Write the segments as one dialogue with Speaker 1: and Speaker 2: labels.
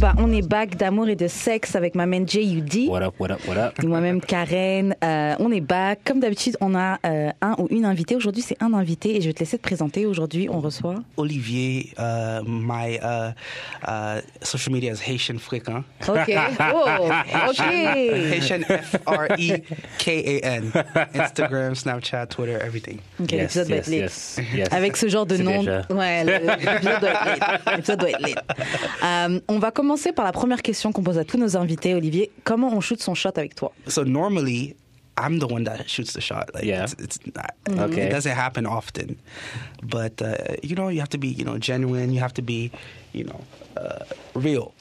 Speaker 1: bah, est back d'amour et de sexe avec ma man J.U.D.
Speaker 2: What up, what up, what up?
Speaker 1: Et moi-même, Karen. Euh, on est back. Comme d'habitude, on a euh, un ou une invitée. Aujourd'hui, c'est un invité et je vais te laisser te présenter. Aujourd'hui, on reçoit.
Speaker 3: Olivier, uh, my uh, uh, social media is Haitian Frican.
Speaker 1: Ok. Oh, ok.
Speaker 3: Haitian F R E K A N. Instagram, Snapchat, Twitter, everything.
Speaker 1: Ok,
Speaker 2: Yes,
Speaker 1: l'épisode doit
Speaker 2: yes,
Speaker 1: être lit.
Speaker 2: yes, yes.
Speaker 1: Avec ce genre de
Speaker 2: C'est
Speaker 1: nom.
Speaker 2: déjà.
Speaker 1: Ouais, le- l'épisode doit être lit. L'épisode doit être lit. Euh, on va commencer par la première question qu'on pose à tous nos invités, Olivier. Comment on shoot son shot avec toi
Speaker 3: So normally, I'm the one that shoots the shot. Like,
Speaker 2: Yeah.
Speaker 3: it's, it's not,
Speaker 2: Okay.
Speaker 3: It doesn't happen often, but uh, you know, you have to be, you know, genuine. You have to be, you know, uh, real.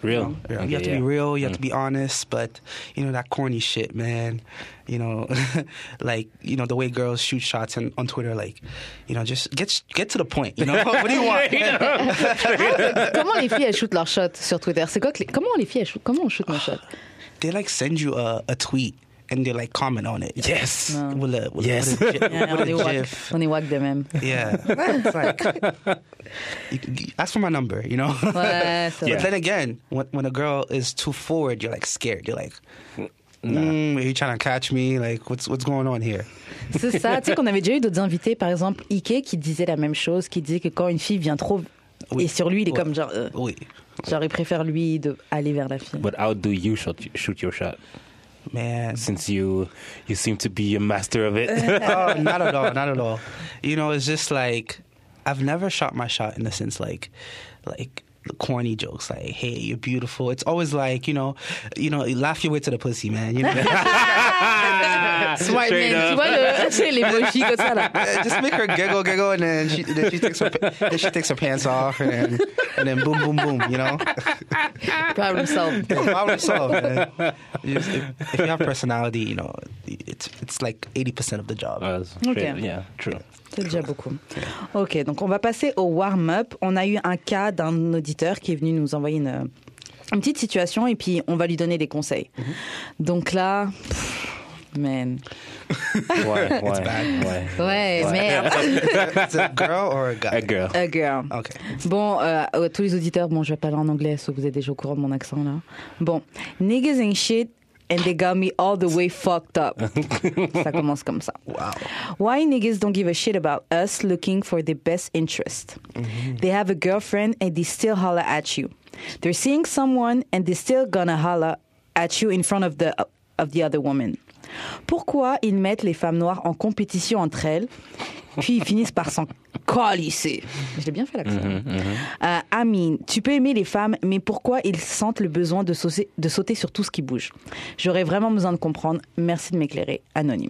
Speaker 2: Real.
Speaker 3: Yeah,
Speaker 2: Okay,
Speaker 3: you have to
Speaker 2: yeah. Mm-hmm.
Speaker 3: be real. You have to be honest. But you know that corny shit, man. You know, like you know the way girls shoot shots and, on Twitter, like you know, just get get to the point. You know, what do you want?
Speaker 4: Comment les filles elles shootent leurs shots sur Twitter C'est quoi que les- Comment les filles elles shootent Comment on shoot nos shots
Speaker 3: They like send you a, a tweet and they like comment on it.
Speaker 2: Yes!
Speaker 3: With a, with
Speaker 2: Yes.
Speaker 3: A, with a,
Speaker 1: Ouais, on,
Speaker 3: gif-
Speaker 1: est
Speaker 3: with a
Speaker 1: wack,
Speaker 3: gif.
Speaker 1: on est wack de même.
Speaker 3: Yeah. It's like, you can- ask for my number, you know?
Speaker 1: Ouais, c'est
Speaker 3: But
Speaker 1: vrai.
Speaker 3: then again, when, when a girl is too forward, you're like scared. You're like, mm, are you trying to catch me? Like, what's what's going on here?
Speaker 1: C'est ça. Tu sais qu'on avait déjà eu d'autres invités, par exemple Ike, qui disait la même chose, qui disait que quand une fille vient trop
Speaker 3: Oui.
Speaker 1: et sur lui, il est
Speaker 3: Ouais.
Speaker 1: comme genre, euh,
Speaker 3: Oui.
Speaker 1: genre il préfère lui de aller vers la fille.
Speaker 2: But how do you shot, shoot your shot?
Speaker 3: Man.
Speaker 2: Since you you seem to be a master of it.
Speaker 3: oh, not at all, not at all. You know, it's just like I've never shot my shot in the sense like like the corny jokes like, hey, you're beautiful. It's always like, you know, you know, laugh your way to the pussy, man. You know?
Speaker 4: Swipe
Speaker 2: Straight
Speaker 4: man,
Speaker 2: up.
Speaker 4: tu vois le, tu sais, l'emoji comme ça là.
Speaker 3: Yeah, just make her giggle, giggle, and then she then she takes her pa- then she takes her pants off, and then, and then boom, boom, boom. You know,
Speaker 4: Problem solved.
Speaker 3: problem solved. Man. You just- if, if you have personality, you know, it's it's like eighty percent of the job.
Speaker 2: Uh, it's
Speaker 1: Okay.
Speaker 2: fair, Yeah, true.
Speaker 1: C'est déjà beaucoup. Ok, donc on va passer au warm-up. On a eu un cas d'un auditeur qui est venu nous envoyer une, euh, une petite situation et puis on va lui donner des conseils. Donc là, pff, man,
Speaker 2: Why? Why?
Speaker 3: bad.
Speaker 2: Why?
Speaker 4: Ouais, merde.
Speaker 3: Is it a girl or a guy?
Speaker 2: A girl.
Speaker 1: a euh, girl.
Speaker 3: Okay.
Speaker 1: Bon, euh, euh, tous les auditeurs, bon, je vais parler en anglais, sauf que vous êtes déjà au courant de mon accent là. Bon, niggas ain't shit and they got me all the way fucked up. ça commence comme ça.
Speaker 3: Wow.
Speaker 1: Why niggas don't give a shit about us looking for their best interest? They have a girlfriend and they still holla at you. They're seeing someone and they still gonna holla at you in front of the of the other woman. Pourquoi ils mettent les femmes noires en compétition entre elles, puis ils finissent par s'en calisser Je l'ai bien fait l'accent. Euh, Amine, tu peux aimer les femmes, mais pourquoi ils sentent le besoin de saucer- de sauter sur tout ce qui bouge J'aurais vraiment besoin de comprendre. Merci de m'éclairer. Anonyme.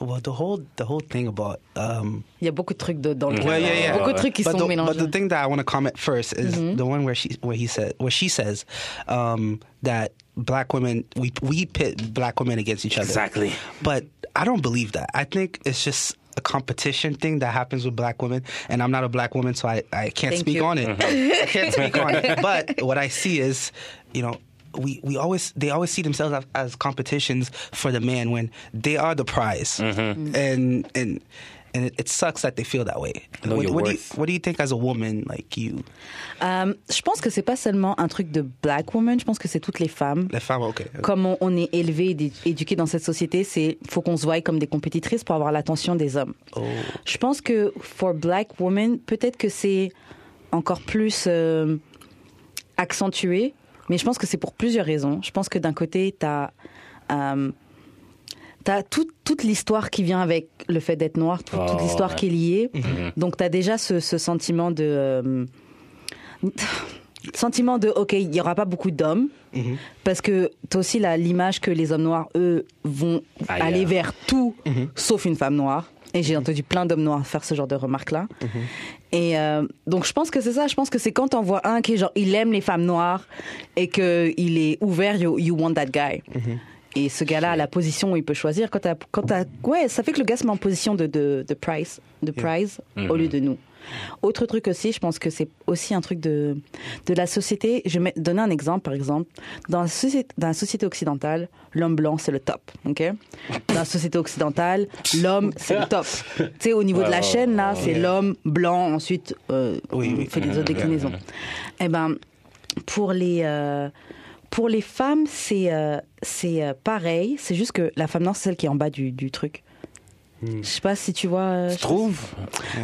Speaker 3: Well, the whole the whole thing about um,
Speaker 1: Il y a beaucoup de trucs dedans. le
Speaker 3: Well,
Speaker 1: livre.
Speaker 3: yeah, yeah.
Speaker 1: Beaucoup de trucs qui
Speaker 3: but
Speaker 1: sont
Speaker 3: the,
Speaker 1: mélangés.
Speaker 3: But the thing that I want to comment first is the one where she where he said where she says um, that black women we we pit black women against each other.
Speaker 2: Exactly.
Speaker 3: But I don't believe that. I think it's just a competition thing that happens with black women and I'm not a black woman so I, I can't
Speaker 1: Thank
Speaker 3: speak
Speaker 1: you.
Speaker 3: on it. I can't speak on it. But what I see is, you know, we, we always they always see themselves as, as competitions for the man when they are the prize.
Speaker 2: Mm-hmm.
Speaker 3: Mm-hmm. And and and it, it sucks that they feel that way.
Speaker 2: Know
Speaker 3: what,
Speaker 2: your
Speaker 3: what do you,
Speaker 2: worth.
Speaker 3: what do you think as a woman like you
Speaker 1: Euh, je pense que c'est pas seulement un truc de black woman. Je pense que c'est toutes les femmes.
Speaker 3: les femmes okay.
Speaker 1: Comme on, on est élevé et dé- éduqué dans cette société, c'est faut qu'on se voie comme des compétitrices pour avoir l'attention des hommes.
Speaker 2: Oh.
Speaker 1: Je pense que for black women, peut-être que c'est encore plus euh, accentué, mais je pense que c'est pour plusieurs raisons. Je pense que d'un côté, t'as euh, T'as tout- toute l'histoire qui vient avec le fait d'être noir, tout-
Speaker 2: Oh,
Speaker 1: toute l'histoire
Speaker 2: ouais. Mm-hmm.
Speaker 1: qui est liée. Donc t'as déjà ce, ce sentiment de... euh, sentiment de, ok, il n'y aura pas beaucoup d'hommes,
Speaker 2: Mm-hmm.
Speaker 1: parce que t'as aussi la- l'image que les hommes noirs, eux, vont
Speaker 2: Ailleurs.
Speaker 1: aller vers tout, sauf une femme noire. Et j'ai entendu plein d'hommes noirs faire ce genre de remarques-là. Et euh, donc je pense que c'est ça, je pense que c'est quand t'en vois un qui est genre, il aime les femmes noires et qu'il est ouvert, you, you want that guy. Et ce gars-là a la position où il peut choisir. Quand t'as- quand t'as- ouais, ça fait que le gars se met en position de, de, de prize, de prize au lieu de nous. Autre truc aussi, je pense que c'est aussi un truc de, de la société. Je vais donner un exemple, par exemple. Dans la société, dans la société occidentale, l'homme blanc, c'est le top. ok dans la société occidentale, l'homme, c'est le top. Tu sais, au niveau de la
Speaker 2: Ouais,
Speaker 1: chaîne, là, c'est l'homme blanc, ensuite, euh,
Speaker 3: Oui,
Speaker 1: on
Speaker 3: oui.
Speaker 1: fait des autres déclinaisons. Eh ben, pour les, euh, pour les femmes, c'est euh, c'est euh, pareil. C'est juste que la femme noire, c'est celle qui est en bas du, du truc.
Speaker 2: Hmm.
Speaker 1: Je sais pas si tu vois. euh, je-
Speaker 2: Tu trouves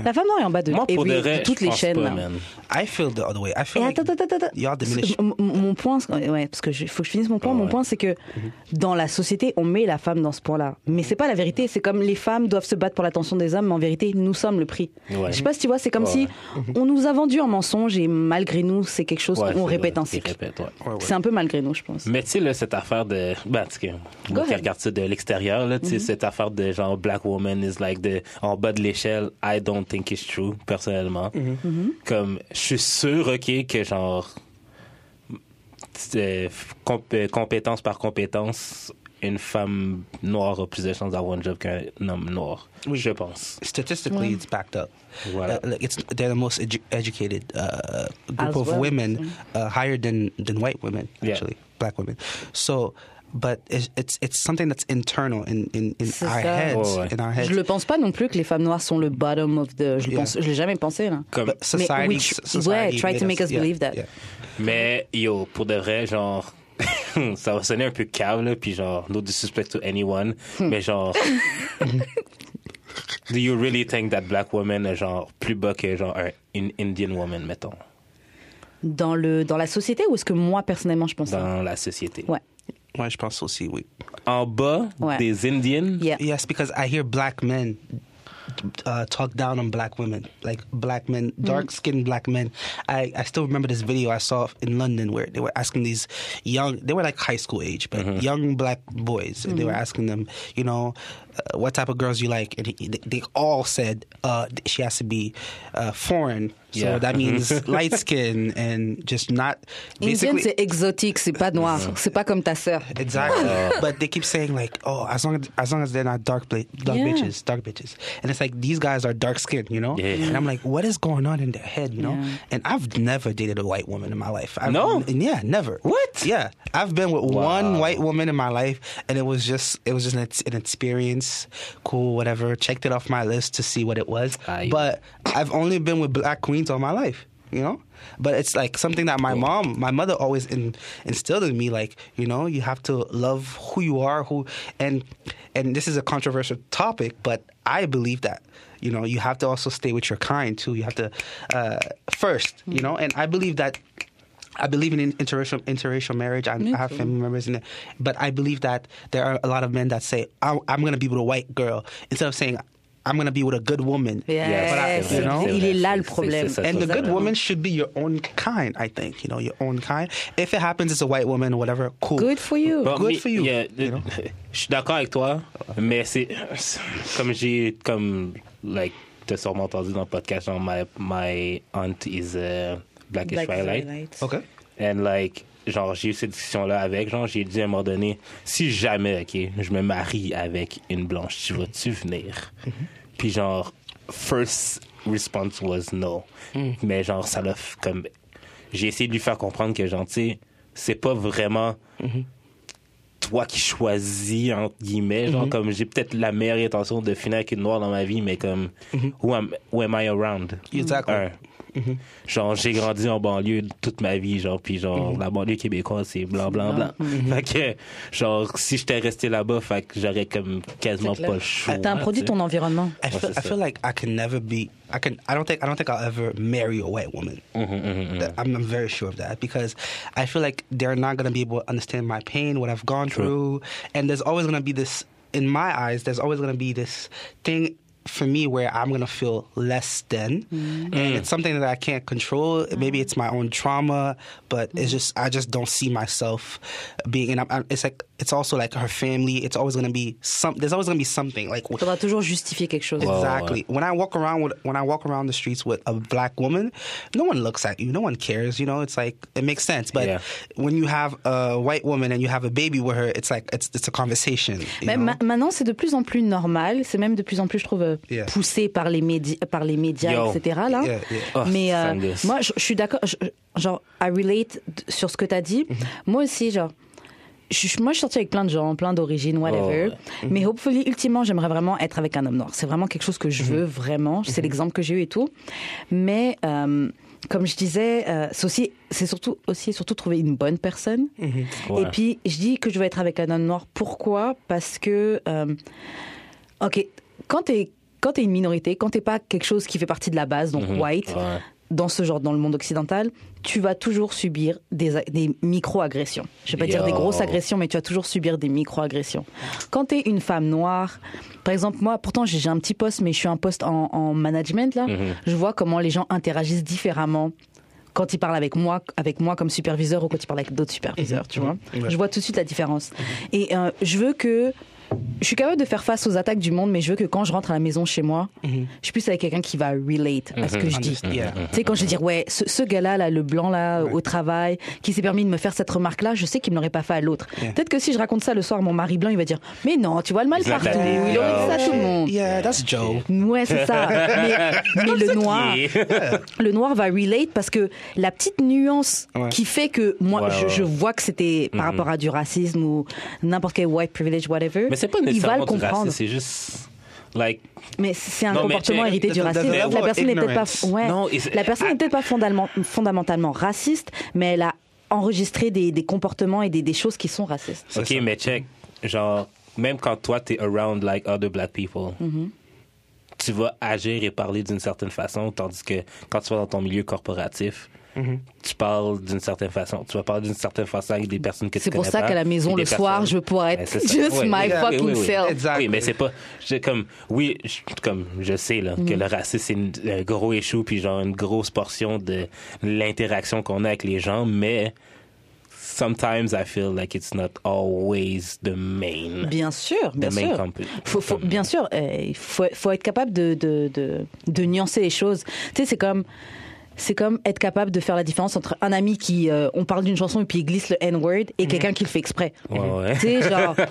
Speaker 1: La femme noire est en bas de,
Speaker 2: Moi,
Speaker 1: et
Speaker 2: pour
Speaker 1: oui,
Speaker 2: de
Speaker 1: de
Speaker 2: vrai,
Speaker 1: toutes
Speaker 2: je
Speaker 1: les
Speaker 2: pense
Speaker 1: chaînes. hein.
Speaker 2: pas,
Speaker 1: là.
Speaker 2: man.
Speaker 3: I feel the other way. I feel
Speaker 1: Et
Speaker 3: like
Speaker 1: attends, attends, attends,
Speaker 3: you are
Speaker 1: attends.
Speaker 3: diminished.
Speaker 1: Mon- mon- Mon point, c'est- ouais, parce que il faut que je finisse mon point.
Speaker 2: Ah
Speaker 1: mon
Speaker 2: ouais.
Speaker 1: point, c'est que dans la société, on met la femme dans ce point-là, mais c'est pas la vérité. C'est comme les femmes doivent se battre pour l'attention des hommes, mais en vérité, nous sommes le prix.
Speaker 2: Ouais.
Speaker 1: Je sais pas si tu vois, c'est comme
Speaker 2: Ouais,
Speaker 1: si on nous a vendu un mensonge et malgré nous, c'est quelque chose
Speaker 2: Ouais,
Speaker 1: qu'on
Speaker 2: c'est
Speaker 1: répète
Speaker 2: vrai,
Speaker 1: en
Speaker 2: ils
Speaker 1: cycle.
Speaker 2: répètent, ouais.
Speaker 3: Ouais, ouais.
Speaker 1: C'est un peu malgré nous, je pense.
Speaker 2: Mais tu sais, là, cette affaire de. Ben, tu sais, moi qui
Speaker 1: ahead.
Speaker 2: regarde ça de l'extérieur, là, tu sais, cette affaire de genre Black woman is like the. En bas de l'échelle, I don't think it's true, personnellement. Comme, je suis sûr, OK, que genre. euh, comp- euh, compétence par compétence, une femme noire a plus de chances d'avoir un job qu'un homme noir.
Speaker 3: Oui.
Speaker 2: Je pense.
Speaker 3: Statistically, it's backed up.
Speaker 2: Voilà.
Speaker 3: Uh, like, it's they're the most edu- educated uh, group
Speaker 1: As
Speaker 3: of
Speaker 1: well.
Speaker 3: women, uh, higher than than white women
Speaker 2: Yeah.
Speaker 3: actually, black women. So, but it's it's, it's something that's internal in in, in
Speaker 1: C'est
Speaker 3: our
Speaker 1: ça.
Speaker 3: heads,
Speaker 2: Ouais, ouais.
Speaker 3: in our heads.
Speaker 1: Je le pense pas non plus que les femmes noires sont le bottom of the. Je le
Speaker 3: Yeah.
Speaker 1: pense, je l'ai jamais pensé là.
Speaker 2: Comme,
Speaker 3: But society,
Speaker 1: we tr-
Speaker 3: society
Speaker 1: ouais, try to make us
Speaker 3: yeah,
Speaker 1: believe that.
Speaker 3: yeah.
Speaker 2: Mais yo, pour de vrai, genre, ça va sonner un peu cave, là, puis genre, no disrespect to anyone, mais genre, do you really think that black woman est genre plus bas que genre un- une Indian woman, mettons,
Speaker 1: Dans le dans la société ou est-ce que moi personnellement je pense ça
Speaker 2: dans la société?
Speaker 1: Ouais.
Speaker 3: Moi, je pense aussi, oui.
Speaker 2: En bas
Speaker 1: Ouais.
Speaker 2: des Indians?
Speaker 1: Yeah.
Speaker 3: Yes, because I hear black men uh, talk down on black women, like black men, dark skinned black men. I, I still remember this video I saw in London where they were asking these young, they were like high school age, but young black boys, and they were asking them, you know, uh, what type of girls you like, and he, they, they all said uh, she has to be uh, foreign. So
Speaker 2: Yeah.
Speaker 3: that means light skin and just not
Speaker 1: Indienne
Speaker 3: basically
Speaker 1: c'est exotique, c'est pas noir,
Speaker 2: Ah.
Speaker 1: c'est pas comme ta sœur.
Speaker 3: Exactly.
Speaker 2: Uh.
Speaker 3: but they keep saying like, oh, as long as, as long as they're not dark, bla- dark
Speaker 1: Yeah.
Speaker 3: bitches, dark bitches, and it's like these guys are dark skinned, you know.
Speaker 2: Yeah.
Speaker 3: And I'm like, what is going on in their head, you know?
Speaker 1: Yeah.
Speaker 3: And I've never dated a white woman in my life. I've,
Speaker 2: No?
Speaker 3: and yeah, never. What? Yeah, I've been with one
Speaker 2: Wow.
Speaker 3: white woman in my life, and it was just it was just an, ex- an experience, cool, whatever. Checked it off my list to see what it was,
Speaker 2: Aye.
Speaker 3: but I've only been with black queens all my life. You know, but it's like something that my mom, my mother always in, instilled in me. Like, you know, you have to love who you are, who, and and this is a controversial topic, but I believe that you know you have to also stay with your kind too. You have to uh, first, you know, and I believe that I believe in interracial interracial marriage. i I have family members in it, but I believe that there are a lot of men that say, I, "I'm going to be with a white girl," instead of saying, "I'm going to be with a good woman."
Speaker 2: Yes,
Speaker 1: Yes,
Speaker 2: c'est vrai,
Speaker 3: you know?
Speaker 2: c'est
Speaker 1: il est
Speaker 2: vrai,
Speaker 1: là
Speaker 2: c'est-
Speaker 1: le
Speaker 2: c'est-
Speaker 1: problème.
Speaker 2: c'est ça,
Speaker 3: And the
Speaker 2: ça,
Speaker 3: good
Speaker 2: ça.
Speaker 3: woman should be your own kind, I think. You know, your own kind. If it happens, it's a white woman, whatever. Cool.
Speaker 1: Good for you.
Speaker 2: Bon,
Speaker 3: Good
Speaker 2: mais,
Speaker 3: for you,
Speaker 2: yeah,
Speaker 3: you know?
Speaker 2: Je suis d'accord avec toi, mais c'est c'est- comme j'ai comme like t'as sûrement entendu dans le podcast genre my my aunt is uh, blackish violet.
Speaker 3: Okay.
Speaker 2: And like, genre, j'ai eu cette discussion-là avec, genre, j'ai dit à un moment donné, si jamais, ok, je me marie avec une blanche, tu vas-tu venir? Puis genre, first response was no. Mais genre, ça l'a f- comme. J'ai essayé de lui faire comprendre que, genre, tu sais, c'est pas vraiment toi qui choisis, entre guillemets. Genre, comme j'ai peut-être la meilleure intention de finir avec une noire dans ma vie, mais comme, who, am, who am I around?
Speaker 3: Exactly.
Speaker 2: Un. Genre, j'ai grandi en banlieue toute ma vie, genre, puis genre, la banlieue québécoise, Mhm. c'est blanc, blanc, blanc. Mhm. Fait que, genre, si j'étais resté là-bas, fait que j'aurais comme quasiment
Speaker 4: C'est clair.
Speaker 2: pas le choix.
Speaker 1: Ah, T'as un produit de ton environnement.
Speaker 3: I feel,
Speaker 2: What's
Speaker 3: I
Speaker 2: this,
Speaker 3: feel like I can never be. I can. I don't think. I don't think I'll ever marry a white woman. That- I'm, I'm very sure of that because I feel like they're not going to be able to understand my pain, what I've gone through, and there's always going to be this. In my eyes, there's always going to be this thing for me where I'm going to feel less than, and it's something that I can't control. Maybe it's my own trauma, but it's just I just don't see myself being. And I'm, I'm, it's like it's also like her family. It's always gonna be some. There's always gonna be something like
Speaker 4: Tu vas toujours justifier quelque chose.
Speaker 2: Ouais.
Speaker 3: Exactly. When I walk around with when I walk around the streets with a black woman, no one looks at you. No one cares. You know, it's like it makes sense. But
Speaker 2: Yeah.
Speaker 3: when you have a white woman and you have a baby with her, it's like it's it's a conversation. you
Speaker 1: Mais
Speaker 3: know?
Speaker 1: ma- maintenant, c'est de plus en plus normal. C'est même de plus en plus, je trouve, euh,
Speaker 3: Yeah.
Speaker 1: poussé par les, médi- par les médias,
Speaker 2: Yo.
Speaker 1: etc. Là.
Speaker 3: Yeah, yeah.
Speaker 2: Oh,
Speaker 1: Mais euh,
Speaker 2: Sandus.
Speaker 1: moi, je, je suis d'accord. je- Genre, I relate d- sur ce que tu as dit.
Speaker 2: Mm-hmm.
Speaker 1: Moi aussi, genre. je- je- moi, je suis sortie avec plein de gens, plein d'origines, whatever.
Speaker 2: Mhm.
Speaker 1: Mais hopefully, ultimement, j'aimerais vraiment être avec un homme noir. C'est vraiment quelque chose que
Speaker 2: Mhm.
Speaker 1: je veux vraiment. C'est l'exemple que j'ai eu et tout. Mais euh, comme je disais, euh, c'est aussi, c'est surtout aussi surtout trouver une bonne personne.
Speaker 2: Mhm. Ouais.
Speaker 1: Et puis, je dis que je veux être avec un homme noir. Pourquoi Parce que, euh, ok, quand t'es quand t'es une minorité, quand t'es pas quelque chose qui fait partie de la base, donc white,
Speaker 2: Mhm. Ouais.
Speaker 1: dans ce genre, dans le monde occidental, tu vas toujours subir des, a- des micro-agressions. Je vais pas dire des
Speaker 2: Yo.
Speaker 1: grosses agressions, mais tu vas toujours subir des micro-agressions. Quand tu es une femme noire, par exemple, moi, pourtant, j'ai j'ai un petit poste, mais je suis un poste en, en management, là. Je vois comment les gens interagissent différemment quand ils parlent avec moi, avec moi comme superviseur ou quand ils parlent avec d'autres superviseurs, tu vois. Je vois tout de suite la différence. Et euh, je veux que. Je suis capable de faire face aux attaques du monde, mais je veux que quand je rentre à la maison chez moi, je puisse avec quelqu'un qui va relate à ce que je
Speaker 2: Ah,
Speaker 1: dis.
Speaker 2: euh,
Speaker 3: Understand- yeah.
Speaker 1: Tu sais, quand je vais dire, ouais, ce, ce gars-là, là, le blanc, là, au travail, qui s'est permis de me faire cette remarque-là, je sais qu'il ne l'aurait pas fait à l'autre.
Speaker 3: Yeah.
Speaker 1: Peut-être que si je raconte ça le soir, mon mari blanc, il va dire, mais non, tu vois le mal
Speaker 2: Il a
Speaker 1: partout,
Speaker 2: tapé, Oh.
Speaker 1: il aurait dit ça à
Speaker 2: yeah.
Speaker 1: tout le monde.
Speaker 3: Yeah, that's Joe.
Speaker 1: Ouais, c'est ça. Mais, mais le noir, le noir va relate parce que la petite nuance
Speaker 3: Ouais.
Speaker 1: qui fait que moi,
Speaker 2: Ouais,
Speaker 1: je,
Speaker 2: ouais,
Speaker 1: je
Speaker 2: ouais.
Speaker 1: vois que c'était par
Speaker 2: Mm-hmm.
Speaker 1: rapport à du racisme ou n'importe quel white privilege, whatever.
Speaker 2: Mais c'est pas
Speaker 1: il va le
Speaker 2: nécessairement du
Speaker 1: comprendre.
Speaker 2: racisme, c'est juste. Like,
Speaker 1: Mais c'est un
Speaker 2: Non, mais
Speaker 1: comportement
Speaker 2: check,
Speaker 1: hérité du
Speaker 3: the- the
Speaker 1: racisme.
Speaker 3: level
Speaker 1: La
Speaker 3: of
Speaker 1: personne n'est peut-être
Speaker 3: ignorance.
Speaker 1: pas, ouais.
Speaker 2: Non, is-
Speaker 1: la personne n'est
Speaker 2: I-
Speaker 1: peut-être pas fondamentalement, fondamentalement raciste, mais elle a enregistré des, des comportements et des, des choses qui sont racistes.
Speaker 2: ok,
Speaker 3: ça.
Speaker 2: mais check. Genre, même quand toi, t'es around like other black people,
Speaker 4: Mm-hmm.
Speaker 2: tu vas agir et parler d'une certaine façon, tandis que quand tu vas dans ton milieu corporatif, tu parles d'une certaine façon. Tu vas parler d'une certaine façon avec des personnes que tu
Speaker 4: C'est pour
Speaker 2: connais
Speaker 4: ça
Speaker 2: pas,
Speaker 4: qu'à la maison,
Speaker 2: et des
Speaker 4: le soir,
Speaker 2: personnes-
Speaker 4: je veux pouvoir être
Speaker 2: Ben, c'est ça.
Speaker 4: just
Speaker 2: Ouais,
Speaker 4: my
Speaker 2: oui, oui,
Speaker 4: fucking
Speaker 2: oui, oui.
Speaker 4: self.
Speaker 3: Exactly.
Speaker 2: Oui, mais c'est pas. j'ai comme, oui, je- comme je sais là,
Speaker 4: Mm-hmm.
Speaker 2: que le racisme, c'est une- un gros échou, puis genre une grosse portion de l'interaction qu'on a avec les gens, mais sometimes I feel like it's not always the main.
Speaker 1: Bien sûr, bien
Speaker 2: main
Speaker 1: sûr.
Speaker 2: comp-
Speaker 1: Faut, faut-
Speaker 2: comme-
Speaker 1: bien sûr, euh, il faut, faut être capable de, de, de, de nuancer les choses. Tu sais, c'est comme. C'est comme être capable de faire la différence entre un ami qui, euh, on parle d'une chanson et puis il glisse le N-word et quelqu'un qui le fait exprès.
Speaker 2: Mhm. Ouais, ouais.
Speaker 1: Tu sais, genre, tu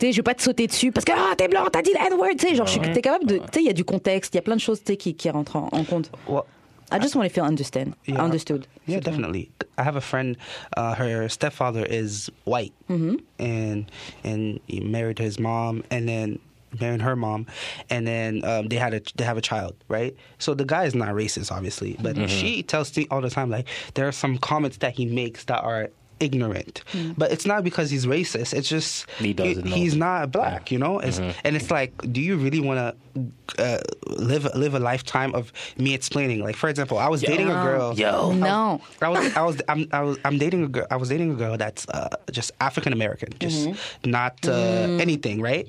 Speaker 1: sais, je vais pas te sauter dessus parce que, ah, t'es blanc, t'as dit le N-word, tu sais, genre, je suis- t'es capable de, tu sais, il y a du contexte, il y a plein de choses, tu sais, qui, qui rentrent en, en compte.
Speaker 3: Well,
Speaker 1: I just want to feel understand,
Speaker 3: Yeah.
Speaker 1: understood.
Speaker 3: Yeah, definitely. I have a friend. Uh, her stepfather is white,
Speaker 2: Mm-hmm.
Speaker 3: and and he married his mom, and then married her mom, and then um, they had a they have a child, right? So the guy is not racist, obviously, but
Speaker 2: Mm-hmm.
Speaker 3: she tells me all the time like there are some comments that he makes that are ignorant, but it's not because he's racist. It's just
Speaker 2: Mm. He doesn't know.
Speaker 3: he's not black, you know. It's, And it's like, do you really want to uh, live live a lifetime of me explaining? Like, for example, I was dating a girl.
Speaker 2: Yo.
Speaker 4: Non.
Speaker 3: I was, I was, I'm, I was, I'm dating a girl. I was dating a girl that's uh, just African American, just not uh, anything, right?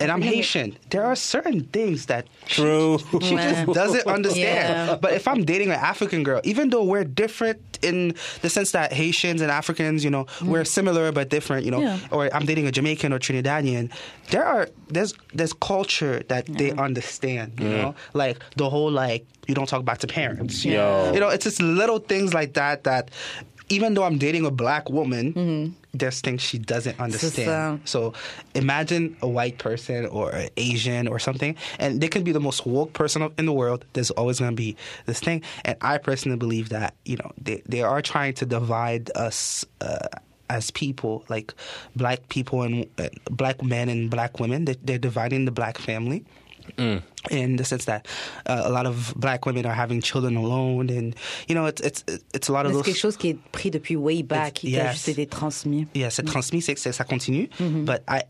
Speaker 3: And I'm Haitian. There are certain things that she-
Speaker 2: True.
Speaker 3: She, just
Speaker 4: Wow.
Speaker 3: doesn't understand.
Speaker 4: Yeah.
Speaker 3: But if I'm dating an African girl, even though we're different in the sense that Haitians and Africans, you know, we're similar but different, you know,
Speaker 1: Yeah.
Speaker 3: or I'm dating a Jamaican or Trinidadian, there are there's there's culture that they understand, you know, like the whole like you don't talk back to parents, you
Speaker 2: Yo.
Speaker 3: you know, it's just little things like that that even though I'm dating a black woman, there's things she doesn't understand. So imagine a white person or an Asian or something, and they could be the most woke person of- in the world. There's always going to be this thing. And I personally believe that, you know, they, they are trying to divide us. Uh, as people, like black people and uh, black men and black women, they, they're dividing the black family in the sense that uh, a lot of black women are having children alone, and you know, it's it's it's a lot of
Speaker 1: C'est
Speaker 3: those.
Speaker 1: quelque chose qui est pris depuis way back, qui a
Speaker 3: Yes.
Speaker 1: juste été transmis.
Speaker 3: Yeah, c'est transmis, c'est c'est- ça continue. But I,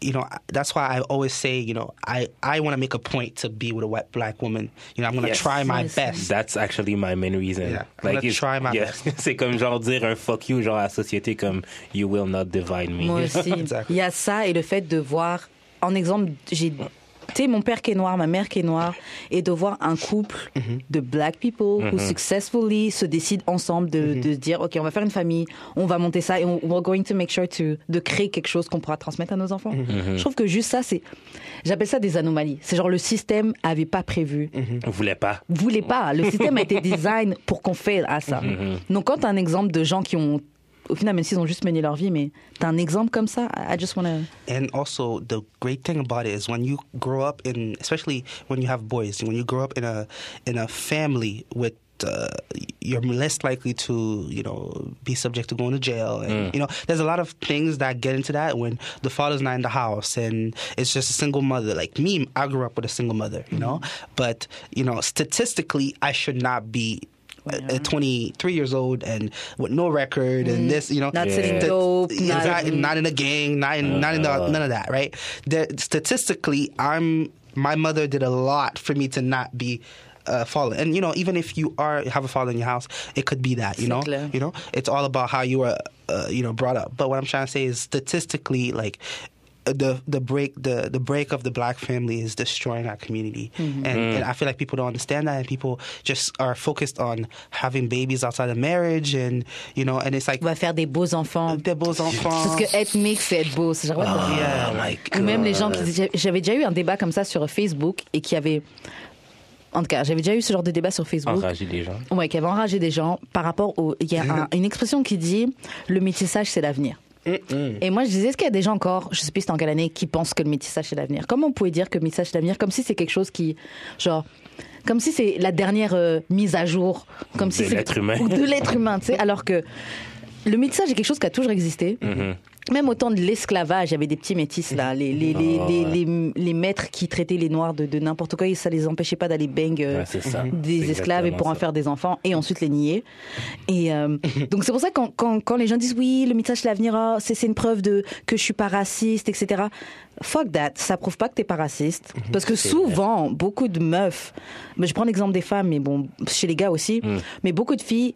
Speaker 3: you know, I- that's why I always say, you know, I I want to make a point to be with a white black woman. You know, I'm gonna
Speaker 2: Yes.
Speaker 3: try my
Speaker 1: Yes.
Speaker 3: best.
Speaker 2: That's actually my main reason.
Speaker 3: Yeah. I'm gonna
Speaker 2: it's-
Speaker 3: try my
Speaker 2: yeah.
Speaker 3: best.
Speaker 2: c'est comme genre dire un fuck you genre à la société comme you will not divide me.
Speaker 1: Moi aussi.
Speaker 3: Exact.
Speaker 1: Il y a ça et le fait de voir, en exemple, j'ai tu sais, mon père qui est noir, ma mère qui est noire, et de voir un couple de black people who successfully se décident ensemble de, de se dire, OK, on va faire une famille, on va monter ça et on, we're going to make sure to, de créer quelque chose qu'on pourra transmettre à nos enfants. Je trouve que juste ça, c'est, j'appelle ça des anomalies. C'est genre le système avait pas prévu
Speaker 2: On voulait pas.
Speaker 1: voulait pas. Le système a été design pour qu'on faille à ça.
Speaker 3: Mhm.
Speaker 1: Donc quand t'as un exemple de gens qui ont, au final, même s'ils ont juste mené leur vie, mais t'as un exemple comme ça, I just wanna...
Speaker 3: And also, the great thing about it is when you grow up in, especially when you have boys, when you grow up in a in a family with. Uh, you're less likely to, you know, be subject to going to jail, and you know, there's a lot of things that get into that when the father's not in the house and it's just a single mother. Like me, I grew up with a single mother, you know, but you know, statistically, I should not be uh, uh, 23 years old and with no record and this, you know,
Speaker 1: Mm. Not sitting
Speaker 3: Th-
Speaker 1: dope, not-
Speaker 3: exactly, not not in a gang, not in, not in the, none of that, right? The, statistically, I'm my mother did a lot for me to not be uh, fallen. And you know, even if you are have a father in your house, it could be that you know,
Speaker 1: Exactly.
Speaker 3: you know, it's all about how you were, uh, you know, brought up. But what I'm trying to say is, statistically, like. uh, The the break the, the break of the black family is destroying our community, and, and I feel like people don't understand that, and people just are focused on having babies outside of marriage, and you know, and it's like
Speaker 1: On va faire des beaux enfants.
Speaker 3: des beaux enfants.
Speaker 4: Parce que être mix, c'est être beau. C'est genre, what the fuck.
Speaker 3: Yeah, like,
Speaker 1: Ah, Ou même
Speaker 3: uh,
Speaker 1: les gens qui disaient- J'avais déjà eu un débat comme ça sur Facebook et qui avait... En tout cas, j'avais déjà eu ce genre de débat sur Facebook.
Speaker 3: Ah,
Speaker 2: Enrager les gens.
Speaker 1: Ouais, qui avait enragé des gens par rapport au. Il y a un- une expression qui dit le métissage c'est l'avenir. Et moi je disais est-ce qu'il y a des gens encore, je sais plus c'était en quelle année, qui pensent que le métissage c'est l'avenir Comment on pouvait dire que le métissage c'est l'avenir Comme si c'est quelque chose qui, genre, comme si c'est la dernière euh, mise à jour, comme si
Speaker 2: De
Speaker 1: c'est-
Speaker 2: l'être humain.
Speaker 1: ou de l'être humain, tu sais, alors que le métissage est quelque chose qui a toujours existé.
Speaker 2: Mm-hmm.
Speaker 1: Même au temps de l'esclavage, il y avait des petits métis là, les, les, les,
Speaker 2: Oh,
Speaker 1: les, les- les maîtres qui traitaient les noirs de, de n'importe quoi et ça les empêchait pas d'aller bang euh,
Speaker 2: Ouais, c'est ça.
Speaker 1: des
Speaker 2: C'est
Speaker 1: esclaves et
Speaker 2: exactement
Speaker 1: pour en
Speaker 2: ça.
Speaker 1: faire des enfants et ensuite les nier. Et euh, donc c'est pour ça que quand, quand, quand les gens disent oui, le métissage c'est l'avenir, ah, c'est c'est une preuve de que je suis pas raciste, etc. Fuck that, ça prouve pas que t'es pas raciste.
Speaker 2: Mhm.
Speaker 1: Parce que souvent, beaucoup de meufs, mais je prends l'exemple des femmes, mais bon, chez les gars aussi,
Speaker 2: Mm.
Speaker 1: mais beaucoup de filles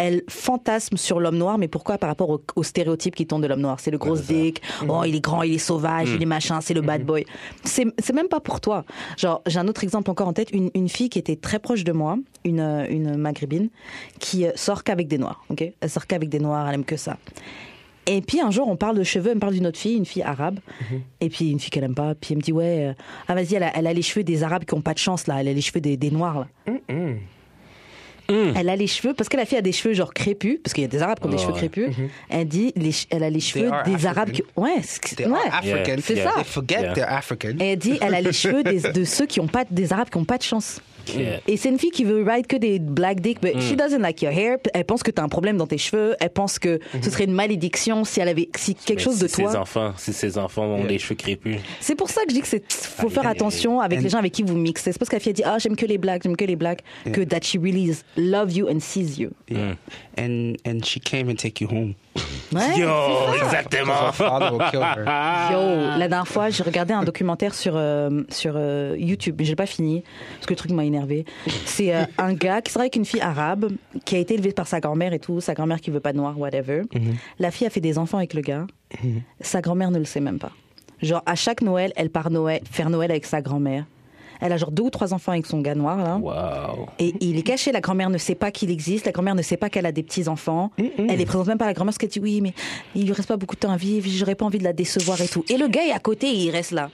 Speaker 1: elles fantasment sur l'homme noir, mais pourquoi par rapport au, au stéréotype qui tombe de l'homme noir C'est le gros dick, oh il est grand, il est sauvage, il est machin, c'est le bad boy. C'est c'est même pas pour toi. Genre, j'ai un autre exemple encore en tête, une, une fille qui était très proche de moi, une, euh, une maghrébine, qui euh, sort qu'avec des noirs, ok Elle sort qu'avec des noirs, elle aime que ça. Et puis un jour, on parle de cheveux, elle me parle d'une autre fille, une fille arabe, et puis une fille qu'elle aime pas, puis elle me dit ouais, euh, ah vas-y, elle a, elle a les cheveux des arabes qui ont pas de chance là, elle a les cheveux des, des noirs là. Elle a les cheveux parce que la fille a des cheveux genre crépus, parce qu'il y a des arabes qui ont des
Speaker 2: Ouais, Mhm.
Speaker 1: cheveux
Speaker 2: ouais.
Speaker 1: crépus. Elle dit les che- elle a les cheveux
Speaker 3: are
Speaker 1: des
Speaker 3: African.
Speaker 1: arabes qui ouais, c'est-
Speaker 3: They
Speaker 1: ouais.
Speaker 3: are African.
Speaker 2: Yeah. C'est
Speaker 1: ça.
Speaker 3: They forget
Speaker 2: Yeah.
Speaker 3: they're African.
Speaker 1: Et elle dit elle a les cheveux des, de ceux qui ont pas des arabes qui ont pas de chance.
Speaker 2: Yeah.
Speaker 1: Et c'est une fille qui veut ride que des black dick, but
Speaker 2: Mm.
Speaker 1: she doesn't like your hair. Elle pense que t'as un problème dans tes cheveux. Elle pense que ce serait une malédiction si elle avait si quelque
Speaker 2: Mm-hmm. Mais
Speaker 1: chose
Speaker 2: si
Speaker 1: de toi.
Speaker 2: Ses enfants, si ses enfants ont les cheveux crépus.
Speaker 1: C'est pour ça que je dis que c'est faut faire
Speaker 2: yeah,
Speaker 1: attention avec les gens avec qui vous mixez. C'est parce que la fille a dit ah j'aime que les blacks, j'aime que les blacks, que that she really is- love you and sees you.
Speaker 3: Yeah. And and she can't even take you home.
Speaker 1: Ouais.
Speaker 2: Yo,
Speaker 3: Her
Speaker 2: exactement.
Speaker 3: father will kill her.
Speaker 1: Yo, la dernière fois, j'ai regardé un documentaire sur, euh, sur euh, YouTube, mais j'ai pas fini, parce que le truc m'a énervé. C'est euh, un gars qui serait avec une fille arabe, qui a été élevée par sa grand-mère et tout, sa grand-mère qui veut pas de noir, whatever. La fille a fait des enfants avec le gars, sa grand-mère ne le sait même pas. Genre, à chaque Noël, elle part Noël, faire Noël avec sa grand-mère. Elle a genre deux ou trois enfants avec son gars noir, là.
Speaker 2: Wow.
Speaker 1: Et il est caché, la grand-mère ne sait pas qu'il existe, la grand-mère ne sait pas qu'elle a des petits-enfants.
Speaker 2: Mm,
Speaker 1: Elle les présente même pas à la grand-mère parce qu'elle dit oui, mais il lui reste pas beaucoup de temps à vivre, j'aurais pas envie de la décevoir et tout. Et le gars est à côté et il reste là.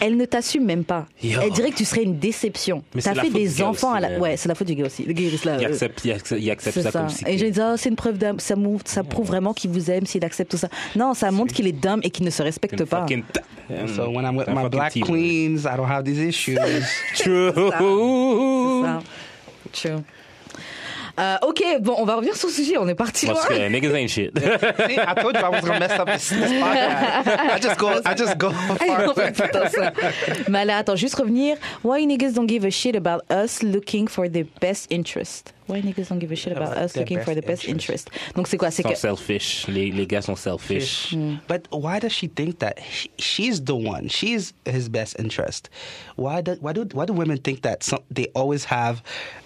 Speaker 1: Elle ne t'assume même pas.
Speaker 2: Mm-hmm. Yo.
Speaker 1: Elle dirait que tu serais une déception.
Speaker 2: Mais
Speaker 1: T'as
Speaker 2: c'est la
Speaker 1: fait
Speaker 2: faute du
Speaker 1: des
Speaker 2: gars
Speaker 1: enfants
Speaker 2: aussi,
Speaker 1: à la.
Speaker 2: mais-
Speaker 1: Ouais, c'est la faute du gars aussi. Le gars il reste là.
Speaker 2: Il
Speaker 1: euh,
Speaker 2: accepte, il accepte, il accepte
Speaker 1: c'est
Speaker 2: ça,
Speaker 1: ça.
Speaker 2: comme si.
Speaker 1: Et je lui dis, Ah, c'est une preuve d'âme, ça, mou- ça
Speaker 2: Mm.
Speaker 1: prouve vraiment qu'il vous aime s'il accepte tout ça. Non, ça montre qu'il est dumb et qu'il ne se respecte
Speaker 2: Une
Speaker 1: pas.
Speaker 2: fucking-
Speaker 3: So when I'm with
Speaker 2: Un
Speaker 3: my
Speaker 2: fucking
Speaker 3: black
Speaker 2: team.
Speaker 3: queens, I don't have these issues.
Speaker 2: True.
Speaker 1: Ça. True. Euh, ok, bon, on va revenir sur le sujet, on est parti loin.
Speaker 2: Parce que niggas ain't shit.
Speaker 3: See, I told you I was gonna mess up this, this podcast. I just go. I just go.
Speaker 1: Ah,
Speaker 3: Far.
Speaker 1: non, putain, ça. Mais là, attends, juste revenir. Why niggas don't give a shit about us looking for the best interest? Why niggas don't give a shit about
Speaker 3: About
Speaker 1: us
Speaker 3: their
Speaker 1: looking for the
Speaker 3: best
Speaker 1: best interest? Donc c'est quoi? C'est
Speaker 2: Ils
Speaker 1: que
Speaker 2: sont selfish. Les, les gars sont selfish.
Speaker 1: Hmm.
Speaker 3: But why does she think that she, she's the one? She's his best interest. Why do why do why do women think that some, they always have?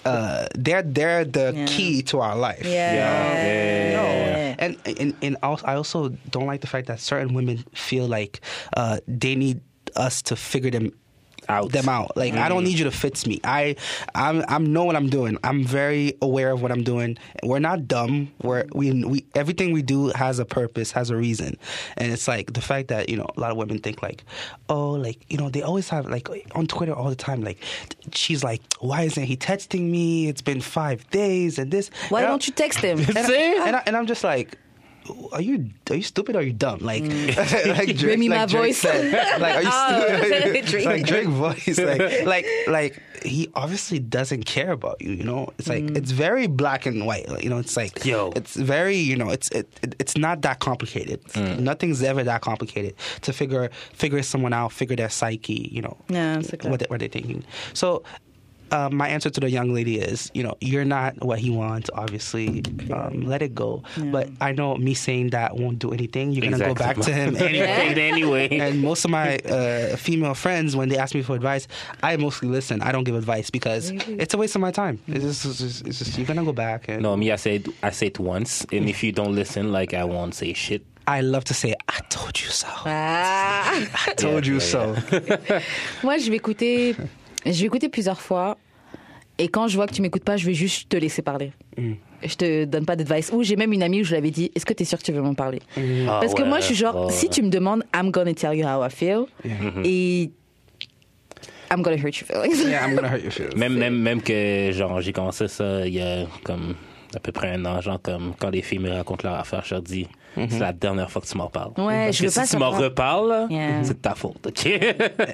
Speaker 3: Uh, they're they're the
Speaker 1: Yeah.
Speaker 3: key to our life.
Speaker 1: Yeah.
Speaker 3: No.
Speaker 1: Yeah.
Speaker 3: And and and also, I also don't like the fact that certain women feel like uh, they need us to figure them
Speaker 2: Out.
Speaker 3: them out. Like I
Speaker 1: Mm-hmm.
Speaker 3: don't need you to fix me. I I'm I'm know what I'm doing. I'm very aware of what I'm doing. We're not dumb. We're we we everything we do has a purpose, has a reason. And it's like the fact that, you know, a lot of women think like, oh, like, you know, they always have like on Twitter all the time, like she's like, Why isn't he texting me? It's been five days and this
Speaker 1: Why
Speaker 3: And I-
Speaker 1: don't you text him?
Speaker 3: and, I,
Speaker 2: See?
Speaker 3: and, I, and I'm just like, are you are you stupid or are you dumb? Like, like Drake,
Speaker 1: Bring Mm. me
Speaker 3: like
Speaker 1: my
Speaker 3: Drake
Speaker 1: voice.
Speaker 3: said, like are you
Speaker 1: Oh,
Speaker 3: stupid?
Speaker 1: Drake.
Speaker 3: like Drake voice, like like like he obviously doesn't care about you. You know, it's like
Speaker 1: Mm.
Speaker 3: it's very black and white. like, You know, it's like
Speaker 2: Yo.
Speaker 3: it's very you know, it's it, it it's not that complicated.
Speaker 1: Mm.
Speaker 3: Nothing's ever that complicated to figure figure someone out, figure their psyche. You know,
Speaker 1: Yeah, c'est clair.
Speaker 3: what they, what they're thinking. So. Uh, my answer to the young lady is, you know, you're not what he wants. Obviously, um, let it go. But I know me saying that won't do anything. You're gonna go back to him anyway.
Speaker 2: anyway.
Speaker 3: and most of my uh, female friends, when they ask me for advice, I mostly listen. I don't give advice because it's a waste of my time. It's just, it's just, it's just you're gonna go back. And
Speaker 2: No, me, I said I say it once, and if you don't listen, like I won't say shit.
Speaker 3: I love to say, "I told you so."
Speaker 1: Ah.
Speaker 3: I told
Speaker 2: Yeah,
Speaker 3: you
Speaker 2: yeah,
Speaker 3: so.
Speaker 4: Moi, je vais écouter, je vais écouter plusieurs fois. Et quand je vois que tu m'écoutes pas, je vais juste te laisser parler.
Speaker 1: Mm.
Speaker 4: Je te donne pas d'advice. Ou j'ai même une amie où je l'avais dit, est-ce que tu es sûr que tu veux m'en parler
Speaker 1: Mm.
Speaker 2: Ah
Speaker 4: Parce que
Speaker 2: ouais,
Speaker 4: moi, je suis genre,
Speaker 2: ouais.
Speaker 4: si tu me demandes, I'm gonna tell you how I feel. Et I'm gonna hurt your feelings.
Speaker 3: yeah, I'm gonna hurt your feelings.
Speaker 2: Même, même, même que genre j'ai commencé ça il y a comme à peu près un an, genre comme quand les filles me racontent leur affaire, je leur dis c'est la dernière fois que tu m'en parles.
Speaker 4: Ouais,
Speaker 2: Parce
Speaker 4: je
Speaker 2: que
Speaker 4: veux
Speaker 2: si
Speaker 4: pas
Speaker 2: tu m'en
Speaker 4: savoir.
Speaker 2: reparles, là,
Speaker 4: Yeah.
Speaker 2: c'est de ta faute. ok?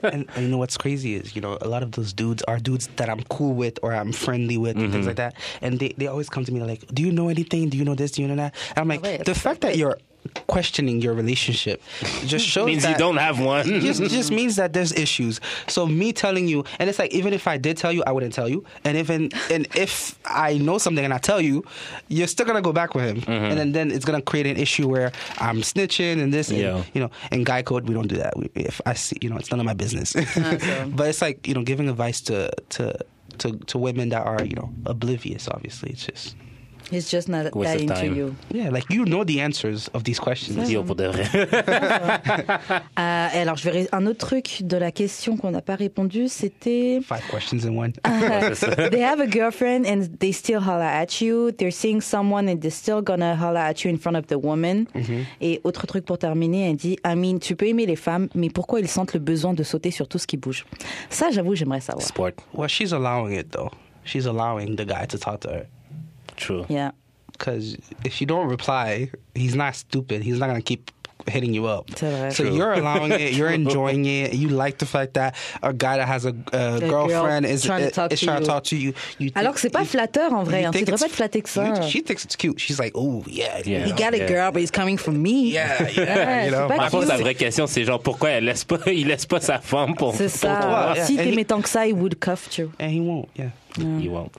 Speaker 3: and, and you know what's crazy is you know a lot of those dudes are dudes that I'm cool with or I'm friendly with and
Speaker 2: Mm-hmm.
Speaker 3: things like that, and they, they always come to me like, "Do you know anything? Do you know this? Do you know that?" And I'm like,
Speaker 4: Wait.
Speaker 3: the fact that you're questioning your relationship just shows
Speaker 2: means
Speaker 3: that
Speaker 2: you don't have one.
Speaker 3: just just means that there's issues. So me telling you, and it's like even if I did tell you, I wouldn't tell you. And even and if I know something and I tell you, you're still gonna go back with him, and then, then it's gonna create an issue where I'm snitching and this, and,
Speaker 2: Yeah.
Speaker 3: you know. And guy code, we don't do that. We, if I see, you know, it's none of my business. but it's like you know, giving advice to to. To, to women that are you know oblivious obviously it's just
Speaker 1: He's just not
Speaker 2: Waste
Speaker 1: that
Speaker 2: of
Speaker 1: into
Speaker 2: time.
Speaker 1: you.
Speaker 3: yeah like you know the answers of these questions
Speaker 2: Yo, pour de vrai.
Speaker 1: Ah, et alors, je vais ré- un autre truc de la question qu'on n'a pas répondu, c'était.
Speaker 3: five questions in one
Speaker 1: they have a girlfriend and they still holla at you. They're seeing someone and they're still gonna holla at you in front of the woman.
Speaker 2: Mm-hmm.
Speaker 1: Et autre truc pour terminer, elle dit I mean, tu peux aimer les femmes, mais pourquoi ils sentent le besoin de sauter sur tout ce qui bouge Ça, j'avoue, j'aimerais savoir.
Speaker 2: Sport,
Speaker 3: Well, she's allowing it though. She's allowing the guy to talk to her.
Speaker 2: true.
Speaker 1: Yeah.
Speaker 3: Because if you don't reply, he's not stupid. He's not gonna keep hitting you up.
Speaker 1: C'est vrai.
Speaker 3: So
Speaker 1: True.
Speaker 3: you're allowing it. You're enjoying it. You like the fact that a guy that has a, uh
Speaker 1: girl
Speaker 3: girlfriend is
Speaker 1: trying to
Speaker 3: is-
Speaker 1: talk
Speaker 3: is
Speaker 1: to
Speaker 3: trying to
Speaker 1: you.
Speaker 3: talk to you. you think-
Speaker 1: Alors que c'est pas
Speaker 3: you-
Speaker 1: flatteur en vrai.
Speaker 3: you
Speaker 1: hein. Tu
Speaker 3: think
Speaker 1: devrais pas
Speaker 3: it's-
Speaker 1: être flatté que ça.
Speaker 3: She thinks it's cute. She's like, oh yeah,
Speaker 2: Yeah.
Speaker 1: He got a
Speaker 2: Yeah.
Speaker 1: girl, but he's coming from me.
Speaker 3: yeah, yeah,
Speaker 1: Ouais, c'est
Speaker 3: you know.
Speaker 1: pas
Speaker 2: Par contre, la
Speaker 1: cute.
Speaker 2: vraie question, c'est genre pourquoi elle laisse pas, il laisse pas sa femme pour.
Speaker 1: C'est ça.
Speaker 3: Ouais,
Speaker 1: Si
Speaker 3: yeah.
Speaker 1: t'aimais tant que ça, il would cuff you.
Speaker 3: And he won't. Yeah.
Speaker 2: You won't.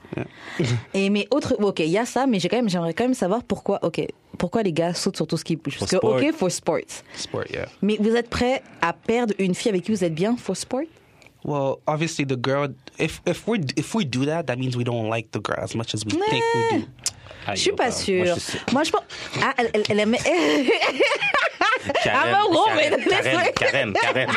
Speaker 1: Et mais autre, ok, il y a ça, mais j'ai quand même, j'aimerais quand même savoir pourquoi, ok, pourquoi les gars sautent sur tout ce qui bouge. Parce que,
Speaker 2: sport.
Speaker 1: ok, for sports.
Speaker 3: Sport. Yeah.
Speaker 1: Mais vous êtes prêt à perdre une fille avec qui vous êtes bien for sport
Speaker 3: Well, obviously the girl. If if we if we do that, that means we don't like the girl as much as we think we do.
Speaker 2: Ah,
Speaker 1: Je suis
Speaker 2: yo,
Speaker 1: pas
Speaker 2: pardon.
Speaker 1: sûre.
Speaker 2: Moi, je suis-
Speaker 1: Moi, je pense. Ah, elle, elle, elle aimait. Ah,
Speaker 2: Karen,
Speaker 1: I'm a woman.
Speaker 2: Karen, Karen, Karen, Karen.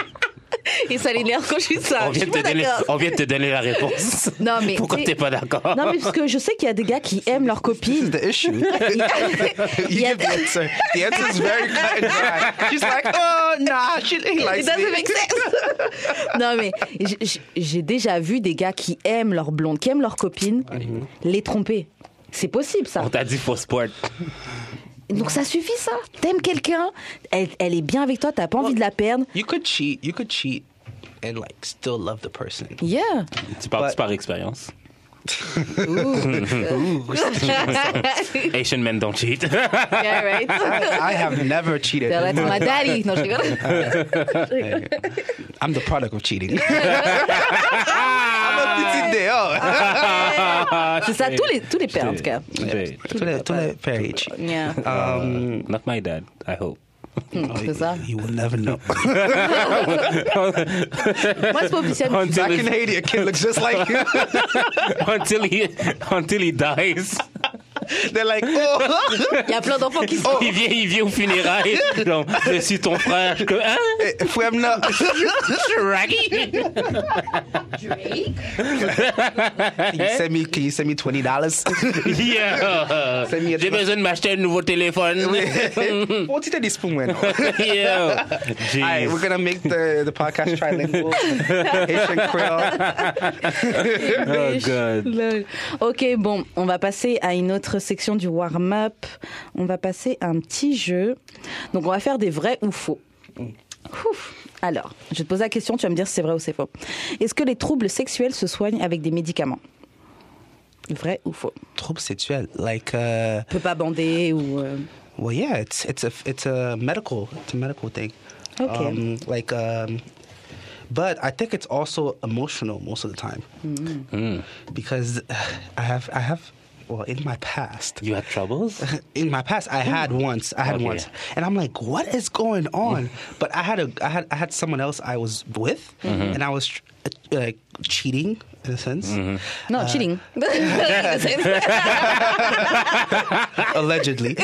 Speaker 1: Et ça l'énerve quand je suis ça.
Speaker 2: On
Speaker 1: Je
Speaker 2: vient,
Speaker 1: suis
Speaker 2: de te
Speaker 1: pas
Speaker 2: donner,
Speaker 1: d'accord.
Speaker 2: on vient de te donner la réponse.
Speaker 1: Non, mais
Speaker 2: Pourquoi
Speaker 1: tu-
Speaker 2: t'es pas d'accord?
Speaker 1: Non, mais parce que je sais qu'il y a des gars qui aiment leur copine.
Speaker 3: The issue. You
Speaker 1: Yeah.
Speaker 3: give the answer. The answer is very cut and dry. She's like, oh, nah, she, he
Speaker 1: It
Speaker 3: likes
Speaker 1: doesn't
Speaker 3: me.
Speaker 1: make sense. non, mais j- j- j'ai déjà vu des gars qui aiment leur blonde, qui aiment leur copine, les tromper. C'est possible, ça.
Speaker 2: On t'a dit faux sport.
Speaker 1: Donc ça suffit, ça. T'aimes quelqu'un, elle, elle est bien avec toi, t'as pas envie de la perdre.
Speaker 3: You could cheat. You could cheat and, like, still love the person.
Speaker 1: Yeah.
Speaker 2: Tu parles
Speaker 3: Ouais.
Speaker 2: tu par expérience. Asian men don't cheat.
Speaker 4: Yeah, right.
Speaker 3: I, I have never cheated.
Speaker 4: They're like, my daddy. Non, je rigole.
Speaker 3: I'm the product of cheating. I'm a petit dehors.
Speaker 1: C'est ça, tous les, tous les pères, en tout cas.
Speaker 2: J'ai-
Speaker 3: To the- to the fairy cheat.
Speaker 1: Yeah.
Speaker 2: Um, not my dad, I hope.
Speaker 1: Oh,
Speaker 4: C'est ça.
Speaker 3: You will never know.
Speaker 4: Moi, c'est pas officiel.
Speaker 3: Back
Speaker 2: Until,
Speaker 3: in Haiti, a kid looks just like you.
Speaker 2: until, he, until he dies.
Speaker 3: They're like, oh,
Speaker 4: Il y a plein d'enfants qui se
Speaker 2: Il vient, il vient au funérailles. Genre, je suis ton frère. Je suis comme, hein?
Speaker 3: if we're not.
Speaker 2: Raggy?
Speaker 3: Can you send me? Can you send me twenty dollars?
Speaker 2: Yeah.
Speaker 3: Send
Speaker 2: euh,
Speaker 3: me a
Speaker 2: J'ai
Speaker 3: truck.
Speaker 2: besoin de m'acheter un nouveau téléphone.
Speaker 3: What did this spoon win? All
Speaker 2: Yeah.
Speaker 3: right, we're
Speaker 2: Jeez.
Speaker 3: gonna make the, the podcast trilingual, Haitian Creole.
Speaker 2: Oh, God.
Speaker 1: Lol. Ok, bon, on va passer à une autre section du warm-up. On va passer à un petit jeu. Donc, on va faire des vrais ou faux.
Speaker 3: Mm.
Speaker 1: Ouf. Alors, je vais te pose la question, tu vas me dire si c'est vrai ou c'est faux. Est-ce que les troubles sexuels se soignent avec des médicaments Vrai ou faux
Speaker 3: Trouble sexuel, like, uh,
Speaker 1: On peut pas bander ou. euh,
Speaker 3: well, yeah, it's it's a it's a medical it's a medical thing.
Speaker 1: Okay.
Speaker 3: Um, like, um, but I think it's also emotional most of the time because uh, I have I have well in my past.
Speaker 2: You had troubles?
Speaker 3: in my past I had once I had
Speaker 2: Okay.
Speaker 3: once and I'm like what is going on but I had a I had I had someone else I was with and I was tr- uh, like cheating in a sense Ah.
Speaker 1: Non, cheating.
Speaker 3: allegedly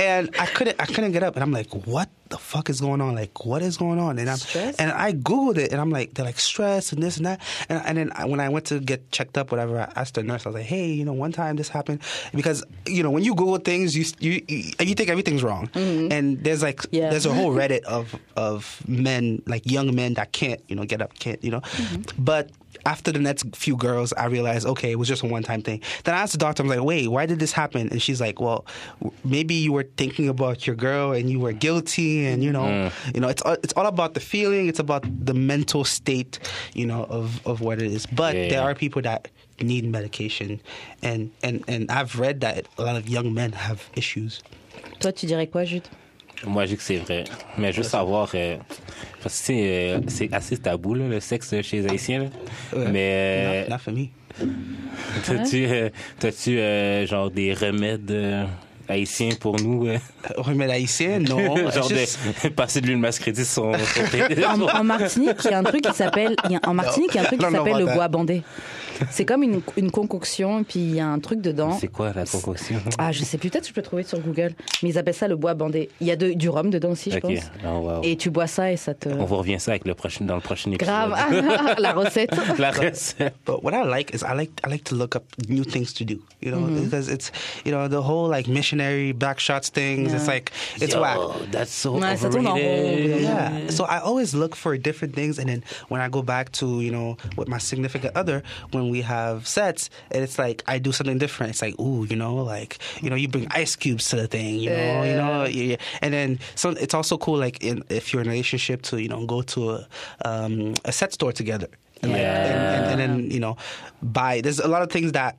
Speaker 3: and I couldn't I couldn't get up and I'm like what the fuck is going on like what is going on and I'm
Speaker 1: Stress?
Speaker 3: and I googled it and I'm like they're like stress and this and that and, and then I, when I went to get checked up whatever I asked the nurse I was like hey you know one time this happened because you know when you google things you you you, you think everything's wrong and there's like
Speaker 1: Mm-hmm. Yeah.
Speaker 3: there's a whole reddit of of men like young men that can't you know get up can't you know
Speaker 2: Mm-hmm.
Speaker 3: but after the next few girls, I realized, okay, it was just a one time thing. Then I asked the doctor, I'm like, wait, why did this happen? And she's like, well, w- maybe you were thinking about your girl and you were guilty. And, you know,
Speaker 2: Mm.
Speaker 3: you know, it's, all- it's all about the feeling. It's about the mental state, you know, of, of what it is. But
Speaker 2: Yeah.
Speaker 3: there are people that need medication. And, and, and I've read that a lot of young men have issues.
Speaker 1: Toi, tu dirais quoi, Jude
Speaker 2: Moi, je dis que c'est vrai. Mais juste savoir, euh, parce que c'est, euh, c'est assez tabou, là, le sexe chez les Haïtiens. là.
Speaker 3: Ouais.
Speaker 2: Mais
Speaker 3: Uh, Not, not for me.
Speaker 2: t'as-tu, euh, t'as-tu euh, genre des remèdes euh, haïtiens pour nous? euh?
Speaker 3: Remède haïtien, non. It's
Speaker 2: genre
Speaker 3: just-
Speaker 2: de passer de l'huile masquée sur son, son
Speaker 1: en,
Speaker 2: téléphone.
Speaker 1: en Martinique, il y a un truc qui s'appelle il y a- en Martinique, il y a un truc
Speaker 3: Non,
Speaker 1: qui
Speaker 3: non,
Speaker 1: s'appelle le
Speaker 3: pas
Speaker 1: bois bandé. C'est comme une, une concoction, puis il y a un truc dedans.
Speaker 2: C'est quoi la concoction?
Speaker 1: Ah, je sais plus, peut-être que je peux trouver sur Google. Mais ils appellent ça le bois bandé. Il y a de- du rhum dedans aussi, je
Speaker 2: Ok.
Speaker 1: pense.
Speaker 2: Oh, wow.
Speaker 1: Et tu bois ça et ça te.
Speaker 2: On vous revient ça avec le prochain, dans le prochain épisode.
Speaker 1: Grave, Ah, la recette.
Speaker 2: la recette.
Speaker 3: But what I like is I like I like to look up new things to do, you know, because it's you know the whole like missionary back shots things. It's like it's
Speaker 2: Yo,
Speaker 3: whack.
Speaker 2: That's so
Speaker 1: Ouais, ça tourne en rond.
Speaker 2: overrated.
Speaker 3: Yeah. So I always look for different things, and then when I go back to you know with my significant other, when we have sets, and it's like I do something different. It's like ooh, you know, like you know, you bring ice cubes to the thing, you know, you know, yeah, yeah. and then so it's also cool like in, if you're in a relationship to you know go to a, um, a set store together. And, like, and, and, and then you know, buy. There's a lot of things that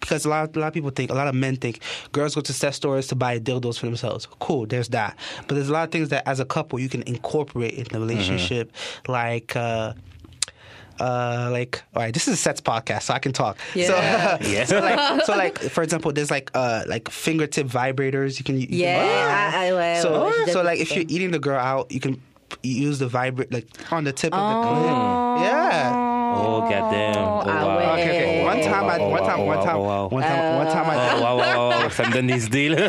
Speaker 3: because a lot, a lot of people think, a lot of men think, girls go to sex stores to buy dildos for themselves. Cool, there's that. But there's a lot of things that as a couple you can incorporate in the
Speaker 1: Mm-hmm.
Speaker 3: relationship, like. Uh, uh, like, all right, this is a sets podcast, so I can talk.
Speaker 1: Yeah.
Speaker 3: So,
Speaker 2: Yes.
Speaker 3: so, like, so, like, for example, there's like, uh, like fingertip vibrators you can. You can
Speaker 1: Yeah,
Speaker 3: buy.
Speaker 1: I- I- ouais,
Speaker 3: so,
Speaker 1: ouais, j'ai déjà
Speaker 3: so
Speaker 1: vu
Speaker 3: like,
Speaker 1: ça.
Speaker 3: if you're eating the girl out, you can p- use the vibrate like on the tip of the clip.
Speaker 1: Oh.
Speaker 3: Yeah.
Speaker 2: Oh, goddamn. Oh,
Speaker 1: Ah
Speaker 2: wow.
Speaker 1: ouais.
Speaker 3: Okay, okay. One time, I, one time, one time, one time, one time,
Speaker 2: Oh,
Speaker 3: I,
Speaker 2: wow, wow, wow. ça me donne des idées, là.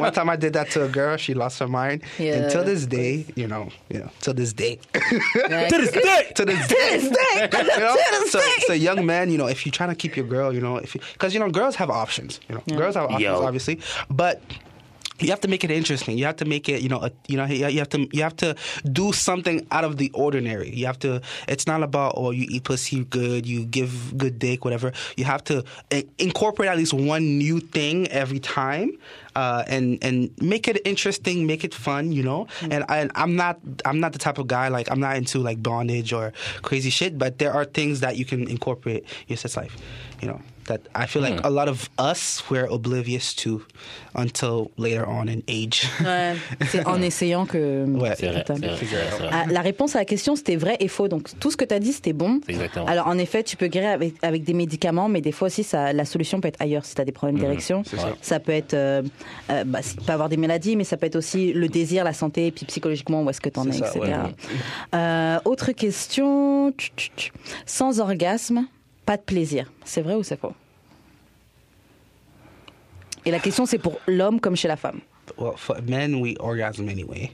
Speaker 3: one time I did that to a girl. She lost her mind.
Speaker 1: Yeah.
Speaker 3: And till this day, you know, you know, till this day,
Speaker 2: To this day!
Speaker 3: to this day, you know? so, so young man, you know, if you're trying to keep your girl, you know, if because you, know, girls have options, you know, girls have options,
Speaker 2: Yo.
Speaker 3: obviously, but. You have to make it interesting. You have to make it, you know, a, you know, you you have to, you have to do something out of the ordinary. You have to. It's not about oh, you eat pussy good, you give good dick, whatever. You have to i- incorporate at least one new thing every time, uh, and and make it interesting, make it fun, you know. And I, I'm not, I'm not the type of guy like I'm not into like bondage or crazy shit, but there are things that you can incorporate your sex life, you know that I feel like a lot of us were oblivious to until later on in age.
Speaker 1: Ouais. C'est en essayant que.
Speaker 3: Ouais.
Speaker 2: C'est vrai, c'est vrai, c'est vrai, c'est vrai.
Speaker 1: Ah, la réponse à la question, c'était vrai et faux. Donc, tout ce que tu as dit, c'était bon.
Speaker 2: C'est exactement.
Speaker 1: Alors, en effet, tu peux guérir avec, avec des médicaments, mais des fois aussi, ça, la solution peut être ailleurs. Si tu as des
Speaker 2: Mhm.
Speaker 1: problèmes d'érection, ça. peut être. euh, euh, bah, si- pas avoir des maladies, mais ça peut être aussi le désir, la santé, et puis psychologiquement, où est-ce que tu en es,
Speaker 3: C'est ça,
Speaker 1: etc.
Speaker 3: ouais,
Speaker 1: Euh, autre question. Tch, tch, tch. Sans orgasme, pas de plaisir. C'est vrai ou c'est faux Et la question, c'est pour l'homme comme chez la femme.
Speaker 3: Well, for men, we orgasm anyway.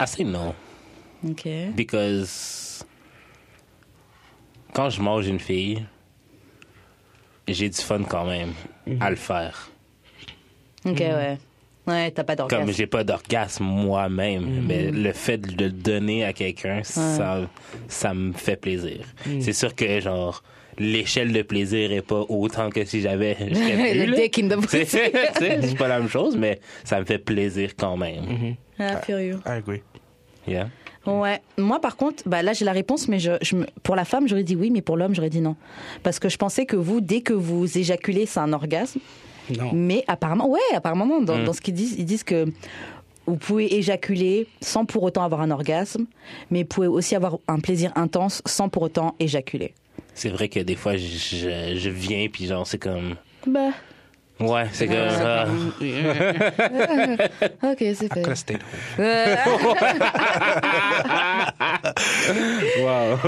Speaker 2: I say no.
Speaker 1: OK.
Speaker 2: Ah, Because quand je mange une fille, j'ai du fun quand même
Speaker 1: Mm-hmm.
Speaker 2: à le faire.
Speaker 1: OK, ouais. Ouais, t'as pas
Speaker 2: Comme
Speaker 1: d'orgasme.
Speaker 2: j'ai pas d'orgasme moi-même,
Speaker 1: Mm-hmm.
Speaker 2: mais le fait de le donner à quelqu'un, ça, ça me fait plaisir.
Speaker 1: Mm.
Speaker 2: C'est sûr que, genre, l'échelle de plaisir est pas autant que si j'avais. j'aurais
Speaker 1: Le
Speaker 2: pu, là.
Speaker 1: dick in the
Speaker 2: Tu sais, tu sais, c'est pas la même chose, mais ça me fait plaisir quand même.
Speaker 1: Ah, furieux.
Speaker 3: I agree.
Speaker 2: Yeah.
Speaker 1: Ouais. Moi, par contre, bah, là, j'ai la réponse, mais je, je me- pour la femme, j'aurais dit oui, mais pour l'homme, j'aurais dit non. Parce que je pensais que vous, dès que vous éjaculez, c'est un orgasme.
Speaker 3: No.
Speaker 1: Mais apparemment, ouais, apparemment, non. Dans, dans ce qu'ils disent, ils disent que vous pouvez éjaculer sans pour autant avoir un orgasme, mais vous pouvez aussi avoir un plaisir intense sans pour autant éjaculer.
Speaker 2: C'est vrai que des fois, je, je- je viens, puis genre, c'est comme.
Speaker 1: Bah,
Speaker 2: Ouais, c'est comme. ah,
Speaker 4: Ok, c'est
Speaker 3: Could
Speaker 4: fait.
Speaker 3: have stayed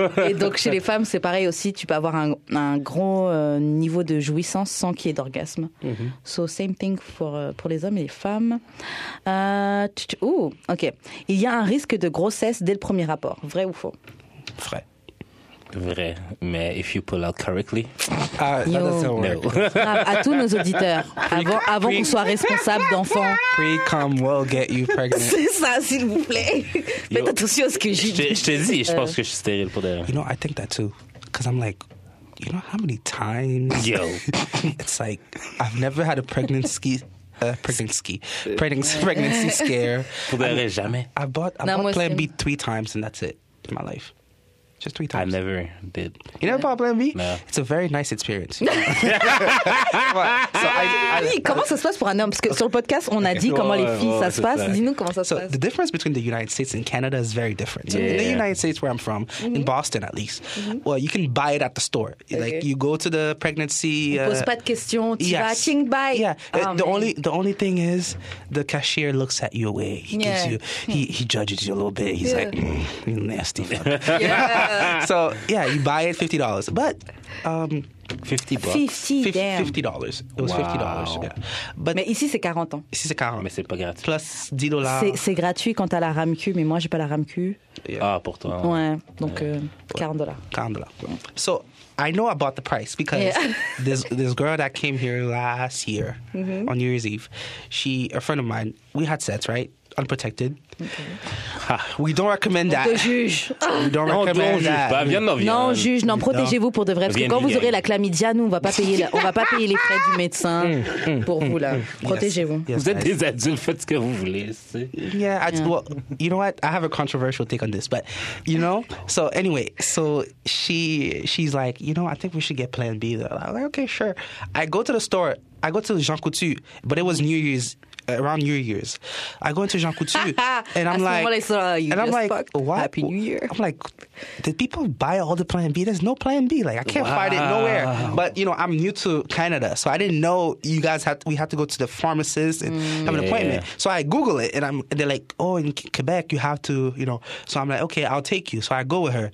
Speaker 3: home.
Speaker 1: Et donc chez les femmes, c'est pareil aussi, tu peux avoir un, un gros euh, niveau de jouissance sans qu'il y ait d'orgasme.
Speaker 2: Mhm.
Speaker 1: So same thing for, euh, pour les hommes et les femmes. Euh, tch, tch, ouh, ok. Il y a un risque de grossesse dès le premier rapport, vrai ou faux
Speaker 3: Fret.
Speaker 2: Vrai, mais if you pull out correctly,
Speaker 3: Uh, that
Speaker 1: Yo.
Speaker 3: doesn't work.
Speaker 2: no.
Speaker 1: à, à tous nos auditeurs, avant, avant qu'on soit responsable d'enfants.
Speaker 3: Pre cum will get you pregnant.
Speaker 1: C'est ça, s'il vous plaît. Faites
Speaker 2: Yo.
Speaker 1: attention à ce que je
Speaker 2: je, te, je
Speaker 1: dis.
Speaker 2: te dis, je pense que je suis stérile pour de
Speaker 3: You know, I think that too. Because I'm like, you know how many times?
Speaker 2: Yo.
Speaker 3: it's like, I've never had a pregnancy, uh, pregnancy, pregnancy, pregnancy scare.
Speaker 2: Pour de vrai, jamais.
Speaker 3: I bought, I
Speaker 4: No,
Speaker 3: bought Plan
Speaker 4: Muslim.
Speaker 3: B three times and that's it in my life. Just three
Speaker 2: I
Speaker 3: times.
Speaker 2: never did.
Speaker 3: You never bought Plan B?
Speaker 2: No.
Speaker 3: It's a very nice experience. But- so I- I-
Speaker 1: Ah Oui, comment ça se passe pour un homme Parce que sur le podcast, on a dit
Speaker 2: Ouais,
Speaker 1: comment les
Speaker 2: ouais,
Speaker 1: filles,
Speaker 2: ouais,
Speaker 1: ça se
Speaker 2: c'est
Speaker 1: passe.
Speaker 2: ça.
Speaker 1: Dis-nous comment ça se
Speaker 3: So
Speaker 1: passe.
Speaker 3: the difference between the United States and Canada is very different. So in the
Speaker 2: Yeah.
Speaker 3: United States, where I'm from,
Speaker 1: Mm-hmm.
Speaker 3: in Boston at least, well, you can buy it at the store. Like you go to the pregnancy. uh,
Speaker 1: Pose pas de questions, tu vas
Speaker 3: yes.
Speaker 1: ching bye.
Speaker 3: Yeah.
Speaker 1: Ah,
Speaker 3: Uh, the
Speaker 1: man.
Speaker 3: only the only thing is the cashier looks at you away. He
Speaker 1: Yeah. Hmm.
Speaker 3: gives you he, he judges you a little bit. He's like, "Mm, you nasty. fuck."
Speaker 1: Yeah.
Speaker 3: so yeah, you buy it fifty dollars. But um
Speaker 2: 50 bucks.
Speaker 1: 50,
Speaker 3: fif-
Speaker 1: damn.
Speaker 3: fifty dollars. It was fifty dollars.
Speaker 2: Wow.
Speaker 3: Yeah. But
Speaker 1: Mais ici, c'est 40 ans.
Speaker 3: this is a car
Speaker 2: Mais c'est pas gratuit.
Speaker 3: plus D dollars.
Speaker 1: C'est- C'est gratuit quand t'as la RAMQ, mais moi, j'ai pas la RAMQ.
Speaker 2: Ah, pour toi. hein.
Speaker 1: Ouais, donc euh, 40 dollars.
Speaker 3: Kamala. So I know about the price because
Speaker 1: Yeah.
Speaker 3: this this girl that came here last year on New Year's Eve, she a friend of mine. We had sex, right? Unprotected. Ha, we don't recommend that.
Speaker 1: Te juge.
Speaker 3: We don't
Speaker 2: Non,
Speaker 3: recommend
Speaker 2: on juge
Speaker 3: that.
Speaker 2: pas. Viens, non, Oh, viens.
Speaker 1: Non, juge, non, protégez-vous pour de vrai. Parce que
Speaker 2: Viens
Speaker 1: quand vous
Speaker 2: vulgaire.
Speaker 1: aurez la chlamydia, nous, on va pas payer, la- on va pas payer les frais du médecin pour vous, là. Protégez-vous.
Speaker 3: Yes,
Speaker 2: Vous êtes
Speaker 3: guys.
Speaker 2: des adultes, faites ce que vous voulez. tu sais.
Speaker 3: Yeah, I, well, you know what? I have a controversial take on this, but you know. So anyway, so she she's like, you know, I think we should get Plan B. Though. I'm like, okay, sure. I go to the store. I go to Jean Coutu, but it was New Year's uh, around New Year's. I go into Jean Coutu, and
Speaker 1: That's
Speaker 3: I'm
Speaker 1: the
Speaker 3: like,
Speaker 1: one I saw, you
Speaker 3: and I'm
Speaker 1: just
Speaker 3: like,
Speaker 1: fucked.
Speaker 3: what?
Speaker 1: Happy New Year.
Speaker 3: I'm like, did people buy all the Plan B? There's no Plan B. Like I can't find it nowhere.
Speaker 2: Wow.
Speaker 3: But you know, I'm new to Canada, so I didn't know you guys had. We had to go to the pharmacist and have an
Speaker 2: Yeah.
Speaker 3: appointment. So I Google it, and I'm and they're like, "Oh, in Q- Quebec, you have to, you know." So I'm like, "Okay, I'll take you." So I go with her,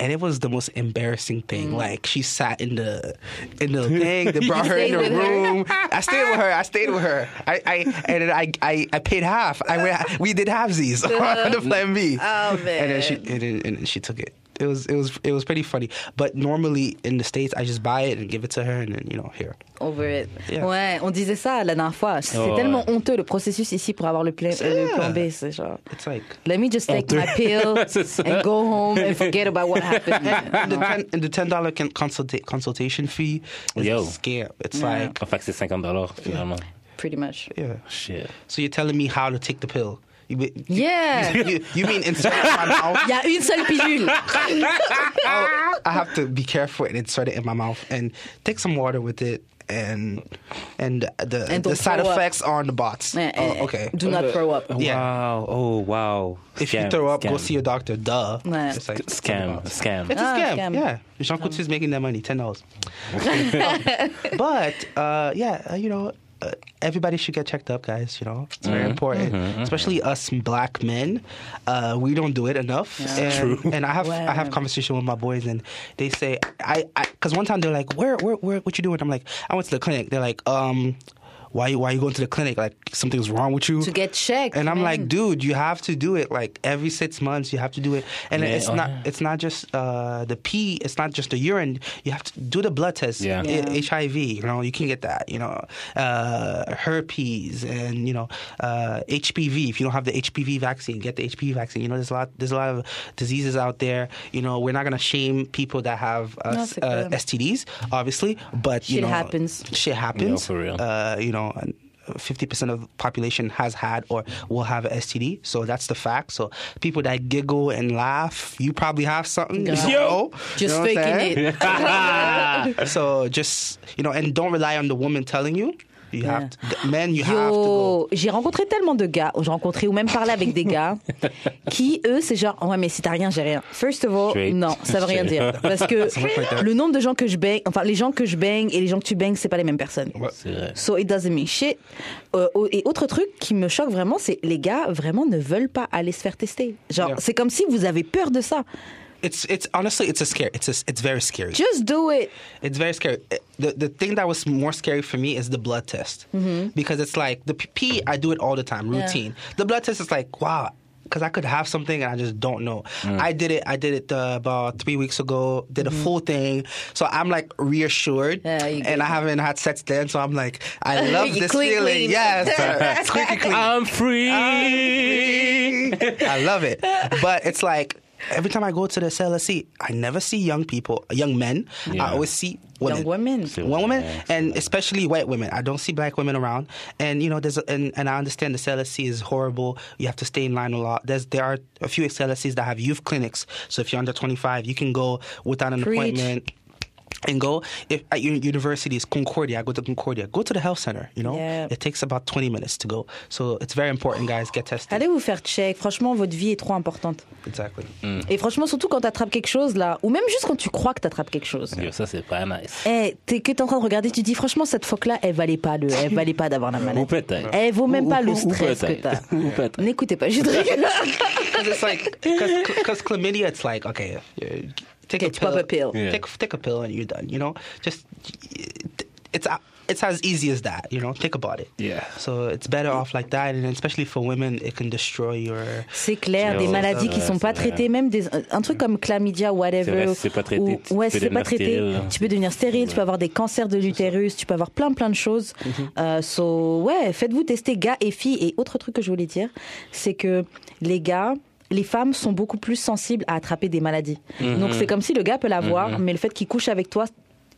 Speaker 3: and it was the most embarrassing thing. Like she sat in the in the thing, they brought her in
Speaker 1: stayed
Speaker 3: the
Speaker 1: with her?
Speaker 3: room. I stayed with her. I stayed with her. I, I and then I, I I paid half. I went, we did halvesies on the plan B.
Speaker 1: Oh, man.
Speaker 3: And then she and, then, and then she took it. It was it was it was pretty funny. But normally in the states, I just buy it and give it to her, and then you know here.
Speaker 1: Over it.
Speaker 3: Yeah.
Speaker 1: Ouais, on disait ça la dernière fois. C'est
Speaker 2: Oh,
Speaker 1: tellement honteux le processus ici pour avoir le, pla- euh, le plan B. C'est genre.
Speaker 3: It's like.
Speaker 1: Let me just take my pill
Speaker 2: C'est ça.
Speaker 1: and go home and forget about what happened.
Speaker 3: And the ten and the ten dollar con- consulta- consultation fee is
Speaker 2: Yo.
Speaker 3: a scam. It's like
Speaker 2: En Ah, fait, que c'est 50 dollars finalement.
Speaker 1: Pretty much.
Speaker 3: yeah.
Speaker 2: Shit.
Speaker 3: So you're telling me how to take the pill? You, be-
Speaker 1: Yeah.
Speaker 3: you, you mean insert it in my mouth?
Speaker 1: Il y a une seule pilule.
Speaker 3: Oh, I have to be careful and insert it in my mouth and take some water with it and and the
Speaker 1: And
Speaker 3: the
Speaker 1: don't
Speaker 3: side
Speaker 1: throw up.
Speaker 3: effects on the bots.
Speaker 1: Eh, eh,
Speaker 3: Oh, okay.
Speaker 1: Do not throw up.
Speaker 3: Yeah.
Speaker 2: Wow. Oh, wow.
Speaker 3: If you
Speaker 2: Scam,
Speaker 3: throw up, go
Speaker 2: scam.
Speaker 3: see your doctor. Duh.
Speaker 1: Ouais.
Speaker 3: It's like-
Speaker 2: Scam, scam.
Speaker 3: It's a
Speaker 1: Ah,
Speaker 3: scam.
Speaker 1: scam.
Speaker 3: Yeah. Jean Coutu's making that money, ten dollars. but uh, yeah, uh, you know, uh, everybody should get checked up, guys. You know, it's
Speaker 2: Mm-hmm.
Speaker 3: very important, especially us black men. Uh, we don't do it enough. And,
Speaker 2: True.
Speaker 3: and I have I have
Speaker 1: Wow.
Speaker 3: conversation with my boys, and they say I because one time they're like, where where where what you doing? I'm like, I went to the clinic. They're like, um. why why you going to the clinic? Like something's wrong with you.
Speaker 4: To get checked.
Speaker 3: and I'm
Speaker 4: man.
Speaker 3: like, dude, you have to do it. Like every six months, you have to do it. And
Speaker 2: Yeah,
Speaker 3: it's
Speaker 2: oh,
Speaker 3: not
Speaker 2: yeah.
Speaker 3: it's not just uh, the pee. It's not just the urine. You have to do the blood test. eh,
Speaker 2: Yeah.
Speaker 3: I-
Speaker 4: Yeah.
Speaker 3: HIV. You know, you can get that. You know, uh, herpes and you know uh, HPV. If you don't have the HPV vaccine, get the HPV vaccine. You know, there's a lot there's a lot of diseases out there. You know, we're not gonna shame people that have uh,
Speaker 4: No,
Speaker 3: s-
Speaker 4: c'est
Speaker 3: uh,
Speaker 4: clair.
Speaker 3: STDs, obviously. But you
Speaker 4: Shit
Speaker 3: know,
Speaker 4: happens.
Speaker 3: Shit happens.
Speaker 2: for real.
Speaker 3: Uh, you know, and 50% of the population has had or will have an STD. So that's the fact. So people that giggle and laugh, you probably have something. You
Speaker 4: Yeah.
Speaker 3: don't know. You
Speaker 4: Just
Speaker 3: know what I'm
Speaker 4: faking
Speaker 3: saying?
Speaker 4: it.
Speaker 3: so just, you know, and don't rely on the woman telling you. You
Speaker 1: Yeah.
Speaker 3: have to, men, you have to go.
Speaker 1: Yo, j'ai rencontré tellement de gars, j'ai rencontré ou même parlé avec des gars qui, eux, c'est genre, ouais, mais si t'as rien, j'ai rien. First of all,
Speaker 2: Straight.
Speaker 1: non, ça veut rien
Speaker 2: Straight.
Speaker 1: dire. Parce que le nombre de gens que je baigne, enfin, les gens que je baigne et les gens que tu baignes, c'est pas les mêmes personnes.
Speaker 2: C'est vrai.
Speaker 1: So it doesn't mean shit. Euh, au- et autre truc qui me choque vraiment, c'est les gars vraiment ne veulent pas aller se faire tester. Genre,
Speaker 3: Yeah.
Speaker 1: c'est comme si vous avez peur de ça.
Speaker 3: It's, it's honestly, it's a scare. It's, a, it's very scary.
Speaker 1: Just do it.
Speaker 3: It's very scary. It- The the thing that was more scary for me is the blood test
Speaker 4: Mm-hmm.
Speaker 3: because it's like the pee. I do it all the time, routine. The blood test is like wow. Because I could have something and I just don't know. I did it. I did it uh, about three weeks ago. Did a full thing, so I'm like reassured,
Speaker 4: Mm-hmm. Yeah, you
Speaker 3: and I haven't had sex then. So I'm like, I love
Speaker 4: You
Speaker 3: this
Speaker 4: clean,
Speaker 3: feeling.
Speaker 4: clean.
Speaker 3: Yes, squeaky clean.
Speaker 2: I'm free.
Speaker 3: I love it. But it's like every time I go to the CLSC, I never see young people, young men.
Speaker 2: Yeah.
Speaker 3: I always see women.
Speaker 1: Young women.
Speaker 2: C'est
Speaker 3: One woman,
Speaker 2: vrai, c'est
Speaker 3: and
Speaker 2: vrai.
Speaker 3: especially white women. I don't see black women around. And you know, there's a, and, and I understand the CLSC is horrible. You have to stay in line a lot. There's there are a few CLSCs that have youth clinics. So if you're under 25, you can go without an
Speaker 4: Preach.
Speaker 3: appointment. And go if at your universities, Concordia. I go to Concordia. Go to the health center. You know,
Speaker 1: Yeah.
Speaker 3: it takes about twenty minutes to go. So it's very important, guys. Get tested.
Speaker 1: Allez vous faire check. Franchement, votre vie est trop importante.
Speaker 3: Exactly.
Speaker 1: Et franchement, surtout quand t'attrapes quelque chose là, ou même juste quand tu crois que t'attrapes quelque chose.
Speaker 2: Yo, ça, c'est pas nice.
Speaker 1: Eh, t'es que t'es en train de regarder, tu dis franchement cette foque là, elle valait pas le, elle valait pas d'avoir la
Speaker 2: Ou
Speaker 1: maladie.
Speaker 2: peut-être.
Speaker 1: Elle Eh, vaut même
Speaker 2: Ou-
Speaker 1: pas
Speaker 2: ou-
Speaker 1: le
Speaker 2: ou
Speaker 1: stress que
Speaker 2: peut-être.
Speaker 1: t'as.
Speaker 2: Ou peut-être.
Speaker 1: N'écoutez pas, je rigole.
Speaker 3: Because it's like, because chlamydia, it's like, okay, uh, take a
Speaker 1: Get pop
Speaker 3: pill,
Speaker 1: a pill.
Speaker 2: Yeah.
Speaker 3: Take, take a pill and you're done, you know? Just, it's, it's as easy as that, you know? Think about it.
Speaker 2: Yeah.
Speaker 3: So it's better off like that. And especially for women, it can destroy your.
Speaker 1: C'est clair,
Speaker 2: C'est
Speaker 1: des
Speaker 2: vrai,
Speaker 1: maladies
Speaker 2: c'est
Speaker 1: qui
Speaker 2: vrai,
Speaker 1: sont pas
Speaker 2: c'est vrai.
Speaker 1: traitées, même des, un truc comme chlamydia, whatever.
Speaker 2: C'est vrai, si c'est pas traité,
Speaker 1: ou-
Speaker 2: tu
Speaker 1: ouais,
Speaker 2: peux
Speaker 1: si c'est pas
Speaker 2: devenir
Speaker 1: traité,
Speaker 2: stérile.
Speaker 1: tu peux devenir stérile, tu peux avoir des cancers de l'utérus, tu peux avoir plein plein de choses.
Speaker 2: Mhm.
Speaker 1: Euh, so, ouais, faites-vous tester gars et filles. Et autre truc que je voulais dire, c'est que les gars, les femmes sont beaucoup plus sensibles à attraper des maladies.
Speaker 2: Mhm.
Speaker 1: Donc c'est comme si le gars peut l'avoir, mais le fait qu'il couche avec toi,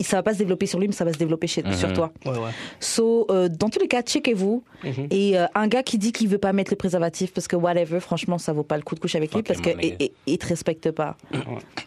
Speaker 1: ça va pas se développer sur lui, mais ça va se développer chez, sur
Speaker 2: Mhm.
Speaker 1: toi.
Speaker 3: Ouais, ouais.
Speaker 1: So, euh, dans tous les cas, checkez-vous.
Speaker 2: Mhm.
Speaker 1: Et euh, un gars qui dit qu'il veut pas mettre le préservatif parce que whatever, franchement, ça vaut pas le coup de couche avec lui
Speaker 2: Fuck
Speaker 1: parce
Speaker 2: him,
Speaker 1: que
Speaker 2: mon nigga.
Speaker 1: et, et- il te respecte pas.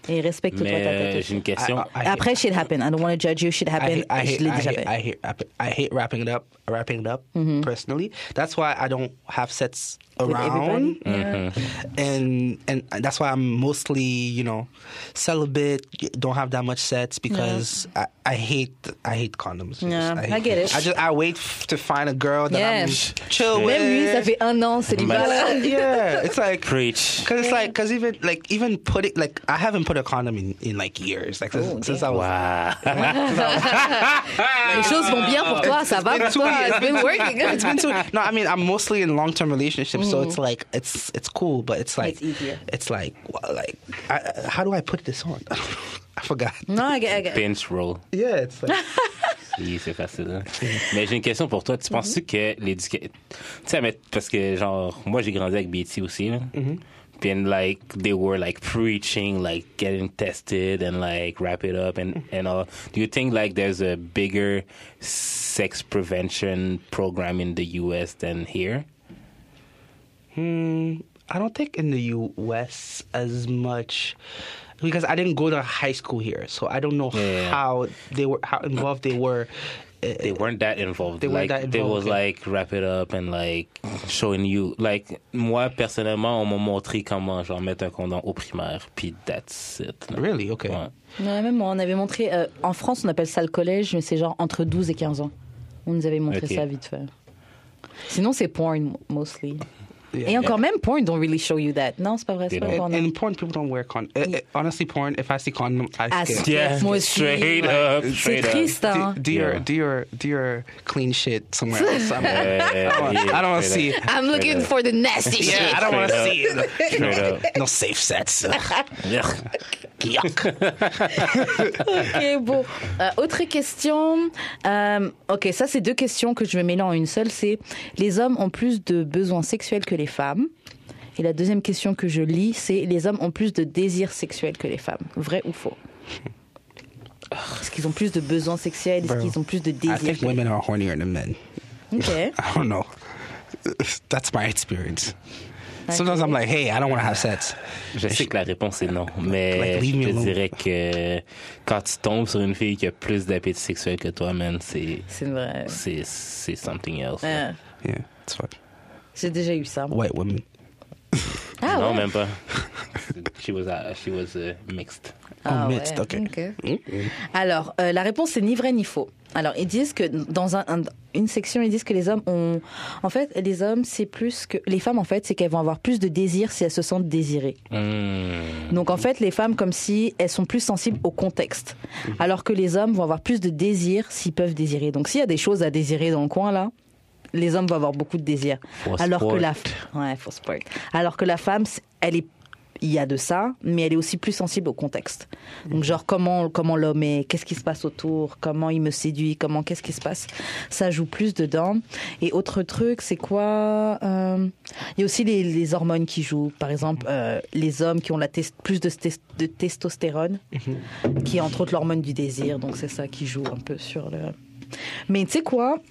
Speaker 1: Et il respecte toi Ah, ta
Speaker 2: Mais euh,
Speaker 1: tête.
Speaker 2: j'ai une question.
Speaker 3: I- I-
Speaker 1: Après, shit happen. I don't want to judge you. Shit
Speaker 3: I
Speaker 1: happen.
Speaker 3: hate, I hate,
Speaker 1: je l'ai
Speaker 3: I
Speaker 1: déjà
Speaker 3: hate,
Speaker 1: fait.
Speaker 3: I hate, wrap- I hate wrapping it up, wrapping it up
Speaker 1: Mm-hmm.
Speaker 3: personally. That's why I don't have sets around,
Speaker 1: everybody. Yeah.
Speaker 3: and and that's why I'm mostly you know celibate. Don't have that much sets because I, I hate I hate condoms. I
Speaker 1: Yeah,
Speaker 3: hate
Speaker 1: I get it.
Speaker 3: I just I wait f- to find a girl that I'm
Speaker 4: Yeah.
Speaker 3: chill with.
Speaker 4: Même lui, ça fait un an, c'est du
Speaker 2: Bah,
Speaker 4: là.
Speaker 3: yeah, it's like
Speaker 2: Preach.
Speaker 3: Cause it's like, cause even like even putting like I haven't put a condom in, in like years, like since, since I was
Speaker 2: Wow. ah.
Speaker 4: Les choses vont bien pour toi, ça va
Speaker 3: been
Speaker 4: pour
Speaker 3: two
Speaker 4: toi.
Speaker 3: years.
Speaker 4: It's been working.
Speaker 3: it's been too. No, I mean I'm mostly in long term relationships, so
Speaker 4: Mm-hmm.
Speaker 3: it's like it's it's cool, but it's like
Speaker 1: It's easier.
Speaker 3: it's like well, like I, I- how do I put this on? I forgot.
Speaker 1: Non, I get- I get-
Speaker 2: Pinch roll.
Speaker 3: Yeah, it's like
Speaker 2: Oui, c'est facile. hein. Mais j'ai une question pour toi. Tu
Speaker 3: Mhm.
Speaker 2: penses-tu que l'éducation. Tu sais, mais- parce que, genre, moi, j'ai grandi avec BT aussi, là.
Speaker 3: Mhm.
Speaker 2: Puis, and, like, they were, like, preaching, like, getting tested and, like, wrap it up
Speaker 3: Mhm.
Speaker 2: and, and all. Do you think, like, there's a bigger sex prevention program in the US than here?
Speaker 3: Mm, I don't think in the U.S. as much because I didn't go to high school here, so I don't know
Speaker 2: Yeah.
Speaker 3: how they were how involved they were. Uh,
Speaker 2: They weren't that involved.
Speaker 3: They
Speaker 2: like,
Speaker 3: weren't that
Speaker 2: They was,
Speaker 3: involved, okay.
Speaker 2: like, wrap it up and, like, showing you. Like, moi, personnellement, on m'a montré comment, genre, mettre un condom au primaire. Puis, that's it. là.
Speaker 3: Really? Okay.
Speaker 2: Ouais.
Speaker 1: Ouais, même moi, on avait montré. euh, en France, on appelle ça le collège, mais c'est genre entre 12 et 15 ans. On nous avait montré
Speaker 2: Ok.
Speaker 1: ça vite fait. Sinon, c'est porn mostly.
Speaker 3: Yeah.
Speaker 1: Et encore, même porn don't really show you that. Non, c'est pas vrai, c'est
Speaker 2: They
Speaker 1: pas
Speaker 2: don't.
Speaker 1: porn.
Speaker 3: And, and Eh, porn people don't wear con. eh, eh, honestly, porn. If I see condom, I
Speaker 1: Ah,
Speaker 3: skip.
Speaker 1: skip.
Speaker 2: Yeah,
Speaker 1: Moi aussi,
Speaker 2: straight
Speaker 1: ouais.
Speaker 2: up,
Speaker 1: C'est
Speaker 2: straight up.
Speaker 1: triste,
Speaker 3: Do,
Speaker 1: hein.
Speaker 3: do
Speaker 2: Yeah.
Speaker 3: your do your do your clean shit somewhere else. I'm-
Speaker 2: Yeah,
Speaker 3: I don't,
Speaker 2: yeah,
Speaker 3: I don't want to see.
Speaker 2: straight up.
Speaker 1: I'm looking for the nasty
Speaker 3: Yeah, I
Speaker 1: shit.
Speaker 3: don't want to
Speaker 2: Straight
Speaker 3: see it.
Speaker 2: Straight up.
Speaker 3: No safe sex.
Speaker 2: Yuck.
Speaker 3: Yuck.
Speaker 1: Ok, bon. Euh, autre question. Euh, ok, ça, c'est deux questions que je vais mêler en une seule. C'est les hommes ont plus de besoins sexuels que les femmes. Et la deuxième question que je lis, c'est les hommes ont plus de désirs sexuels que les femmes. Vrai ou faux Est-ce qu'ils ont plus de besoins sexuels Est-ce
Speaker 3: Bro.
Speaker 1: qu'ils ont plus de
Speaker 3: I
Speaker 1: désirs
Speaker 3: think women are hornier than men.
Speaker 1: Ok.
Speaker 3: I don't know. That's my experience. Sometimes I'm like, hey, I don't want to have sex.
Speaker 2: Je sais que la réponse est non, mais
Speaker 3: Like, leave me
Speaker 2: je te
Speaker 3: alone.
Speaker 2: dirais que quand tu tombes sur une fille qui a plus d'appétit sexuel que toi, man, c'est
Speaker 1: C'est vrai.
Speaker 2: c'est c'est something else. là.
Speaker 1: Euh,
Speaker 3: Yeah, that's fine.
Speaker 1: J'ai déjà eu ça.
Speaker 3: White women.
Speaker 1: Ah
Speaker 2: non,
Speaker 1: ouais.
Speaker 2: même pas. She was uh, she was uh, mixed.
Speaker 1: Ah
Speaker 3: oh,
Speaker 1: ouais.
Speaker 3: mixed, okay.
Speaker 1: Alors, euh, la réponse c'est ni vrai ni faux. Alors, ils disent que dans un- un- une section, ils disent que les hommes ont. En fait, les hommes, c'est plus que. Les femmes, en fait, c'est qu'elles vont avoir plus de désir si elles se sentent désirées.
Speaker 2: Hmm.
Speaker 1: Donc, en fait, les femmes, comme si elles sont plus sensibles au contexte. Alors que les hommes vont avoir plus de désir s'ils peuvent désirer. Donc, s'il y a des choses à désirer dans le coin, là, les hommes vont avoir beaucoup de désir.
Speaker 2: Faut
Speaker 1: Alors que, la...
Speaker 2: sport.
Speaker 1: ouais, faut sport. Alors que la femme, c'est- elle est. Il y a de ça, mais elle est aussi plus sensible au contexte. Donc, genre, comment, comment l'homme est, qu'est-ce qui se passe autour, comment il me séduit, comment, qu'est-ce qui se passe. Ça joue plus dedans. Et autre truc, c'est quoi euh, Il y a aussi les, les hormones qui jouent. Par exemple, euh, les hommes qui ont la tes- plus de, stes- de testostérone, qui est entre autres l'hormone du désir. Donc, c'est ça qui joue un peu sur le. Mais tu sais quoi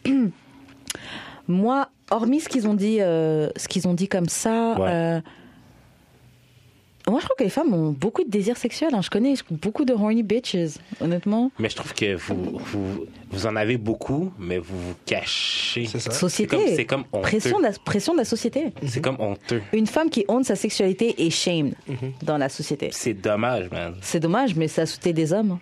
Speaker 1: moi, hormis ce qu'ils ont dit, euh, ce qu'ils ont dit comme ça,
Speaker 2: Ouais.
Speaker 1: euh, moi je crois que les femmes ont beaucoup de désirs sexuels. hein. Je connais beaucoup de horny bitches, honnêtement.
Speaker 2: Mais je trouve que vous, vous vous en avez beaucoup, mais vous vous cachez.
Speaker 3: C'est ça.
Speaker 1: Société,
Speaker 2: comme- c'est comme honteux.
Speaker 1: pression, de la, pression de la société.
Speaker 2: C'est comme honteux.
Speaker 1: Une femme qui honte sa sexualité est shamed
Speaker 2: Mhm.
Speaker 1: dans la société.
Speaker 2: C'est dommage, man.
Speaker 1: C'est dommage, mais ça sauté des hommes. hein.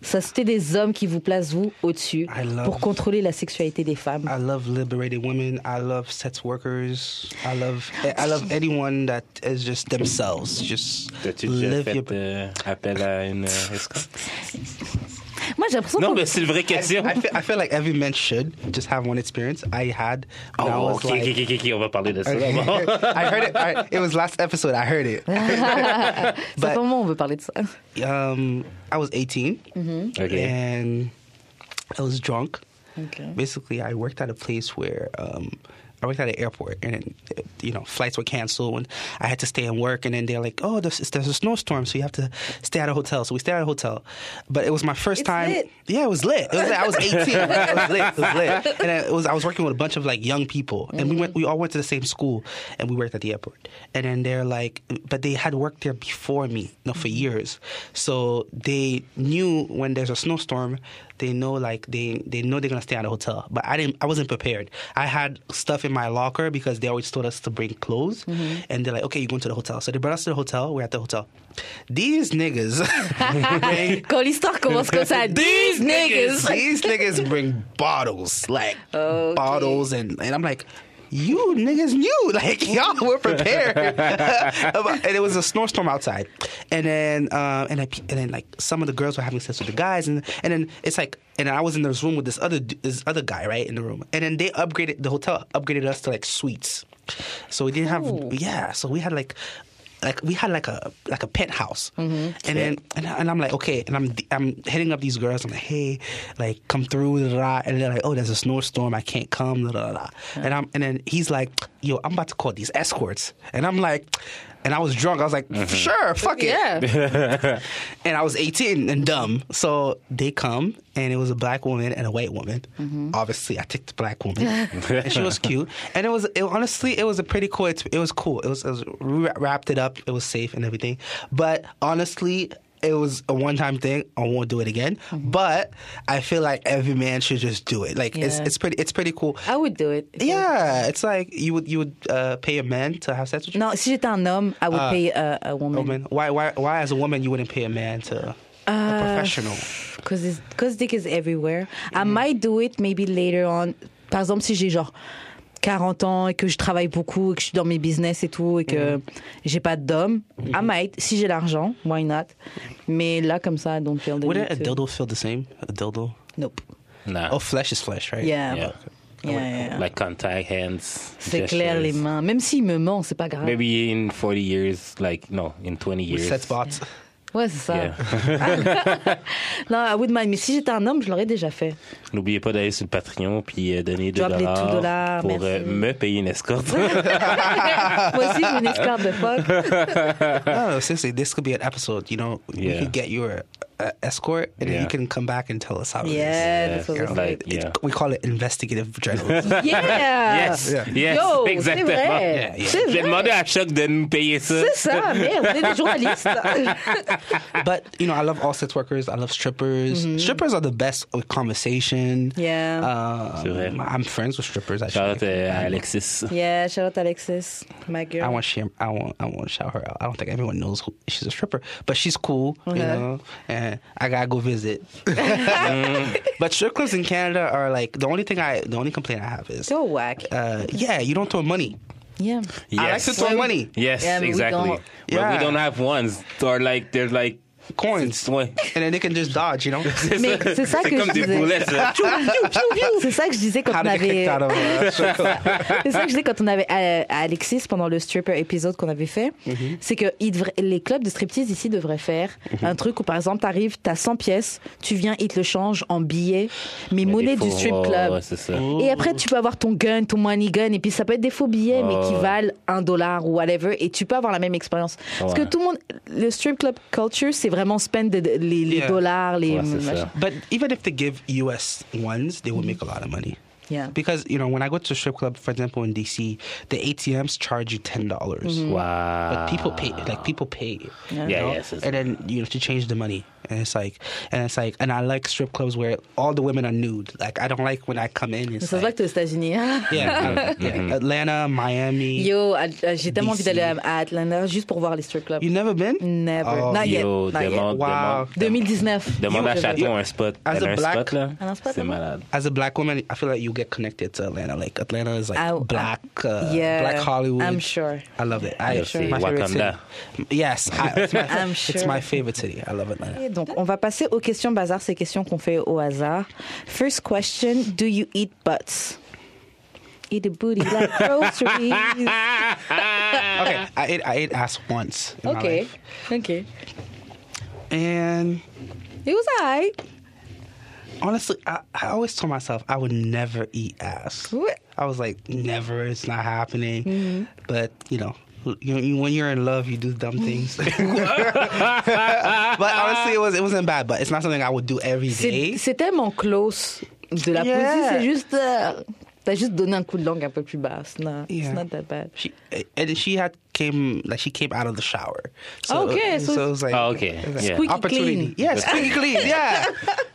Speaker 1: Ça sauté des hommes qui vous placent vous au-dessus
Speaker 3: I love- Ah.
Speaker 1: pour contrôler la sexualité des femmes.
Speaker 3: I love liberated women. I love sex workers. I love I love anyone that is just themselves. Just
Speaker 2: T'as-tu déjà
Speaker 3: live
Speaker 2: fait
Speaker 3: your
Speaker 2: euh, appel à une euh, escorte?
Speaker 1: Moi j'ai l'impression
Speaker 2: Non,
Speaker 1: qu'on-
Speaker 2: mais c'est une vraie question.
Speaker 3: I feel, I feel like every man should just have one experience. I had. when I
Speaker 2: Oh,
Speaker 3: was
Speaker 2: ok,
Speaker 3: like-
Speaker 2: ok, ok, ok, on va parler de ça. d'abord.
Speaker 3: I heard it. I, it was last episode. I heard it.
Speaker 1: ça fait un
Speaker 3: but
Speaker 1: moment on veut parler de ça.
Speaker 3: um, I was 18
Speaker 1: Mm-hmm.
Speaker 2: Ok.
Speaker 3: and I was drunk.
Speaker 1: Ok.
Speaker 3: Basically, I worked at a place where um, I worked at an airport, and then, uh, you know flights were canceled, and I had to stay and work. And then they're like, "Oh, there's, there's a snowstorm, so you have to stay at a hotel." So we stayed at a hotel, but it was my first
Speaker 1: It's
Speaker 3: time.
Speaker 1: lit.
Speaker 3: Yeah, it was lit. It was lit. I was 18. it was lit. It was lit. And it was I was working with a bunch of like young people, and we went. We all went to the same school, and we worked at the airport. And then they're like, but they had worked there before me, you know, for years. So they knew when there's a snowstorm, they know like they they know they're gonna stay at a hotel. But I didn't. I wasn't prepared. I had stuff in my locker because they always told us to bring clothes, and they're like, okay, you're going to the hotel. So they brought us to the hotel. We're at the hotel. These niggas. bring
Speaker 1: Quand l'histoire commence comme ça, these niggas.
Speaker 3: These niggas bring bottles, like
Speaker 1: Okay.
Speaker 3: bottles, and, and I'm like, you niggas knew, like y'all were prepared. and it was a snowstorm outside, and then uh, and I, and then like some of the girls were having sex with the guys, and and then it's like, and I was in this room with this other d- this other guy, right, in the room, and then they upgraded the hotel upgraded us to like suites, so we didn't have
Speaker 1: Oh.
Speaker 3: yeah, so we had like. Like we had like a like a penthouse, and then and, I- and I'm like okay, and I'm I'm hitting up these girls. I'm like, hey, like come through, da, da, da. and they're like, oh, there's a snowstorm, I can't come, da, da, da, da. and I'm and then he's like, yo, I'm about to call these escorts, and I'm like, and I was drunk, I was like, sure, fuck it,
Speaker 1: Yeah.
Speaker 3: and I was 18 and dumb, so they come, and it was a black woman and a white woman. Obviously, I picked the black woman, and she was cute, and it was it, honestly it was a pretty cool. It, it was cool. It was, it was we wrapped it up. It was safe and everything, but honestly. It was a one-time thing. I won't do it again. But I feel like every man should just do it. Like it's
Speaker 1: Yeah.
Speaker 3: it's pretty it's pretty cool.
Speaker 1: I would do it.
Speaker 3: Yeah, it's like you would you would uh, pay a man to have sex with you.
Speaker 1: Non, si j'étais un homme, I would pay a, a woman.
Speaker 3: Woman. Why why why as a woman you wouldn't pay a man to
Speaker 1: Uh,
Speaker 3: a professional?
Speaker 1: Cause, it's-
Speaker 2: Mm-hmm.
Speaker 1: cause dick is everywhere. I might do it maybe later on. Par exemple, si j'ai genre 40 ans et que je travaille beaucoup et que je suis dans mes business et tout et que
Speaker 2: Mm-hmm.
Speaker 1: j'ai pas d'homme, I might. Si j'ai l'argent, why not? Mais là, comme ça, I don't feel the
Speaker 3: Wouldn't a
Speaker 1: need to.
Speaker 3: dildo feel the same? A dildo?
Speaker 1: Nope.
Speaker 2: Nah.
Speaker 3: Oh, flesh is flesh, right?
Speaker 1: Yeah.
Speaker 2: Yeah.
Speaker 1: Yeah, yeah, yeah.
Speaker 2: Like contact hands.
Speaker 1: C'est clair, les
Speaker 2: gestures.
Speaker 1: mains. Même s'il me ment, c'est pas grave.
Speaker 2: Maybe in 40 years, like, no, in 20
Speaker 3: With
Speaker 2: years.
Speaker 3: set spots.
Speaker 1: Ouais, c'est ça.
Speaker 2: Yeah.
Speaker 1: Non, I would mind. Mais si j'étais un homme, je l'aurais déjà fait.
Speaker 2: N'oubliez pas d'aller sur le Patreon puis euh, donner 2
Speaker 1: Drop les
Speaker 2: dollars,
Speaker 1: 2 dollars,
Speaker 2: pour euh,
Speaker 1: merci.
Speaker 2: me payer une escorte.
Speaker 1: Moi aussi, je suis une esclave de fuck.
Speaker 3: Oh, seriously, this could be an episode. You know, we
Speaker 2: Yeah.
Speaker 3: could get your uh, escort, and then
Speaker 2: Yeah.
Speaker 3: you can come back and tell us how it
Speaker 1: Yeah,
Speaker 2: Yeah,
Speaker 1: that's what we
Speaker 3: girl.
Speaker 2: like,
Speaker 3: is. It-
Speaker 2: yeah.
Speaker 3: we call it investigative journalism.
Speaker 1: Yeah!
Speaker 2: Yes,
Speaker 3: Yeah.
Speaker 2: yes,
Speaker 1: Ah. Yo, c'est
Speaker 2: exactement.
Speaker 1: vrai.
Speaker 3: Yeah, yeah.
Speaker 1: C'est
Speaker 2: J'ai
Speaker 1: vrai.
Speaker 2: demandé à Chuck de nous payer ça.
Speaker 1: C'est ça, merde, on est des journalistes.
Speaker 3: but you know, I love all sex workers. I love strippers. Strippers are the best with conversation.
Speaker 1: Mm-hmm. Yeah.
Speaker 2: C'est vrai.
Speaker 3: Um, I'm friends with strippers.
Speaker 2: Shout-out,
Speaker 3: Actually,
Speaker 2: euh, à Alexis.
Speaker 1: yeah, shout out Alexis, my girl.
Speaker 2: Ah,
Speaker 3: I won't shame. I won't. I won't shout her out. I don't think everyone knows who she's a stripper, but she's cool. You
Speaker 1: Okay.
Speaker 3: know, and I gotta go visit. Mm. but strip clubs in Canada are like the only thing I. The only complaint I have is.
Speaker 1: So whack.
Speaker 3: Uh, yeah, you don't throw money.
Speaker 1: Yeah.
Speaker 3: I like
Speaker 2: Yes.
Speaker 3: to throw money.
Speaker 2: Yes,
Speaker 1: Yeah, but we
Speaker 2: exactly.
Speaker 1: don't.
Speaker 2: But we
Speaker 3: Yeah.
Speaker 2: don't have ones. Or like, they're like...
Speaker 3: Coins.
Speaker 2: Ouais.
Speaker 3: And then they can just dodge, you know?
Speaker 1: Mais c'est ça que
Speaker 2: C'est comme
Speaker 1: je
Speaker 2: des
Speaker 1: disais. Ah,
Speaker 2: boulets, ça.
Speaker 1: C'est ça que je disais quand
Speaker 3: How
Speaker 1: on
Speaker 3: to get
Speaker 1: avait.
Speaker 3: kicked out of uh, strip club.
Speaker 1: C'est ça que je disais quand on avait euh, à Alexis pendant le stripper épisode qu'on avait fait.
Speaker 2: Mm-hmm.
Speaker 1: C'est que il devrait- les clubs de striptease ici devraient faire un truc où, par exemple, t'arrives, t'as 100 pièces, tu viens, ils te le changent en billets, mais
Speaker 2: Il y a
Speaker 1: monnaie
Speaker 2: des
Speaker 1: du
Speaker 2: faux-
Speaker 1: strip
Speaker 2: ouais,
Speaker 1: club.
Speaker 2: ouais, c'est ça.
Speaker 3: Mm.
Speaker 1: Et après, tu peux avoir ton gun, ton money gun, et puis ça peut être des faux billets, mais qui
Speaker 2: Ouais.
Speaker 1: valent un dollar ou whatever, et tu peux avoir la même expérience. Parce que
Speaker 2: Ouais.
Speaker 1: tout le monde, le strip club culture, c'est vraiment spend les, les
Speaker 3: Yeah.
Speaker 1: dollars, les
Speaker 2: Ouais, c'est ça.
Speaker 1: machins.
Speaker 3: But even if they give US ones, they would make a lot of money.
Speaker 1: Yeah.
Speaker 3: Because, you know, when I go to a strip club, for example, in DC, the ATMs charge you $10. dollars
Speaker 2: Wow.
Speaker 3: But people pay, like people pay,
Speaker 1: Yeah.
Speaker 3: you
Speaker 2: Ah. Yeah,
Speaker 3: know?
Speaker 2: yeah, it's-
Speaker 3: and then you have to change the money, and it's like, and it's like, and I like strip clubs where all the women are nude. Like I don't like when I come in. It's
Speaker 1: Ça se voit
Speaker 3: like,
Speaker 1: que t'es aux États-Unis. hein.
Speaker 3: yeah,
Speaker 2: Mm-hmm.
Speaker 3: yeah, Atlanta, Miami.
Speaker 1: Yo, à- à- j'ai tellement envie
Speaker 3: DC.
Speaker 1: d'aller à- à Atlanta juste pour voir les strip clubs.
Speaker 3: You never been?
Speaker 1: Never.
Speaker 3: Oh,
Speaker 1: Not yet.
Speaker 2: Yo,
Speaker 1: Not yet.
Speaker 2: demande,
Speaker 3: Wow.
Speaker 2: demande,
Speaker 1: 2019.
Speaker 2: demande à
Speaker 1: Yo,
Speaker 2: Chaton un spot.
Speaker 3: As
Speaker 2: Elle
Speaker 3: a
Speaker 2: a un
Speaker 3: black-
Speaker 2: spot, là.
Speaker 1: Elle a un spot,
Speaker 2: C'est
Speaker 1: là-bas.
Speaker 2: malade.
Speaker 3: as a black woman, I feel like you get connected to Atlanta. Like Atlanta is like
Speaker 1: I- I-
Speaker 3: black, uh,
Speaker 1: Ah, yeah,
Speaker 3: black Hollywood.
Speaker 1: I'm sure.
Speaker 3: I love it. I,
Speaker 2: You'll see
Speaker 3: my favorite city.
Speaker 2: Wakanda.
Speaker 3: Yes, I, it's my,
Speaker 1: I'm
Speaker 3: It's
Speaker 1: sure.
Speaker 3: my favorite city. I love Atlanta.
Speaker 1: Et Donc, on va passer aux questions bazar, ces questions qu'on fait au hasard. First question, do you eat butts? Eat a booty like groceries.
Speaker 3: Okay, I ate I ate ass once. In My
Speaker 1: okay,
Speaker 3: life.
Speaker 1: okay.
Speaker 3: And
Speaker 1: It was alright.
Speaker 3: honestly, I, I always told myself I would never eat ass.
Speaker 1: What?
Speaker 3: I was like, never. It's not happening.
Speaker 1: Mm-hmm.
Speaker 3: But you know. You, you, when you're in love, you do dumb things. but honestly, it was it wasn't bad. But it's not something I would do every day.
Speaker 1: C'est c'est tellement close de la
Speaker 3: Yeah.
Speaker 1: position, c'est juste... euh, T'as juste donné un coup de langue un peu plus bas. It's not, it's
Speaker 3: Yeah.
Speaker 1: not that bad.
Speaker 3: She and she had came like she came out of the shower.
Speaker 1: Okay, so
Speaker 3: so, it was like
Speaker 2: Oh, okay.
Speaker 3: it was like
Speaker 2: Yeah.
Speaker 1: Squeaky
Speaker 3: opportunity.
Speaker 1: clean.
Speaker 3: Yeah, squeaky clean. Yeah,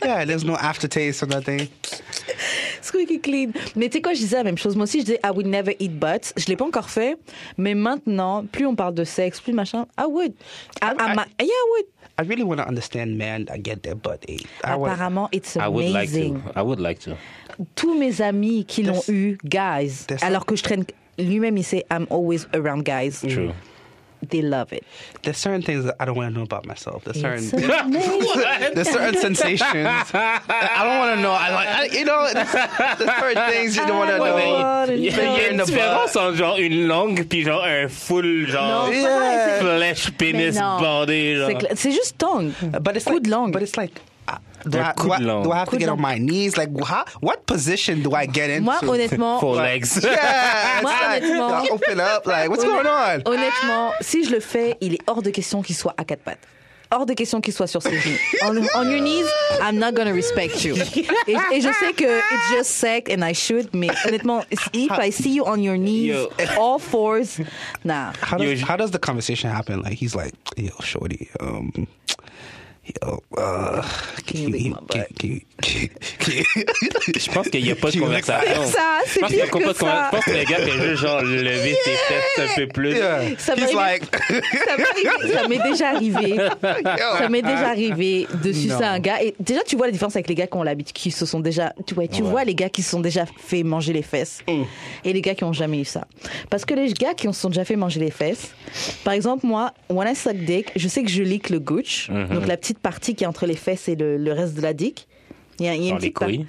Speaker 3: yeah. There's no aftertaste or nothing.
Speaker 1: Squeaky clean. Mais tu sais quoi, je disais la même chose. Moi aussi, je disais I would never eat butts. Je l'ai pas encore fait, mais maintenant, plus on parle de sexe, plus machin, I would. I, I
Speaker 3: I-
Speaker 1: might- yeah, I would.
Speaker 3: I really want to understand men that get their butt ate. Ah, I want-
Speaker 1: Apparemment, it's
Speaker 2: I would like
Speaker 1: amazing.
Speaker 2: to. I would like to.
Speaker 1: Tous mes amis qui l'ont
Speaker 3: That's-
Speaker 1: eu, guys,
Speaker 3: that's-
Speaker 1: alors que je traîne, lui-même, il sait I'm always around guys.
Speaker 2: True.
Speaker 1: They love it.
Speaker 3: there's certain things that I don't want to know about myself. There's certain.
Speaker 1: It's amazing.
Speaker 3: There's certain sensations. I don't want to know. I like, I, you know, there's, there's certain things you don't want to
Speaker 1: Ouais, mais-
Speaker 3: know.
Speaker 1: Oh,
Speaker 2: Il y a- il y a
Speaker 3: in
Speaker 2: une
Speaker 3: the
Speaker 2: différence entre oh, genre une longue puis genre un full genre
Speaker 1: Non,
Speaker 3: Yeah.
Speaker 1: c'est pas vrai,
Speaker 2: flèche
Speaker 1: Mais
Speaker 2: pénis
Speaker 1: non.
Speaker 2: bandé
Speaker 1: c'est- c'est
Speaker 2: genre.
Speaker 1: clair. C'est juste tongue.
Speaker 3: But it's
Speaker 1: coup
Speaker 3: like,
Speaker 1: de langue.
Speaker 3: But it's like, uh, do,
Speaker 2: Yeah,
Speaker 3: I,
Speaker 2: coup
Speaker 3: do, I,
Speaker 2: de langue.
Speaker 3: do I have
Speaker 1: Coup
Speaker 3: to
Speaker 1: de
Speaker 3: get on
Speaker 1: langue.
Speaker 3: my knees? Like, how, what position do I get into?
Speaker 1: Moi, honnêtement,
Speaker 2: Full legs.
Speaker 3: Yeah, it's
Speaker 1: Moi,
Speaker 3: like, do I
Speaker 1: honnêtement-
Speaker 3: open up. Like, what's going on?
Speaker 1: Honnêtement, si je le fais, il est hors de question qu'il soit à quatre pattes. Hors de question qu'il soit sur ses genoux. On, on your knees, I'm not gonna respect you. Et, et je sais que it's just sex and I should, mais honnêtement, if I see you on your knees,
Speaker 2: Yo.
Speaker 1: all fours, nah.
Speaker 3: How does,
Speaker 2: Yo,
Speaker 3: how does the conversation happen? Like, he's like, yo, shorty, um, yo, uh,
Speaker 1: Can you lick my butt?
Speaker 3: can you- can you-
Speaker 2: Je pense qu'il n'y a pas de
Speaker 3: Tu veux
Speaker 2: conversation.
Speaker 1: Ça,
Speaker 2: Je
Speaker 1: c'est
Speaker 2: pense qu'il n'y a
Speaker 1: pire
Speaker 2: pas de
Speaker 1: que
Speaker 2: conversation.
Speaker 1: ça.
Speaker 2: Je pense que le gars fait juste genre lever ses fesses un peu plus.
Speaker 3: yeah.
Speaker 1: Ça
Speaker 3: He's
Speaker 1: m'arrive-
Speaker 3: like,
Speaker 1: Ça m'est arrivé- ça m'est déjà arrivé. Ça m'est
Speaker 2: Ah.
Speaker 1: déjà arrivé de sucer
Speaker 3: Non.
Speaker 1: un gars. Et déjà, tu vois la différence avec les gars qui ont l'habitude, qui se sont déjà. Tu vois, tu
Speaker 2: Ouais. Mm.
Speaker 1: vois les gars qui se sont déjà fait manger les fesses et les gars qui ont jamais eu ça. Parce que les gars qui se sont déjà fait manger les fesses, par exemple, moi, when I suck dick, je sais que je lick le gooch,
Speaker 2: Mm-hmm.
Speaker 1: donc la petite partie qui est entre les fesses et le, le reste de la dick. Il y a, il y a une
Speaker 2: Dans les
Speaker 1: petite par-
Speaker 2: couilles.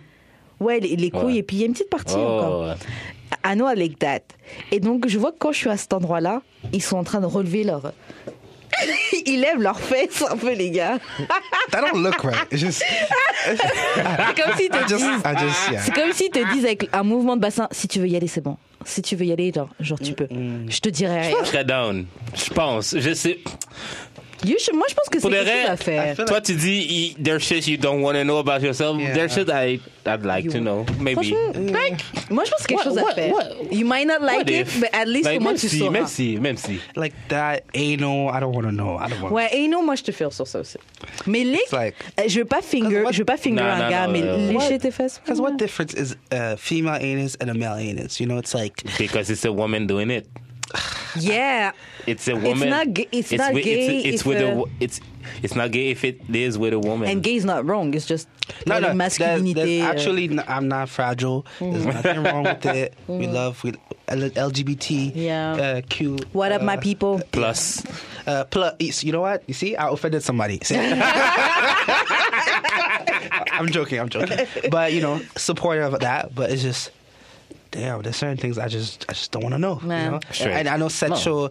Speaker 1: Ouais, les, les couilles,
Speaker 2: Ouais.
Speaker 1: et puis il y a une petite partie encore.
Speaker 2: Oh, ouais.
Speaker 1: I know I like that. Et donc, je vois que quand je suis à cet endroit-là, ils sont en train de relever leur. ils lèvent leurs fesses un peu, les gars.
Speaker 3: that don't look right. It's just,
Speaker 1: C'est comme s'ils
Speaker 3: I
Speaker 1: te disent.
Speaker 3: just, I just, yeah.
Speaker 1: C'est comme s'ils te disent avec un mouvement de bassin si tu veux y aller, c'est bon. Si tu veux y aller, genre, genre tu peux. Je te dirais rien.
Speaker 2: Je serais down. Je pense. Je sais.
Speaker 1: You should- Moi, je pense que c'est
Speaker 2: Pour le
Speaker 1: quelque chose à
Speaker 2: reste,
Speaker 1: faire.
Speaker 2: toi, tu dis, there's shit you don't want to know about yourself.
Speaker 3: Yeah.
Speaker 2: There's shit I, I'd like to know. Maybe.
Speaker 1: Franchement, moi, je pense que c'est quelque
Speaker 2: What-
Speaker 1: chose à
Speaker 2: what-
Speaker 1: faire.
Speaker 2: what-
Speaker 1: you might not like
Speaker 2: What
Speaker 1: it,
Speaker 2: if?
Speaker 1: but at least
Speaker 2: Ben,
Speaker 1: au moins
Speaker 2: même
Speaker 1: tu
Speaker 2: si,
Speaker 1: sauras.
Speaker 2: Même si, même si.
Speaker 3: like that anal. I don't want to know. I don't want.
Speaker 1: Ouais, et non, moi je te fais sur ça aussi. Mais les,
Speaker 3: like-
Speaker 1: Euh, je veux pas finger,
Speaker 3: Cause what-
Speaker 1: je veux pas finger
Speaker 2: Non,
Speaker 1: un
Speaker 2: non,
Speaker 1: gars,
Speaker 2: non,
Speaker 1: mais
Speaker 2: non, non.
Speaker 1: lécher tes fesses.
Speaker 3: Because what difference is a female anus and a male anus? You know, it's like
Speaker 2: Because it's a woman doing it.
Speaker 1: Yeah.
Speaker 2: It's a woman.
Speaker 1: not ga- it's not
Speaker 2: wi-
Speaker 1: gay
Speaker 2: It's, it's
Speaker 1: if
Speaker 2: with
Speaker 1: a-
Speaker 2: a. wo- It's it's not gay if it is with a woman.
Speaker 1: And gay is not wrong, it's just
Speaker 3: no,
Speaker 1: la
Speaker 3: no. There's,
Speaker 1: masculinité.
Speaker 3: there's
Speaker 1: euh,
Speaker 3: actually, n- I'm not fragile.
Speaker 1: Mm.
Speaker 3: There's nothing wrong with it. We love we, L- LGBT.
Speaker 1: Yeah.
Speaker 3: Uh, Q.
Speaker 1: What up,
Speaker 3: uh,
Speaker 1: my people?
Speaker 2: Plus,
Speaker 3: Uh, plus, you know what? You see, I offended somebody. See? I'm joking. I'm joking. But you know, supportive of that. But it's just. Damn, there's certain things I just I just don't want to know.
Speaker 1: Nah.
Speaker 3: You know?
Speaker 2: Sure.
Speaker 3: And I know sexual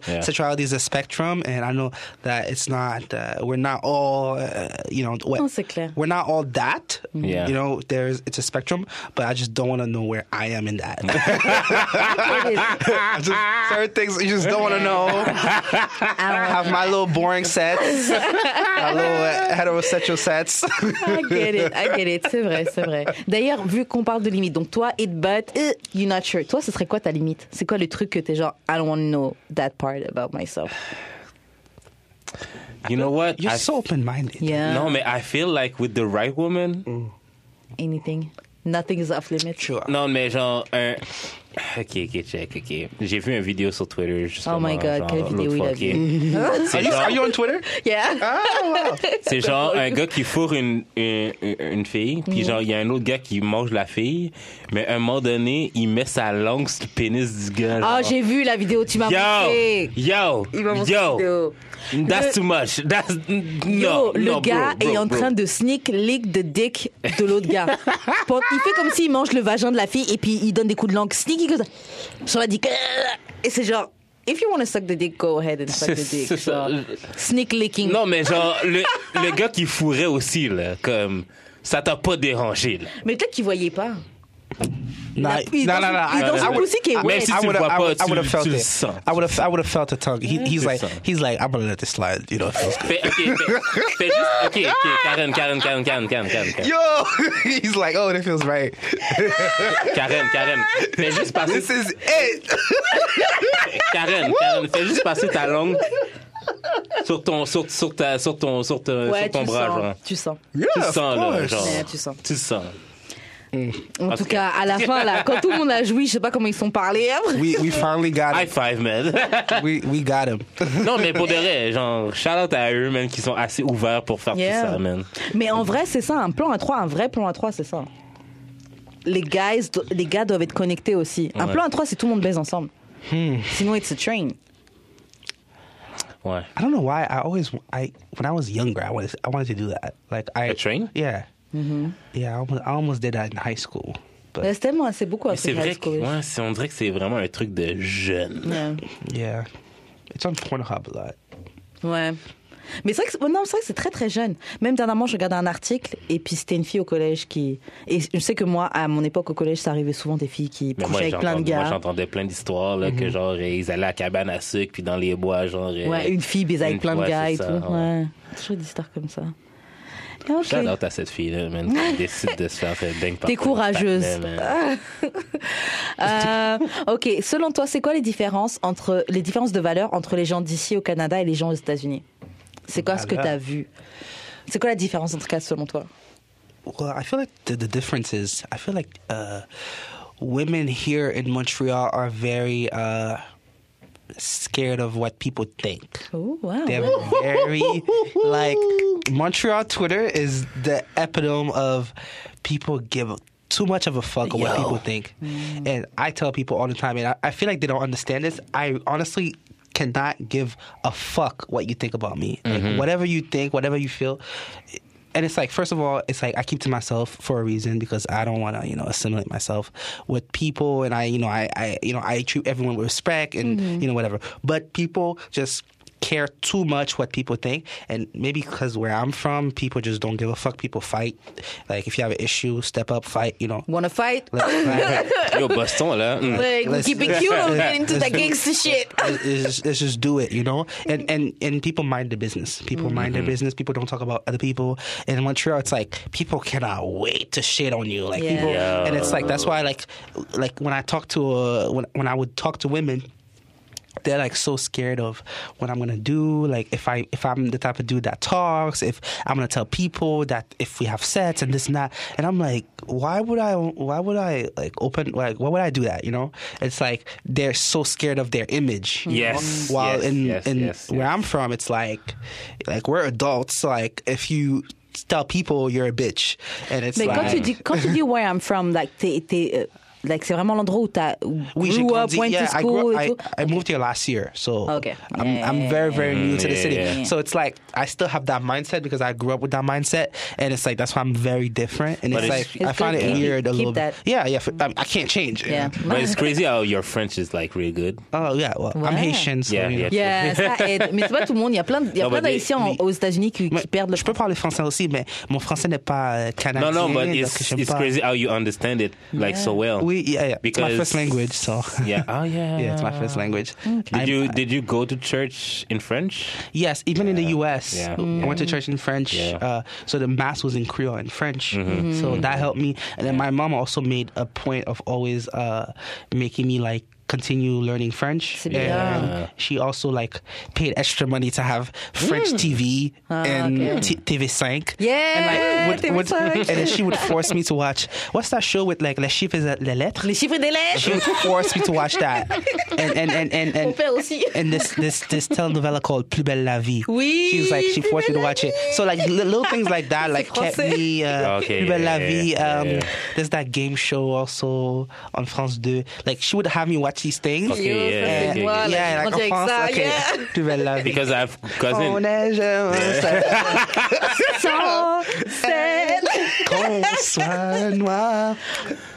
Speaker 2: No. Yeah.
Speaker 3: sexuality is a spectrum, and I know that it's not uh, we're not all uh, you know what,
Speaker 1: Non, c'est clair.
Speaker 3: we're not all that.
Speaker 2: Mm-hmm. Yeah.
Speaker 3: You know, there's it's a spectrum, but I just don't want to know where I am in that. I just, certain things you just don't want to know.
Speaker 1: Ah,
Speaker 3: have my little boring sets, my little uh, heterosexual sets.
Speaker 1: I get it, I get it, c'est vrai, c'est vrai. D'ailleurs, vu qu'on parle de limite, donc toi, it but, euh, you're not sure. Toi, ce serait quoi ta limite C'est quoi le truc que t'es genre, I don't want to know that part about myself
Speaker 2: you know what?
Speaker 3: You're
Speaker 2: I-
Speaker 3: so open-minded.
Speaker 1: Yeah. Mm.
Speaker 2: No, man. I feel like with the right woman.
Speaker 1: Anything Nothing is off limits.
Speaker 3: Sure.
Speaker 2: Non, mais genre un. Ok, ok, check, ok. J'ai vu une vidéo sur Twitter justement.
Speaker 1: Oh my God,
Speaker 2: genre,
Speaker 1: quelle
Speaker 2: l'autre
Speaker 1: vidéo il a
Speaker 2: fois,
Speaker 1: Ah,
Speaker 2: ok.
Speaker 3: Are you, are you on Twitter?
Speaker 1: Yeah.
Speaker 3: Oh wow.
Speaker 2: C'est genre un gars qui fourre une, une, une fille, puis
Speaker 1: Mm.
Speaker 2: genre il y a un autre gars qui mange la fille, mais à un moment donné, il met sa langue sur le pénis du gars.
Speaker 1: Oh,
Speaker 2: genre.
Speaker 1: j'ai vu la vidéo, tu m'as montré.
Speaker 2: Yo,
Speaker 1: Il m'a
Speaker 2: yo,
Speaker 1: montré la
Speaker 2: yo,
Speaker 1: vidéo.
Speaker 2: that's
Speaker 1: Le-
Speaker 2: too much. That's
Speaker 1: Yo,
Speaker 2: no,
Speaker 1: le
Speaker 2: no, bro,
Speaker 1: gars
Speaker 2: bro,
Speaker 1: est en
Speaker 2: bro.
Speaker 1: train de sneak lick the dick de l'autre gars. Pen- Il fait comme s'il mange le vagin de la fille et puis il donne des coups de langue sneaky comme ça. Sur la dick. Et c'est genre, if you want to suck the dick, go ahead and suck
Speaker 2: C'est-
Speaker 1: the dick.
Speaker 2: c'est ça.
Speaker 1: Genre, sneak licking.
Speaker 2: Non, mais genre le, le gars qui fourrait aussi là, comme ça t'a pas dérangé là.
Speaker 1: Mais peut-être qu'il voyait pas.
Speaker 3: Nah,
Speaker 1: Il
Speaker 3: nah,
Speaker 1: dans
Speaker 3: nah, nah.
Speaker 1: son- il dans
Speaker 2: I
Speaker 1: son
Speaker 2: would-
Speaker 1: pussy qui est
Speaker 2: Ah,
Speaker 1: wet.
Speaker 2: mais si tu
Speaker 3: I
Speaker 2: le
Speaker 3: would have,
Speaker 2: vois
Speaker 3: I
Speaker 2: pas,
Speaker 3: would, I
Speaker 2: tu-
Speaker 3: would have felt
Speaker 2: tu le
Speaker 3: it.
Speaker 2: sens.
Speaker 3: I would have, I would have felt the tongue. He, he's
Speaker 2: le
Speaker 3: like,
Speaker 2: sens.
Speaker 3: he's like, I'm gonna let this slide. You know, it feels good.
Speaker 2: Fais, ok, fais, fais juste, ok, ok, Karen, Karen, Karen, Karen, Karen, Karen, Karen,
Speaker 3: Yo, he's like, oh, that feels right.
Speaker 2: Karen, Karen, fais juste passer,
Speaker 3: This is it.
Speaker 2: Karen, Karen, fais juste passer ta langue sur ton, sur, sur ta, sur ton, sur ton,
Speaker 1: Ouais,
Speaker 2: Euh, sur ton
Speaker 1: tu
Speaker 2: bras,
Speaker 1: sens,
Speaker 2: genre. Oh.
Speaker 1: tu sens.
Speaker 3: Yeah,
Speaker 2: Tu
Speaker 3: of
Speaker 2: sens, là,
Speaker 3: course.
Speaker 2: genre.
Speaker 1: Ouais, tu sens.
Speaker 2: Tu le sens.
Speaker 1: En
Speaker 2: En
Speaker 1: tout
Speaker 2: tout cas.
Speaker 1: cas, à la fin, là, quand tout le monde a joui, je sais pas comment ils sont parlés. hein.
Speaker 3: We we finally got
Speaker 2: High
Speaker 3: him.
Speaker 2: five, man.
Speaker 3: We we got him.
Speaker 2: non, mais pour de vrai, genre, shout out à eux, man, qui sont assez ouverts pour faire
Speaker 1: Yeah.
Speaker 2: tout ça, man.
Speaker 1: Mais en vrai, c'est ça, un plan à trois, un vrai plan à trois, c'est ça. Les, guys, do- les gars doivent être connectés aussi. Un
Speaker 2: Ouais.
Speaker 1: plan à trois, c'est tout le monde baise ensemble. Sinon, it's a train.
Speaker 2: Ouais.
Speaker 3: I don't know why. I always I when I was younger, I wanted I wanted to do that. Like I
Speaker 2: A train?
Speaker 3: Yeah. Yeah, I almost, I almost did that in high school. But
Speaker 1: Ouais, Euh, C'est tellement, c'est beaucoup un
Speaker 2: Mais c'est
Speaker 1: truc
Speaker 2: vrai
Speaker 1: high
Speaker 2: que,
Speaker 1: school.
Speaker 2: ouais, c'est- on dirait que c'est vraiment un truc de jeune.
Speaker 1: Yeah.
Speaker 3: yeah, it's on Pornhub a lot.
Speaker 1: Ouais. Mais c'est vrai que c'est- non, c'est vrai que c'est très très jeune. Même dernièrement, je regardais un article et puis c'était une fille au collège qui et je sais que moi à mon époque au collège, ça arrivait souvent des filles qui
Speaker 2: Mais
Speaker 1: couchaient avec
Speaker 2: moi,
Speaker 1: plein de
Speaker 2: j'entendais- moi,
Speaker 1: gars.
Speaker 2: j'entendais plein d'histoires, là,
Speaker 3: Mm-hmm.
Speaker 2: que genre, euh, ils allaient à la cabane à sucre, puis dans les bois, genre. euh,
Speaker 1: Ouais, une fille baise avec
Speaker 2: une-
Speaker 1: plein de
Speaker 2: ouais,
Speaker 1: gars
Speaker 2: c'est
Speaker 1: et
Speaker 2: ça,
Speaker 1: tout.
Speaker 2: ouais.
Speaker 1: Ouais. Toujours des histoires comme ça. Ah, ok.
Speaker 2: Shout out à cette fille-là, man, qui décide de se faire cette dingue par
Speaker 1: T'es courageuse.
Speaker 2: Man.
Speaker 3: Ah.
Speaker 1: Euh, ok, selon toi, c'est quoi les différences entre les différences de valeur entre les gens d'ici au Canada et les gens aux États-Unis C'est quoi ce que tu
Speaker 3: Valeur.
Speaker 1: as vu
Speaker 4: C'est quoi la différence entre cas selon toi
Speaker 3: Well, I feel like the, the difference is I feel like uh, women here in Montreal are very uh, scared of what people think.
Speaker 4: Oh, wow.
Speaker 3: They're very like Montreal Twitter is the epitome of people give too much of a fuck of what people think, and I tell people all the time, and I, I feel like they don't understand this. I honestly cannot give a fuck what you think about me. Like, whatever you think, whatever you feel. And it's like, first of all, it's like I keep to myself for a reason because I don't want to, you know, assimilate myself with people, and I, you know, I, I you know, I treat everyone with respect and you know whatever. But people just care too much what people think and maybe because where i'm from people just don't give a fuck people fight like if you have an issue step up fight you know
Speaker 4: Wanna fight
Speaker 3: Let- like,
Speaker 2: Yo, Boston, là. hmm.
Speaker 4: Like, we
Speaker 3: Let's-
Speaker 4: keep it cute and get into
Speaker 3: let's
Speaker 4: that
Speaker 3: do-
Speaker 4: gangster shit.
Speaker 3: let's just, let's just do it, you know. And and and people mind their business. People mind their business. People don't talk about other people. And in Montreal, it's like people cannot wait to shit on you, like
Speaker 4: Yeah.
Speaker 3: people. And it's like that's why, like, like when I talk to uh, when when I would talk to women. They're like so scared of what I'm gonna do. Like if I if I'm the type of dude that talks, if I'm gonna tell people that if we have sex and this and that, and I'm like, why would I? Why would I like open? Like why would I do that? You know, it's like they're so scared of their image. you
Speaker 2: Mm-hmm. Yes,
Speaker 3: know? While
Speaker 2: yes,
Speaker 3: in
Speaker 2: yes,
Speaker 3: in
Speaker 2: yes,
Speaker 3: where
Speaker 2: yes.
Speaker 3: I'm from, it's like like we're adults. so, Like if you tell people you're a bitch, and it's
Speaker 1: Mais
Speaker 3: like
Speaker 1: quand tu dis, quand tu dis where I'm from, like, t'es- t'es, euh, like, c'est vraiment l'endroit où t'as où
Speaker 3: Oui, j'ai
Speaker 1: grew up,
Speaker 3: grandi-
Speaker 1: went
Speaker 3: yeah,
Speaker 1: to
Speaker 3: I grew-
Speaker 1: school et
Speaker 3: I,
Speaker 1: tout.
Speaker 3: I moved here last year, so
Speaker 1: Okay.
Speaker 3: I'm,
Speaker 1: Yeah,
Speaker 3: I'm
Speaker 1: yeah,
Speaker 3: very, very new to the
Speaker 2: yeah,
Speaker 3: city.
Speaker 2: yeah.
Speaker 3: So it's like I still have that mindset because I grew up with that mindset, and it's like that's why I'm very different. And
Speaker 2: But
Speaker 3: it's,
Speaker 2: it's-
Speaker 3: like I
Speaker 4: It's
Speaker 3: find
Speaker 4: good
Speaker 3: it
Speaker 4: to
Speaker 3: weird a
Speaker 4: keep
Speaker 3: little
Speaker 4: that-
Speaker 3: bit. Yeah, yeah, for, I, I can't change. you
Speaker 4: Yeah.
Speaker 3: know?
Speaker 2: But it's crazy how your French is like really good.
Speaker 3: Oh yeah, well, I'm
Speaker 4: Ouais.
Speaker 3: Haitian, so
Speaker 2: Yeah,
Speaker 3: you know.
Speaker 2: yeah.
Speaker 4: Yeah, ça aide. Mais c'est pas tout le monde. Il y a plein, de- il y a
Speaker 2: Non,
Speaker 4: plein
Speaker 2: mais-
Speaker 4: d'Haïtiens en-
Speaker 3: oui.
Speaker 4: aux États-Unis qui,
Speaker 3: Mais
Speaker 4: qui perdent le
Speaker 3: je peux parler français aussi, mais mon français n'est pas euh, canadien.
Speaker 2: No, no, but
Speaker 3: donc
Speaker 2: it's,
Speaker 3: j'aime
Speaker 2: it's
Speaker 3: pas.
Speaker 2: crazy how you understand it like so well.
Speaker 3: Oui, yeah, yeah. It's my
Speaker 2: Because-
Speaker 3: first language, so
Speaker 2: Yeah. Oh, yeah.
Speaker 3: yeah, it's my first language.
Speaker 2: Did
Speaker 3: I'm-
Speaker 2: you did you go to church in French?
Speaker 3: Yes, even in the U.S.
Speaker 2: Yeah.
Speaker 3: I went to church in French,
Speaker 2: Yeah. Mm-hmm.
Speaker 3: uh, so the mass was in Creole and French, so that helped me. And then my mom also made a point of always uh, making me like continue learning French.
Speaker 4: C'est bien.
Speaker 3: And she also like paid extra money to have French TV and T- TV5.
Speaker 4: Yeah, hein.
Speaker 3: and, like, would- would-
Speaker 4: TV5.
Speaker 3: and then she would force me to watch what's that show with like Les Chiffres et les Lettres.
Speaker 4: Les chiffres des lettres.
Speaker 3: She would force me to watch that, and and and and,
Speaker 4: Mon
Speaker 3: and
Speaker 4: père aussi.
Speaker 3: and this this this telenovela called Plus Belle la Vie.
Speaker 4: Oui,
Speaker 3: she was like she
Speaker 4: Plus
Speaker 3: forced me to
Speaker 4: Belle la
Speaker 3: watch it. So like li- little things like that, like kept
Speaker 4: français.
Speaker 3: me. Uh,
Speaker 2: Okay,
Speaker 3: Plus Belle
Speaker 2: yeah,
Speaker 3: la
Speaker 2: yeah,
Speaker 3: Vie.
Speaker 2: yeah,
Speaker 3: um,
Speaker 2: yeah.
Speaker 3: There's that game show also on France 2. Like she would have me watch these things.
Speaker 2: Okay,
Speaker 4: Yo,
Speaker 2: yeah,
Speaker 4: ça,
Speaker 2: yeah,
Speaker 4: c'est
Speaker 2: yeah,
Speaker 4: moi, là,
Speaker 2: yeah.
Speaker 3: euh, yeah,
Speaker 4: je
Speaker 3: like
Speaker 4: grandis avec
Speaker 3: on France.
Speaker 4: ça,
Speaker 3: okay,
Speaker 4: yeah.
Speaker 3: Plus Belle la Vie.
Speaker 2: Because I have
Speaker 3: on
Speaker 2: cousin.
Speaker 3: est jeune,
Speaker 4: Sans scène.
Speaker 3: qu'on soit noir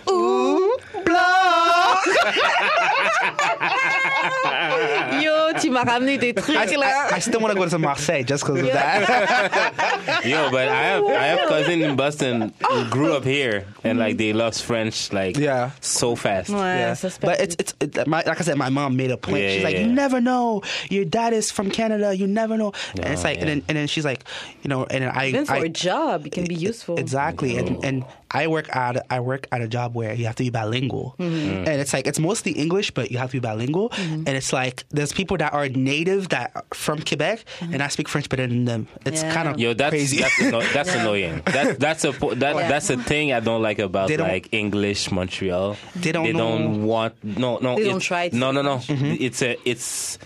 Speaker 3: ou blanc.
Speaker 4: Yo, tu m'as ramené des trucs
Speaker 3: I,
Speaker 4: là.
Speaker 3: I, I still want to go to Marseille just because of that.
Speaker 2: Yo, but I have I have cousin in Boston who grew up here and like they loves French like
Speaker 3: Yeah.
Speaker 2: so fast.
Speaker 4: Ouais,
Speaker 3: Yeah.
Speaker 4: ça se perd.
Speaker 3: But it's it's it, my, like I said, my mom made a point.
Speaker 2: Yeah,
Speaker 3: she's
Speaker 2: yeah,
Speaker 3: like,
Speaker 2: yeah.
Speaker 3: you never know. Your dad is from Canada. You never know. and it's
Speaker 2: Oh,
Speaker 3: like, and
Speaker 2: yeah.
Speaker 3: then and then she's like, you know, and then I
Speaker 4: Even for
Speaker 3: I-
Speaker 4: a job, it can be useful.
Speaker 3: Exactly, and and I work at I work at a job where you have to be bilingual,
Speaker 4: Mm-hmm.
Speaker 2: Mm.
Speaker 3: and it's like it's mostly English, but you have to be bilingual, and it's like there's people that are native that are from Quebec, and I speak French better than them. It's
Speaker 4: Mm-hmm. Yeah.
Speaker 3: kind of
Speaker 2: Yo, that's
Speaker 3: crazy.
Speaker 2: that's, anno- that's annoying. That, that's a po- that,
Speaker 4: Yeah.
Speaker 2: that's a thing I don't like about
Speaker 3: They don't-
Speaker 2: like English Montreal.
Speaker 3: They don't Mm-hmm.
Speaker 2: They don't want. No, no.
Speaker 4: They don't
Speaker 2: it's-
Speaker 4: try to.
Speaker 2: No, no, no. It's a it's.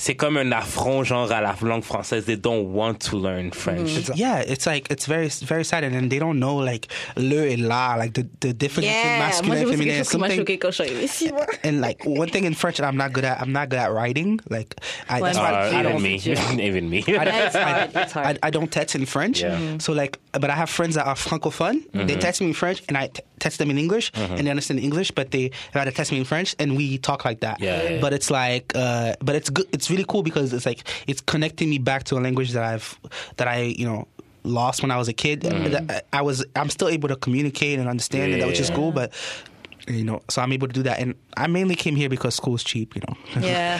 Speaker 2: C'est comme un affront genre à la langue française. They don't want to learn French.
Speaker 4: Mm-hmm.
Speaker 3: yeah, it's like it's very very sad, and then they don't know like le et la, like the the difference between
Speaker 4: Yeah, moi
Speaker 3: masculine
Speaker 4: j'ai vu
Speaker 3: and
Speaker 4: quelque
Speaker 3: feminine.
Speaker 4: chose qui m'a
Speaker 3: something-
Speaker 4: choqué quand je suis arrivée ici. moi.
Speaker 3: and like one thing in French that I'm not good at, I'm not good at writing. Like I, that's
Speaker 4: Well,
Speaker 3: why
Speaker 2: Uh,
Speaker 3: I,
Speaker 2: even
Speaker 3: don't.
Speaker 2: me, even me.
Speaker 3: I don't,
Speaker 4: Yeah, it's hard,
Speaker 3: I,
Speaker 4: it's hard. Mm-hmm.
Speaker 3: I, I don't text in French.
Speaker 2: Yeah. Mm-hmm. Mhm.
Speaker 3: So like, but I have friends that are francophone. They text me in French, and I t- text them in English,
Speaker 2: Mm-hmm.
Speaker 3: and they understand English. But they try to text me in French, and we talk like that.
Speaker 2: Yeah, yeah, yeah.
Speaker 3: But it's like, uh, but it's good. It's really cool because it's like it's connecting me back to a language that I've that I you know lost when I was a kid.
Speaker 2: Mm-hmm.
Speaker 3: That I I was I'm still able to communicate and understand it, which is
Speaker 2: Yeah.
Speaker 3: cool. But you know, so I'm able to do that, and I mainly came here because school's cheap. You know.
Speaker 4: Yeah.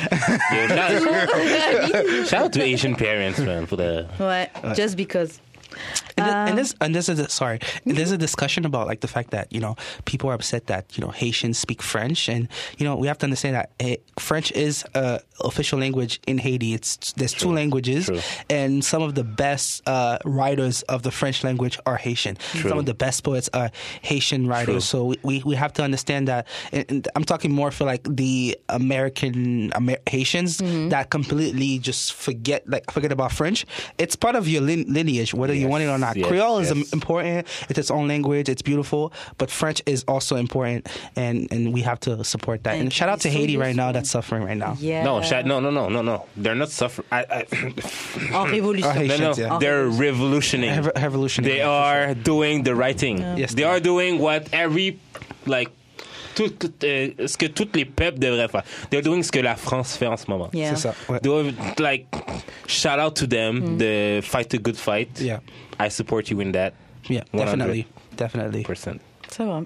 Speaker 2: Yo, shout, shout out to Asian parents, man, for the
Speaker 4: Ouais, just because.
Speaker 3: And, th- and this and this is a, sorry. And there's a discussion about like the fact that you know people are upset that you know Haitians speak French, and you know we have to understand that eh, French is a official language in Haiti. It's there's two languages,
Speaker 2: True.
Speaker 3: and some of the best uh, writers of the French language are Haitian. Some of the best poets are Haitian writers.
Speaker 2: True.
Speaker 3: So we, we, we have to understand that. And, and I'm talking more for like the American Amer- Haitians that completely just forget like forget about French. It's part of your lin- lineage, whether you want it or not.
Speaker 2: yes,
Speaker 3: Creole is im-
Speaker 2: yes.
Speaker 3: important. It's its own language. It's beautiful, but French is also important, and and we have to support that. And,
Speaker 1: And
Speaker 3: shout out
Speaker 1: it's
Speaker 3: to
Speaker 1: so
Speaker 3: Haiti right now
Speaker 1: useful.
Speaker 3: that's suffering right now.
Speaker 1: Yeah.
Speaker 2: No, sha- no, no, no, no, no. They're not suffering. I, I,
Speaker 1: En révolution.
Speaker 3: Ah,
Speaker 2: No, no,
Speaker 3: Haitians, yeah.
Speaker 2: they're revolutioning.
Speaker 3: Rev- revolutionary,
Speaker 2: They
Speaker 3: yeah, for
Speaker 2: are doing the right thing.
Speaker 3: Yes,
Speaker 2: they
Speaker 3: they
Speaker 2: are doing what every like tout, tout, euh, ce que tous les peuples devraient faire. They're doing ce que la France fait en ce moment.
Speaker 1: Yeah.
Speaker 3: C'est ça. ouais.
Speaker 2: They're, like shout out to them.
Speaker 1: Mm.
Speaker 2: The fight a good fight.
Speaker 3: Yeah.
Speaker 2: I support you in that.
Speaker 3: Yeah,
Speaker 2: 100%.
Speaker 3: definitely, definitely.
Speaker 1: C'est vrai.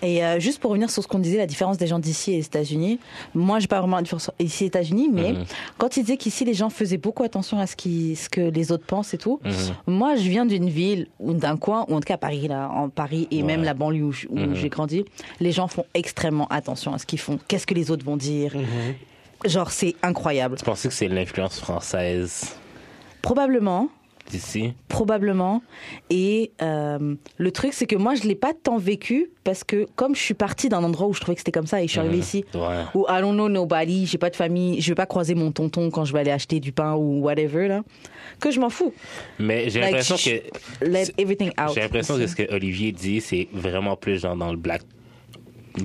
Speaker 1: Et euh, juste pour revenir sur ce qu'on disait, la différence des gens d'ici et des États-Unis, moi, j'ai pas vraiment la différence ici et États-Unis, mais quand il disait qu'ici, les gens faisaient beaucoup attention à ce, qui, ce que les autres pensent et tout, moi, je viens d'une ville ou d'un coin, ou en tout cas Paris, là, en Paris, et même la banlieue où j- où j'ai grandi, les gens font extrêmement attention à ce qu'ils font, qu'est-ce que les autres vont dire. Genre, c'est incroyable.
Speaker 2: Je pensais que c'est l'influence française
Speaker 1: Probablement,
Speaker 2: d'ici.
Speaker 1: probablement. Et euh, le truc, c'est que moi, je l'ai pas tant vécu parce que comme je suis partie d'un endroit où je trouvais que c'était comme ça et je suis arrivée ici,
Speaker 2: Ouais.
Speaker 1: où I don't know nobody, j'ai pas de famille, je vais pas croiser mon tonton quand je vais aller acheter du pain ou whatever là, que je m'en fous.
Speaker 2: Mais j'ai
Speaker 1: Like,
Speaker 2: l'impression
Speaker 1: sh-
Speaker 2: que
Speaker 1: Let everything out.
Speaker 2: j'ai l'impression que ce que Olivier dit, c'est vraiment plus genre dans le black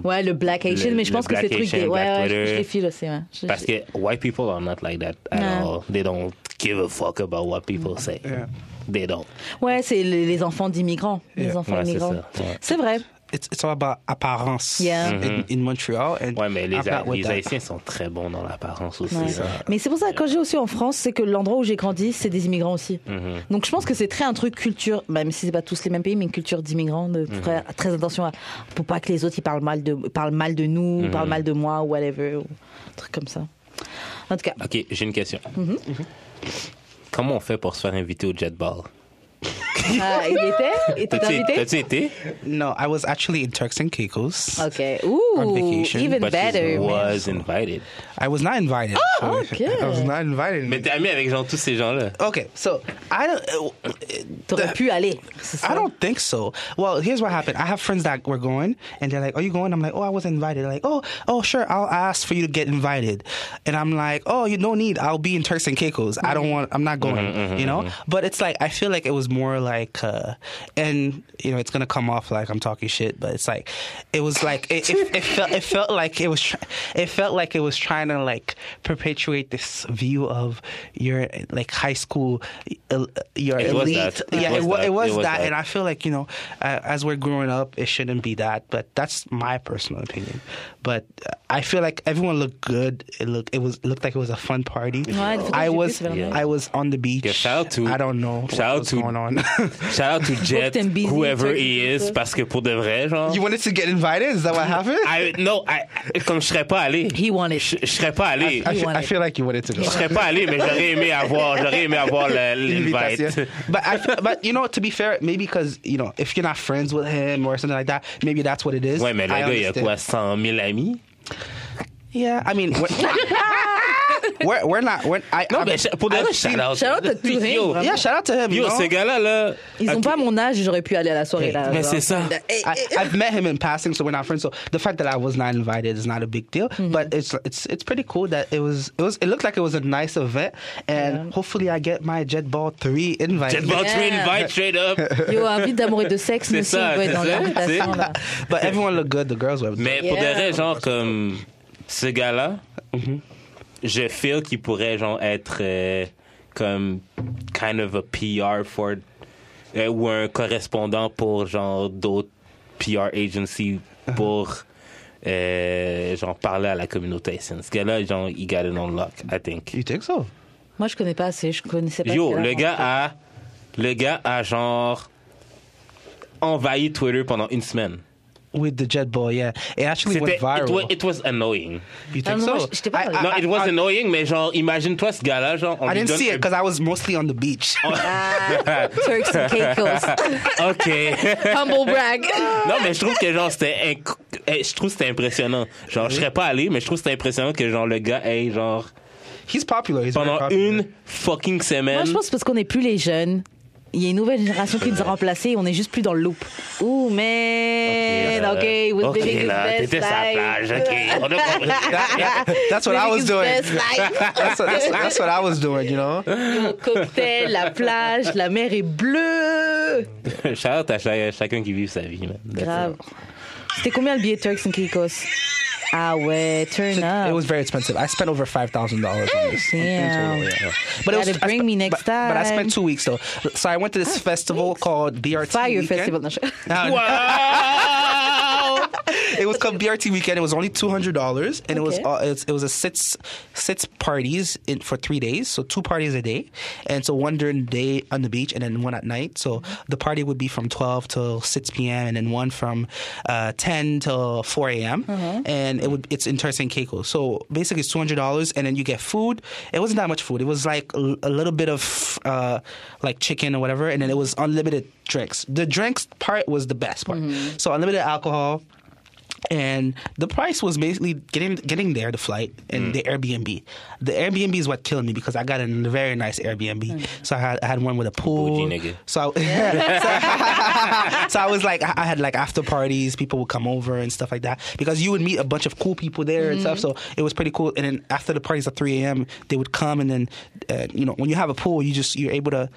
Speaker 1: Ouais, le black Haitian,
Speaker 2: Le-
Speaker 1: mais je
Speaker 2: le
Speaker 1: pense que c'est le
Speaker 2: black
Speaker 1: truc des.
Speaker 2: Haitian,
Speaker 1: Ouais,
Speaker 2: black
Speaker 1: ouais,
Speaker 2: Twitter.
Speaker 1: je, je les file aussi, ouais. Je-
Speaker 2: Parce que white people are not like that at
Speaker 1: Non. Mm.
Speaker 2: all. They don't give a fuck about what people say. They don't.
Speaker 1: Ouais, c'est les, les enfants d'immigrants. Les
Speaker 3: Yeah.
Speaker 1: enfants
Speaker 2: Ouais, c'est
Speaker 1: immigrants.
Speaker 2: ça, ouais.
Speaker 1: C'est vrai.
Speaker 3: It's it's all about apparence
Speaker 1: Yeah.
Speaker 3: in, in Montreal, and
Speaker 2: Mm-hmm. Ouais, mais les,
Speaker 3: I'm not with
Speaker 2: les
Speaker 3: that.
Speaker 2: Haïtiens sont très bons dans l'apparence aussi.
Speaker 1: Ouais.
Speaker 2: ça.
Speaker 1: Mais c'est pour ça que quand j'ai aussi en France, c'est que l'endroit où j'ai grandi, c'est des immigrants aussi.
Speaker 2: Mhm.
Speaker 1: Donc je pense que c'est très un truc culture, même si c'est pas tous les mêmes pays, mais une culture d'immigrants, de
Speaker 2: Mhm.
Speaker 1: faire très attention à, pour pas que les autres ils parlent mal de, parlent mal de nous, parlent
Speaker 2: Mhm.
Speaker 1: mal de moi, ou whatever, ou un truc comme ça. En tout cas,
Speaker 2: Ok, j'ai une question.
Speaker 1: Mm-hmm.
Speaker 2: Mm-hmm. Comment on fait pour se faire inviter au jet ball?
Speaker 1: ah, il était, il était
Speaker 2: T'as-tu
Speaker 1: invité.
Speaker 2: t'as-tu été?
Speaker 3: No, I was actually in Turks and Caicos.
Speaker 1: Ok,
Speaker 3: On
Speaker 1: ouh,
Speaker 3: vacation,
Speaker 1: even
Speaker 2: But she
Speaker 1: better. man.
Speaker 2: was invited.
Speaker 3: I was not invited. Oh,
Speaker 1: okay.
Speaker 3: I was not
Speaker 2: Mais
Speaker 3: invited.
Speaker 2: t'es ami avec genre tous ces gens-là.
Speaker 3: Okay, so I don't. uh,
Speaker 1: T'aurais pu aller. c'est ça.
Speaker 3: I don't think so. Well, here's what happened. I have friends that were going, and they're like, "Are you going?" I'm like, "Oh, I was invited." They're like, "Oh, oh, sure. I'll ask for you to get invited," and I'm like, "Oh, you no need. I'll be in Turks and Caicos. I don't want. I'm not going. you know." But it's like I feel like it was more like, uh, and you know, it's gonna come off like I'm talking shit, but it's like it was like it, it, it felt it felt like it was tr- it felt like it was trying to like perpetuate this view of your like high school, uh, your
Speaker 2: It was
Speaker 3: elite.
Speaker 2: that. It
Speaker 3: Yeah,
Speaker 2: was
Speaker 3: it was,
Speaker 2: that.
Speaker 3: it was that, and I feel like you know, uh, as we're growing up, it shouldn't be that. But that's my personal opinion. But uh, I feel like everyone looked good. It looked it was it looked like it was a fun party.
Speaker 1: Ouais, des photos que
Speaker 3: I
Speaker 1: j'ai vues,
Speaker 3: was
Speaker 1: c'est vraiment
Speaker 2: Yeah.
Speaker 3: I was on the beach.
Speaker 2: Yeah, shout out to-
Speaker 3: I don't know
Speaker 2: shout
Speaker 3: what
Speaker 2: out
Speaker 3: was
Speaker 2: to-
Speaker 3: going on.
Speaker 2: Shout out to Jet,
Speaker 1: t'aimes busy,
Speaker 2: whoever
Speaker 1: toi,
Speaker 2: he
Speaker 1: c'est
Speaker 2: is,
Speaker 1: ça.
Speaker 2: parce que pour de vrai, genre.
Speaker 3: you wanted to get invited? Is that what happened? I,
Speaker 2: I- no, I- I- comme je serais pas allé.
Speaker 1: He wanted. Ah,
Speaker 2: Je, je serais pas allé.
Speaker 3: I,
Speaker 1: You
Speaker 3: feel, I
Speaker 1: wanted.
Speaker 3: feel like you wanted to go.
Speaker 2: Je serais pas allé, mais j'aurais aimé avoir, j'aurais aimé avoir le- l'invite.
Speaker 3: Invitation. But I, feel- but you know, to be fair, maybe because you know, if you're not friends with him or something like that, maybe that's what it is.
Speaker 2: Ouais, mais le
Speaker 3: I
Speaker 2: gars, il a
Speaker 3: understand.
Speaker 2: quoi, 100 000 amis?
Speaker 3: Yeah, I mean, we're, we're, we're not. We're, I,
Speaker 2: Non,
Speaker 1: Ah,
Speaker 3: I
Speaker 2: mais
Speaker 3: mean,
Speaker 2: pour de
Speaker 3: I've
Speaker 2: vrai,
Speaker 3: seen-
Speaker 2: shout out.
Speaker 1: shout out to him,
Speaker 2: Yo,
Speaker 3: Yeah, shout out to him. you
Speaker 2: yo,
Speaker 3: know?
Speaker 2: ce gars-là, là.
Speaker 1: Ils ont
Speaker 2: ok.
Speaker 1: pas mon âge, j'aurais pu aller à la soirée là.
Speaker 2: Mais
Speaker 1: genre.
Speaker 2: c'est ça.
Speaker 1: Hey,
Speaker 3: I, I've met him in passing, so we're not friends. So the fact that I was not invited is not a big deal. But it's it's it's pretty cool that it was it was it looked like it was a nice event, and hopefully I get my Jet Ball Three invite.
Speaker 2: Jet Ball
Speaker 1: Yeah.
Speaker 2: Train invite straight up.
Speaker 1: Yo, un vide d'amour et de sexe,
Speaker 2: C'est
Speaker 1: monsieur,
Speaker 2: ça,
Speaker 1: on doit être
Speaker 2: c'est
Speaker 1: dans
Speaker 2: ça,
Speaker 1: l'invitation
Speaker 2: c'est-
Speaker 1: là.
Speaker 3: but everyone looked good. The girls were.
Speaker 2: Mais pour de
Speaker 1: Yeah.
Speaker 2: vrai, genre, comme ce gars-là, je feel qu'il pourrait, genre, être euh, comme kind of a PR for. euh, ou un correspondant pour, genre, d'autres PR agencies pour. euh, genre parler à la communauté haïtienne. Ce gars-là, genre, il got it on lock, I think.
Speaker 3: you think so?
Speaker 1: Moi, je connais pas assez, je connaissais pas.
Speaker 2: Yo,
Speaker 1: ce gars-là.
Speaker 2: le gars a. Le gars a genre. envahi Twitter pendant une semaine.
Speaker 3: with the jet ball, yeah. It actually went
Speaker 2: C'était- It, wa-
Speaker 3: viral.
Speaker 2: it was annoying.
Speaker 3: you
Speaker 1: Ah, non,
Speaker 3: think so?
Speaker 1: moi, je- j'étais pas dans le-
Speaker 2: Non, it was
Speaker 3: I-
Speaker 2: annoying, mais genre, imagine-toi ce gars-là, genre, on
Speaker 3: I
Speaker 2: lui
Speaker 3: didn't
Speaker 2: donne
Speaker 3: see it because I was mostly on the beach.
Speaker 1: Ah, Turks and Caicos.
Speaker 2: un- OK.
Speaker 1: Humble brag.
Speaker 2: non, mais je trouve que, genre, c'était... inc- eh, Je trouve que c'était impressionnant. Genre, je serais pas allé, mais je trouve que c'était impressionnant que, genre, le gars ait, genre,
Speaker 3: He's popular. He's very
Speaker 2: pendant
Speaker 3: popular.
Speaker 2: une fucking
Speaker 1: Moi,
Speaker 2: semaine...
Speaker 1: je pense que parce qu'on n'est plus les jeunes. Il y a une nouvelle génération qui nous a remplacés et on est juste plus dans le loop. Ouh, mais
Speaker 2: euh,
Speaker 1: OK, it was
Speaker 2: ok,
Speaker 1: living his
Speaker 2: là,
Speaker 1: best
Speaker 2: t'étais sa
Speaker 1: life.
Speaker 2: plage, OK, on a compris.
Speaker 3: That's what I
Speaker 1: Living
Speaker 3: was
Speaker 1: his
Speaker 3: doing.
Speaker 1: best life.
Speaker 3: That's what, that's, that's what I was doing, you know?
Speaker 1: Au cocktail, la plage, la mer est bleue.
Speaker 2: Shout out à cha- chacun qui vit sa vie, man. That's
Speaker 1: Grave.
Speaker 2: it.
Speaker 1: C'était combien le billet Turks and Caicos Ah ouais, turn
Speaker 3: It
Speaker 1: up.
Speaker 3: was very expensive. I spent over $5,000 on this. in- in
Speaker 1: Damn.
Speaker 3: total, yeah.
Speaker 1: But
Speaker 3: was- I
Speaker 1: bring
Speaker 3: spe-
Speaker 1: me next
Speaker 3: but,
Speaker 1: time. Ah,
Speaker 3: But I spent two weeks, though. So I went to this festival called BRT
Speaker 1: Fire
Speaker 3: Weekend.
Speaker 1: Festival. Non, je-
Speaker 3: No,
Speaker 2: Wow!
Speaker 3: it was called BRT Weekend. It was only two hundred dollars, and it was
Speaker 1: Okay.
Speaker 3: all, it's, it was a six six parties in, for three days, so two parties a day, and so one during the day on the beach, and then one at night. So the party would be from twelve till six p.m., and then one from uh, ten till four a.m. And it would it's in Turks and Caicos. So basically, it's two hundred dollars, and then you get food. It wasn't that much food. It was like a, a little bit of uh, like chicken or whatever, and then it was unlimited drinks. The drinks part was the best part. So unlimited alcohol and the price was basically getting getting there, the flight
Speaker 2: Mm.
Speaker 3: and the Airbnb. The Airbnb is what killed me because I got a very nice Airbnb. So I had, I had one with a pool.
Speaker 2: Bougie nigga.
Speaker 3: So, I, so I was like, I I had like after parties. People would come over and stuff like that because you would meet a bunch of cool people there and stuff. So it was pretty cool. And then after the parties at 3 a.m., they would come and then, uh, you know, when you have a pool, you just you're able to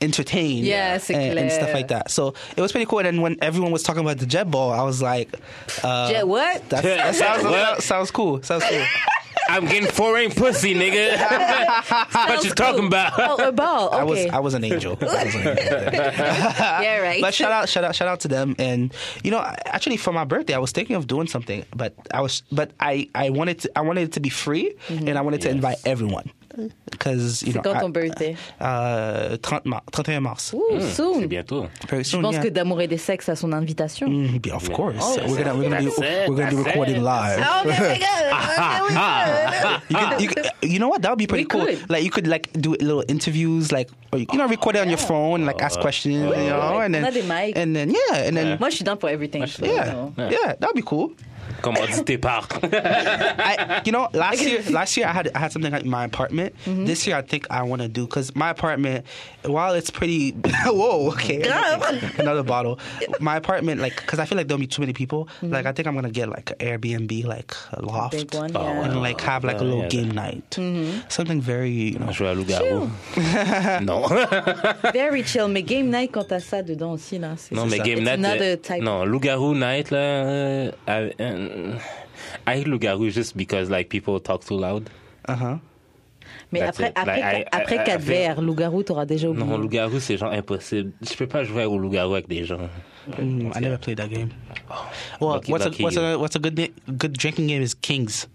Speaker 3: entertain
Speaker 1: Yeah, c'est
Speaker 3: and, and stuff
Speaker 1: clair.
Speaker 3: like that. So it was pretty cool. And then when everyone was talking about the jet ball, I was like, uh,
Speaker 1: Jet what?
Speaker 3: that's, that sounds, that sounds cool. Sounds cool.
Speaker 2: I'm getting foreign pussy, nigga. what you talking about?
Speaker 1: Oh, a ball.
Speaker 3: I was
Speaker 1: Okay.
Speaker 3: I was an angel. I was an angel.
Speaker 1: Yeah, right.
Speaker 3: But shout out, shout out, shout out to them. And you know, actually, for my birthday, I was thinking of doing something, but I was, but I, I wanted, to, I wanted it to be free, and I wanted to invite everyone because you know,
Speaker 1: Mm-hmm. quand
Speaker 2: Ah,
Speaker 3: I-
Speaker 1: ton birthday?
Speaker 3: Uh, 30 mar- 31 mars.
Speaker 1: Ouh, soon.
Speaker 2: Hmm, C'est bientôt.
Speaker 3: Very
Speaker 1: Je
Speaker 3: soon.
Speaker 1: pense
Speaker 3: yeah.
Speaker 1: que d'amour et des sexes à son invitation.
Speaker 3: Mhm, yeah, of course,
Speaker 2: Oh,
Speaker 3: we're gonna we're gonna be
Speaker 2: that's it,
Speaker 3: we're gonna be
Speaker 2: that's
Speaker 3: recording
Speaker 2: it.
Speaker 3: live.
Speaker 2: Ah,
Speaker 1: Oh my god!
Speaker 3: You, could, you, could- you know what? That would be pretty cool.
Speaker 1: Ah. could.
Speaker 3: Like you could like do little interviews, like or you, you know, record it on your phone, like
Speaker 2: Oh.
Speaker 3: ask questions, you know, and then
Speaker 1: Not the mic.
Speaker 3: and then yeah, and
Speaker 2: ah.
Speaker 3: then
Speaker 1: Moi, je suis down pour everything.
Speaker 3: yeah, yeah,
Speaker 1: Non.
Speaker 3: that'd be cool.
Speaker 2: Comme on dit, t'es part.
Speaker 3: I, you know, last year, last year I had I had something in my apartment.
Speaker 1: Mm-hmm.
Speaker 3: This year, I think I want to do because my apartment, while it's pretty, whoa, okay, another bottle. My apartment, like, because I feel like there'll be too many people. Like, I think I'm gonna get like an Airbnb, like a loft,
Speaker 1: Mm-hmm. Big one. Mm-hmm.
Speaker 2: Oh,
Speaker 1: yeah.
Speaker 3: and like have like a
Speaker 2: Yeah,
Speaker 3: little
Speaker 2: yeah.
Speaker 3: game night, something very, you know,
Speaker 2: Je vais à Loup-Garou. non.
Speaker 1: Very chill. Mais game night, quand t'as ça dedans aussi, là. c'est-
Speaker 2: non, mais
Speaker 1: c'est-
Speaker 2: Game
Speaker 1: it's
Speaker 2: Night.
Speaker 1: another
Speaker 2: euh,
Speaker 1: type.
Speaker 2: Non, Loup-Garou Night, là. Euh, euh, euh, I hate Loup-Garou just because, like, people talk too loud.
Speaker 3: uh huh.
Speaker 1: Mais
Speaker 2: That's
Speaker 1: après,
Speaker 2: it.
Speaker 1: après,
Speaker 2: Like, I- I-
Speaker 1: après
Speaker 2: I-
Speaker 1: quatre
Speaker 2: I feel-
Speaker 1: verres, loup-garou, t'auras déjà oublié.
Speaker 2: Non,
Speaker 3: Mm-hmm.
Speaker 2: Loup-Garou, c'est genre impossible. Je peux pas jouer au Loup-Garou avec des gens.
Speaker 3: Mm, I never played that game. Well,
Speaker 2: Oh. Lucky-
Speaker 3: what's
Speaker 2: lucky
Speaker 3: a what's
Speaker 2: you.
Speaker 3: a what's a good na- good drinking game is Kings.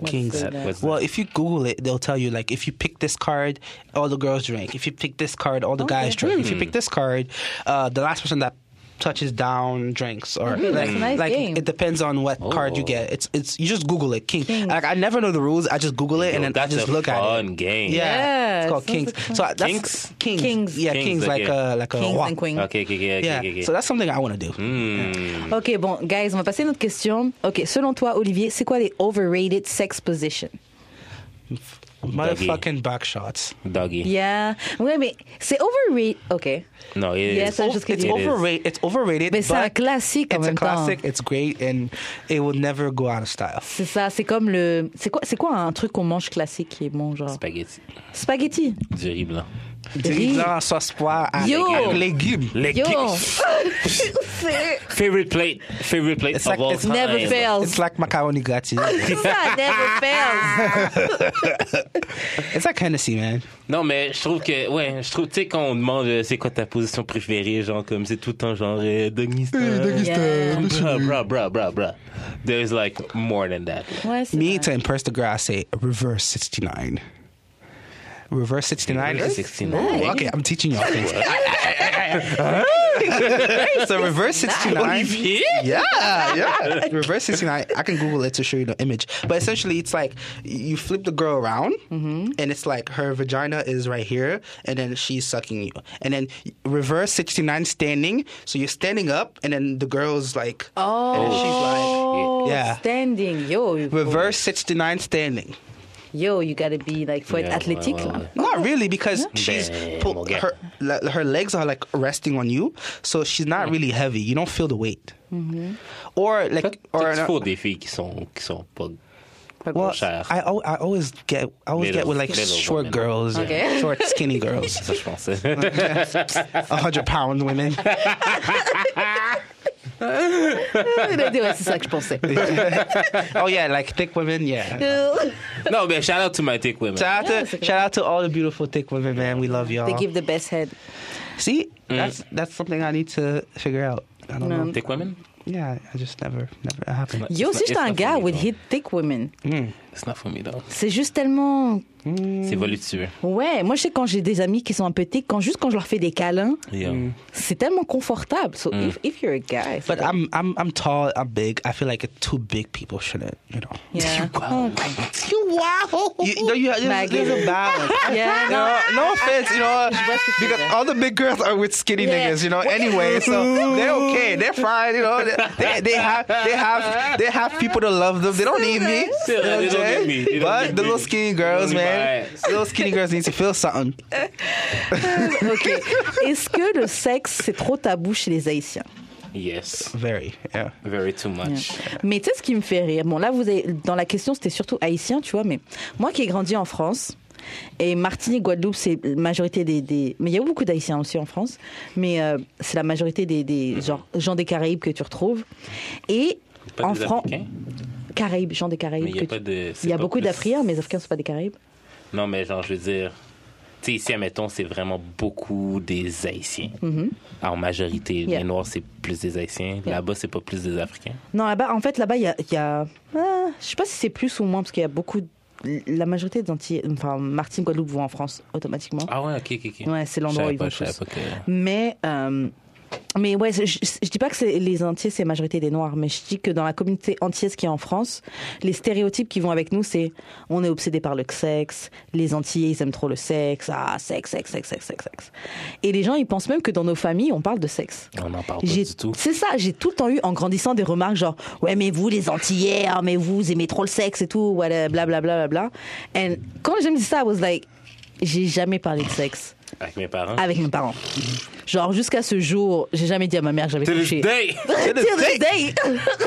Speaker 1: What's
Speaker 3: Kings.
Speaker 1: that?
Speaker 2: What's
Speaker 3: well,
Speaker 2: that?
Speaker 3: if you Google it, they'll tell you like if you pick this card, all the girls drink. If you pick this card, all the guys drink.
Speaker 2: Hmm.
Speaker 3: If you pick this card, uh, the last person that touches down drinks or like,
Speaker 1: that's a Hmm. nice
Speaker 3: like
Speaker 1: game.
Speaker 3: it depends on what card you
Speaker 2: Oh.
Speaker 3: get. It's it's you just Google it, King. Like I never know the rules. I just Google it and
Speaker 2: Yo,
Speaker 3: then I
Speaker 2: that's
Speaker 3: just
Speaker 2: a
Speaker 3: look at it.
Speaker 2: fun game.
Speaker 3: Yeah,
Speaker 1: Yeah,
Speaker 3: it's called
Speaker 1: it sounds
Speaker 3: Kings.
Speaker 1: like fun.
Speaker 3: So uh, that's
Speaker 2: Kings?
Speaker 3: Kings.
Speaker 1: Kings.
Speaker 3: Yeah,
Speaker 2: Kings,
Speaker 3: Kings, like
Speaker 2: okay.
Speaker 3: a like a
Speaker 1: Kings
Speaker 3: wah.
Speaker 1: and queens.
Speaker 2: Ok, ok, ok, ok.
Speaker 3: Yeah,
Speaker 2: ok, ok.
Speaker 3: so that's something I want to do.
Speaker 2: Hmm.
Speaker 1: Ok, bon, guys, on va passer à notre question. Ok, selon toi, Olivier, c'est quoi les overrated sex positions?
Speaker 3: Motherfucking back shots.
Speaker 2: Doggy.
Speaker 1: Yeah. Ouais, mais c'est overrated. Ok.
Speaker 2: Non, it
Speaker 1: Yes,
Speaker 2: is.
Speaker 1: I
Speaker 3: It's
Speaker 1: just kidding. It is.
Speaker 3: overrated. It's overrated.
Speaker 1: Mais c'est un
Speaker 3: but
Speaker 1: classique en
Speaker 3: It's a
Speaker 1: même temps.
Speaker 3: classic. It's great, and it will never go out of style.
Speaker 1: C'est ça, c'est comme le. C'est quoi, c'est quoi un truc qu'on mange classique qui est bon, genre
Speaker 2: Spaghetti. hein.
Speaker 1: Spaghetti.
Speaker 2: Du riz blanc.
Speaker 3: Riz blanc, sauce poire, avec
Speaker 1: Yo.
Speaker 3: légumes.
Speaker 2: Les
Speaker 1: Yo
Speaker 2: kicks.
Speaker 1: C'est
Speaker 2: Favorite plate. Favorite plate
Speaker 3: It's
Speaker 2: of
Speaker 3: like-
Speaker 2: all
Speaker 3: it's
Speaker 2: time.
Speaker 1: never fails.
Speaker 3: It's like macaroni gratin.
Speaker 1: C'est ça, never fails.
Speaker 3: it's like Hennessy, man.
Speaker 2: Non, mais je trouve que, ouais, je trouve, tu sais, quand on demande euh, c'est quoi ta position préférée, genre, comme c'est tout le temps, genre, euh, Doggy
Speaker 3: uh,
Speaker 2: Style.
Speaker 1: Yeah.
Speaker 2: Bruh, bruh, bruh, bruh, bruh. There's like more than that.
Speaker 1: Ouais, c'est
Speaker 3: Me
Speaker 1: vrai.
Speaker 3: to impress the girl, I say reverse sixty nine. Reverse sixty nine.
Speaker 2: Reverse 69.
Speaker 3: Okay, I'm teaching y'all things. it's a reverse 69.
Speaker 2: Olivier?
Speaker 3: Yeah, yeah. reverse 69. I can Google it to show you the image. But essentially, it's like you flip the girl around, and it's like her vagina is right here, and then she's sucking you. And then reverse 69 standing. So you're standing up, and then the girl's like, oh. and then she's like,
Speaker 1: Oh,
Speaker 3: Yeah.
Speaker 1: standing, yo. il faut-
Speaker 3: reverse 69 standing.
Speaker 1: Yo, you gotta be like, faut être
Speaker 2: Yeah,
Speaker 1: athlétique
Speaker 2: ouais, ouais,
Speaker 1: là.
Speaker 2: ouais.
Speaker 3: Not really, because she's
Speaker 2: Damn,
Speaker 3: pull-
Speaker 2: okay.
Speaker 3: her le- her legs are like resting on you, so she's not really heavy. You don't feel the weight,
Speaker 1: Mm-hmm.
Speaker 3: or like or uh,
Speaker 2: Il faut des filles qui sont, qui sont pas.
Speaker 3: well,
Speaker 2: cher.
Speaker 3: I, al- I always get I always
Speaker 2: Little-
Speaker 3: get with like
Speaker 2: little
Speaker 3: short
Speaker 2: women.
Speaker 3: girls,
Speaker 1: Okay.
Speaker 3: short skinny girls,
Speaker 2: Ça, je pensais.
Speaker 3: a hundred pound women.
Speaker 1: Il a dit, ouais, c'est ça que je pensais.
Speaker 3: oh yeah, like thick women. Yeah.
Speaker 2: non, mais shout out to my thick women.
Speaker 3: Shout out
Speaker 1: Yeah,
Speaker 3: to
Speaker 1: it's okay.
Speaker 3: shout out to all the beautiful thick women, man. We love y'all.
Speaker 1: They give the best head.
Speaker 3: See,
Speaker 2: Mm.
Speaker 3: that's that's something I need to figure out. I don't know.
Speaker 2: Thick women?
Speaker 3: Yeah, I just never never it happened.
Speaker 1: Yo,
Speaker 2: It's
Speaker 1: si
Speaker 2: not-
Speaker 1: j'étais
Speaker 2: it's
Speaker 1: un
Speaker 2: not
Speaker 1: gars
Speaker 2: for me,
Speaker 1: with
Speaker 2: though.
Speaker 1: hit thick women,
Speaker 2: It's not for me, though.
Speaker 1: c'est juste tellement.
Speaker 2: C'est voluptueux.
Speaker 1: Ouais, moi je sais quand j'ai des amis qui sont un peu thick, quand juste quand je leur fais des câlins,
Speaker 2: Yeah.
Speaker 1: c'est tellement confortable. So if, if you're a guy,
Speaker 3: Mm. But I'm I'm I'm tall. I'm big. I feel like two big people shouldn't. You know.
Speaker 1: yeah.
Speaker 3: You, no, you, there's,
Speaker 1: Maggie.
Speaker 3: there's a balance.
Speaker 1: Yeah,
Speaker 3: no, no offense, you know,
Speaker 1: what you
Speaker 3: because
Speaker 1: mean.
Speaker 3: all the big girls are with skinny
Speaker 1: Yeah.
Speaker 3: niggas, you know. Anyway, so they're okay, they're fine, you know. They, they, they have they have they have people to love them. They don't need me.
Speaker 2: Still,
Speaker 3: You
Speaker 2: they
Speaker 3: know what I'm
Speaker 2: don't need
Speaker 3: saying?
Speaker 2: me. They don't
Speaker 3: but
Speaker 2: need
Speaker 3: the
Speaker 2: me.
Speaker 3: little skinny girls,
Speaker 2: They don't need
Speaker 3: man,
Speaker 2: my ass.
Speaker 3: little skinny girls need to feel something.
Speaker 1: Ok. Est-ce que le sexe c'est trop tabou chez les Haïtiens?
Speaker 2: Yes.
Speaker 3: Very, yeah.
Speaker 2: Very too much.
Speaker 1: Mais tu sais ce qui me fait rire Bon, là, vous avez, dans la question, c'était surtout haïtien, tu vois, mais moi qui ai grandi en France, et Martinique, Guadeloupe, c'est la majorité des, des- Mais il y a eu beaucoup d'haïtiens aussi en France, mais euh, c'est la majorité des, des genre, gens des Caraïbes que tu retrouves. Et
Speaker 2: Pas
Speaker 1: en
Speaker 2: des
Speaker 1: France.
Speaker 2: Africains?
Speaker 1: Caraïbes, gens des Caraïbes.
Speaker 2: Mais il y a
Speaker 1: que
Speaker 2: pas
Speaker 1: tu-
Speaker 2: de- c'est
Speaker 1: Il y a
Speaker 2: pas
Speaker 1: beaucoup
Speaker 2: plus-
Speaker 1: d'Africains, mais les Africains ne sont pas des Caraïbes.
Speaker 2: Non, mais genre, je veux dire, tu sais, ici, admettons, c'est vraiment beaucoup des Haïtiens. En majorité,
Speaker 1: Yeah.
Speaker 2: les Noirs, c'est plus des Haïtiens. Là-bas, c'est pas plus des Africains.
Speaker 1: Non, là-bas, en fait, là-bas, il y a. il y a- ah, je sais pas si c'est plus ou moins, parce qu'il y a beaucoup. de- La majorité des Antilles. Enfin, Martinique, Guadeloupe vont en France automatiquement.
Speaker 2: Ah ouais, ok, ok, ok.
Speaker 1: Ouais, c'est l'endroit où ils
Speaker 2: Je
Speaker 1: vont
Speaker 2: savais
Speaker 1: tous.
Speaker 2: pas, je savais pas que-
Speaker 1: Mais, euh, mais ouais, je, je, je dis pas que c'est les Antillais, c'est la majorité des Noirs, mais je dis que dans la communauté antillaise qui est en France, les stéréotypes qui vont avec nous, c'est on est obsédé par le sexe, les Antillais, ils aiment trop le sexe, ah, sexe, sexe, sexe, sexe, sexe, sexe. Et les gens, ils pensent même que dans nos familles, on parle de sexe.
Speaker 2: On n'en parle pas
Speaker 1: J'ai-
Speaker 2: du tout.
Speaker 1: C'est ça, j'ai tout le temps eu en grandissant des remarques genre ouais mais vous les Antillais, ah, mais vous aimez trop le sexe et tout, voilà, bla bla bla bla bla. And quand je me dis ça, I was like, j'ai jamais parlé de sexe
Speaker 2: Avec mes parents.
Speaker 1: avec mes parents. Genre jusqu'à ce jour, j'ai jamais dit à ma mère que j'avais
Speaker 2: Till this
Speaker 1: couché.
Speaker 2: day!
Speaker 1: Till this day.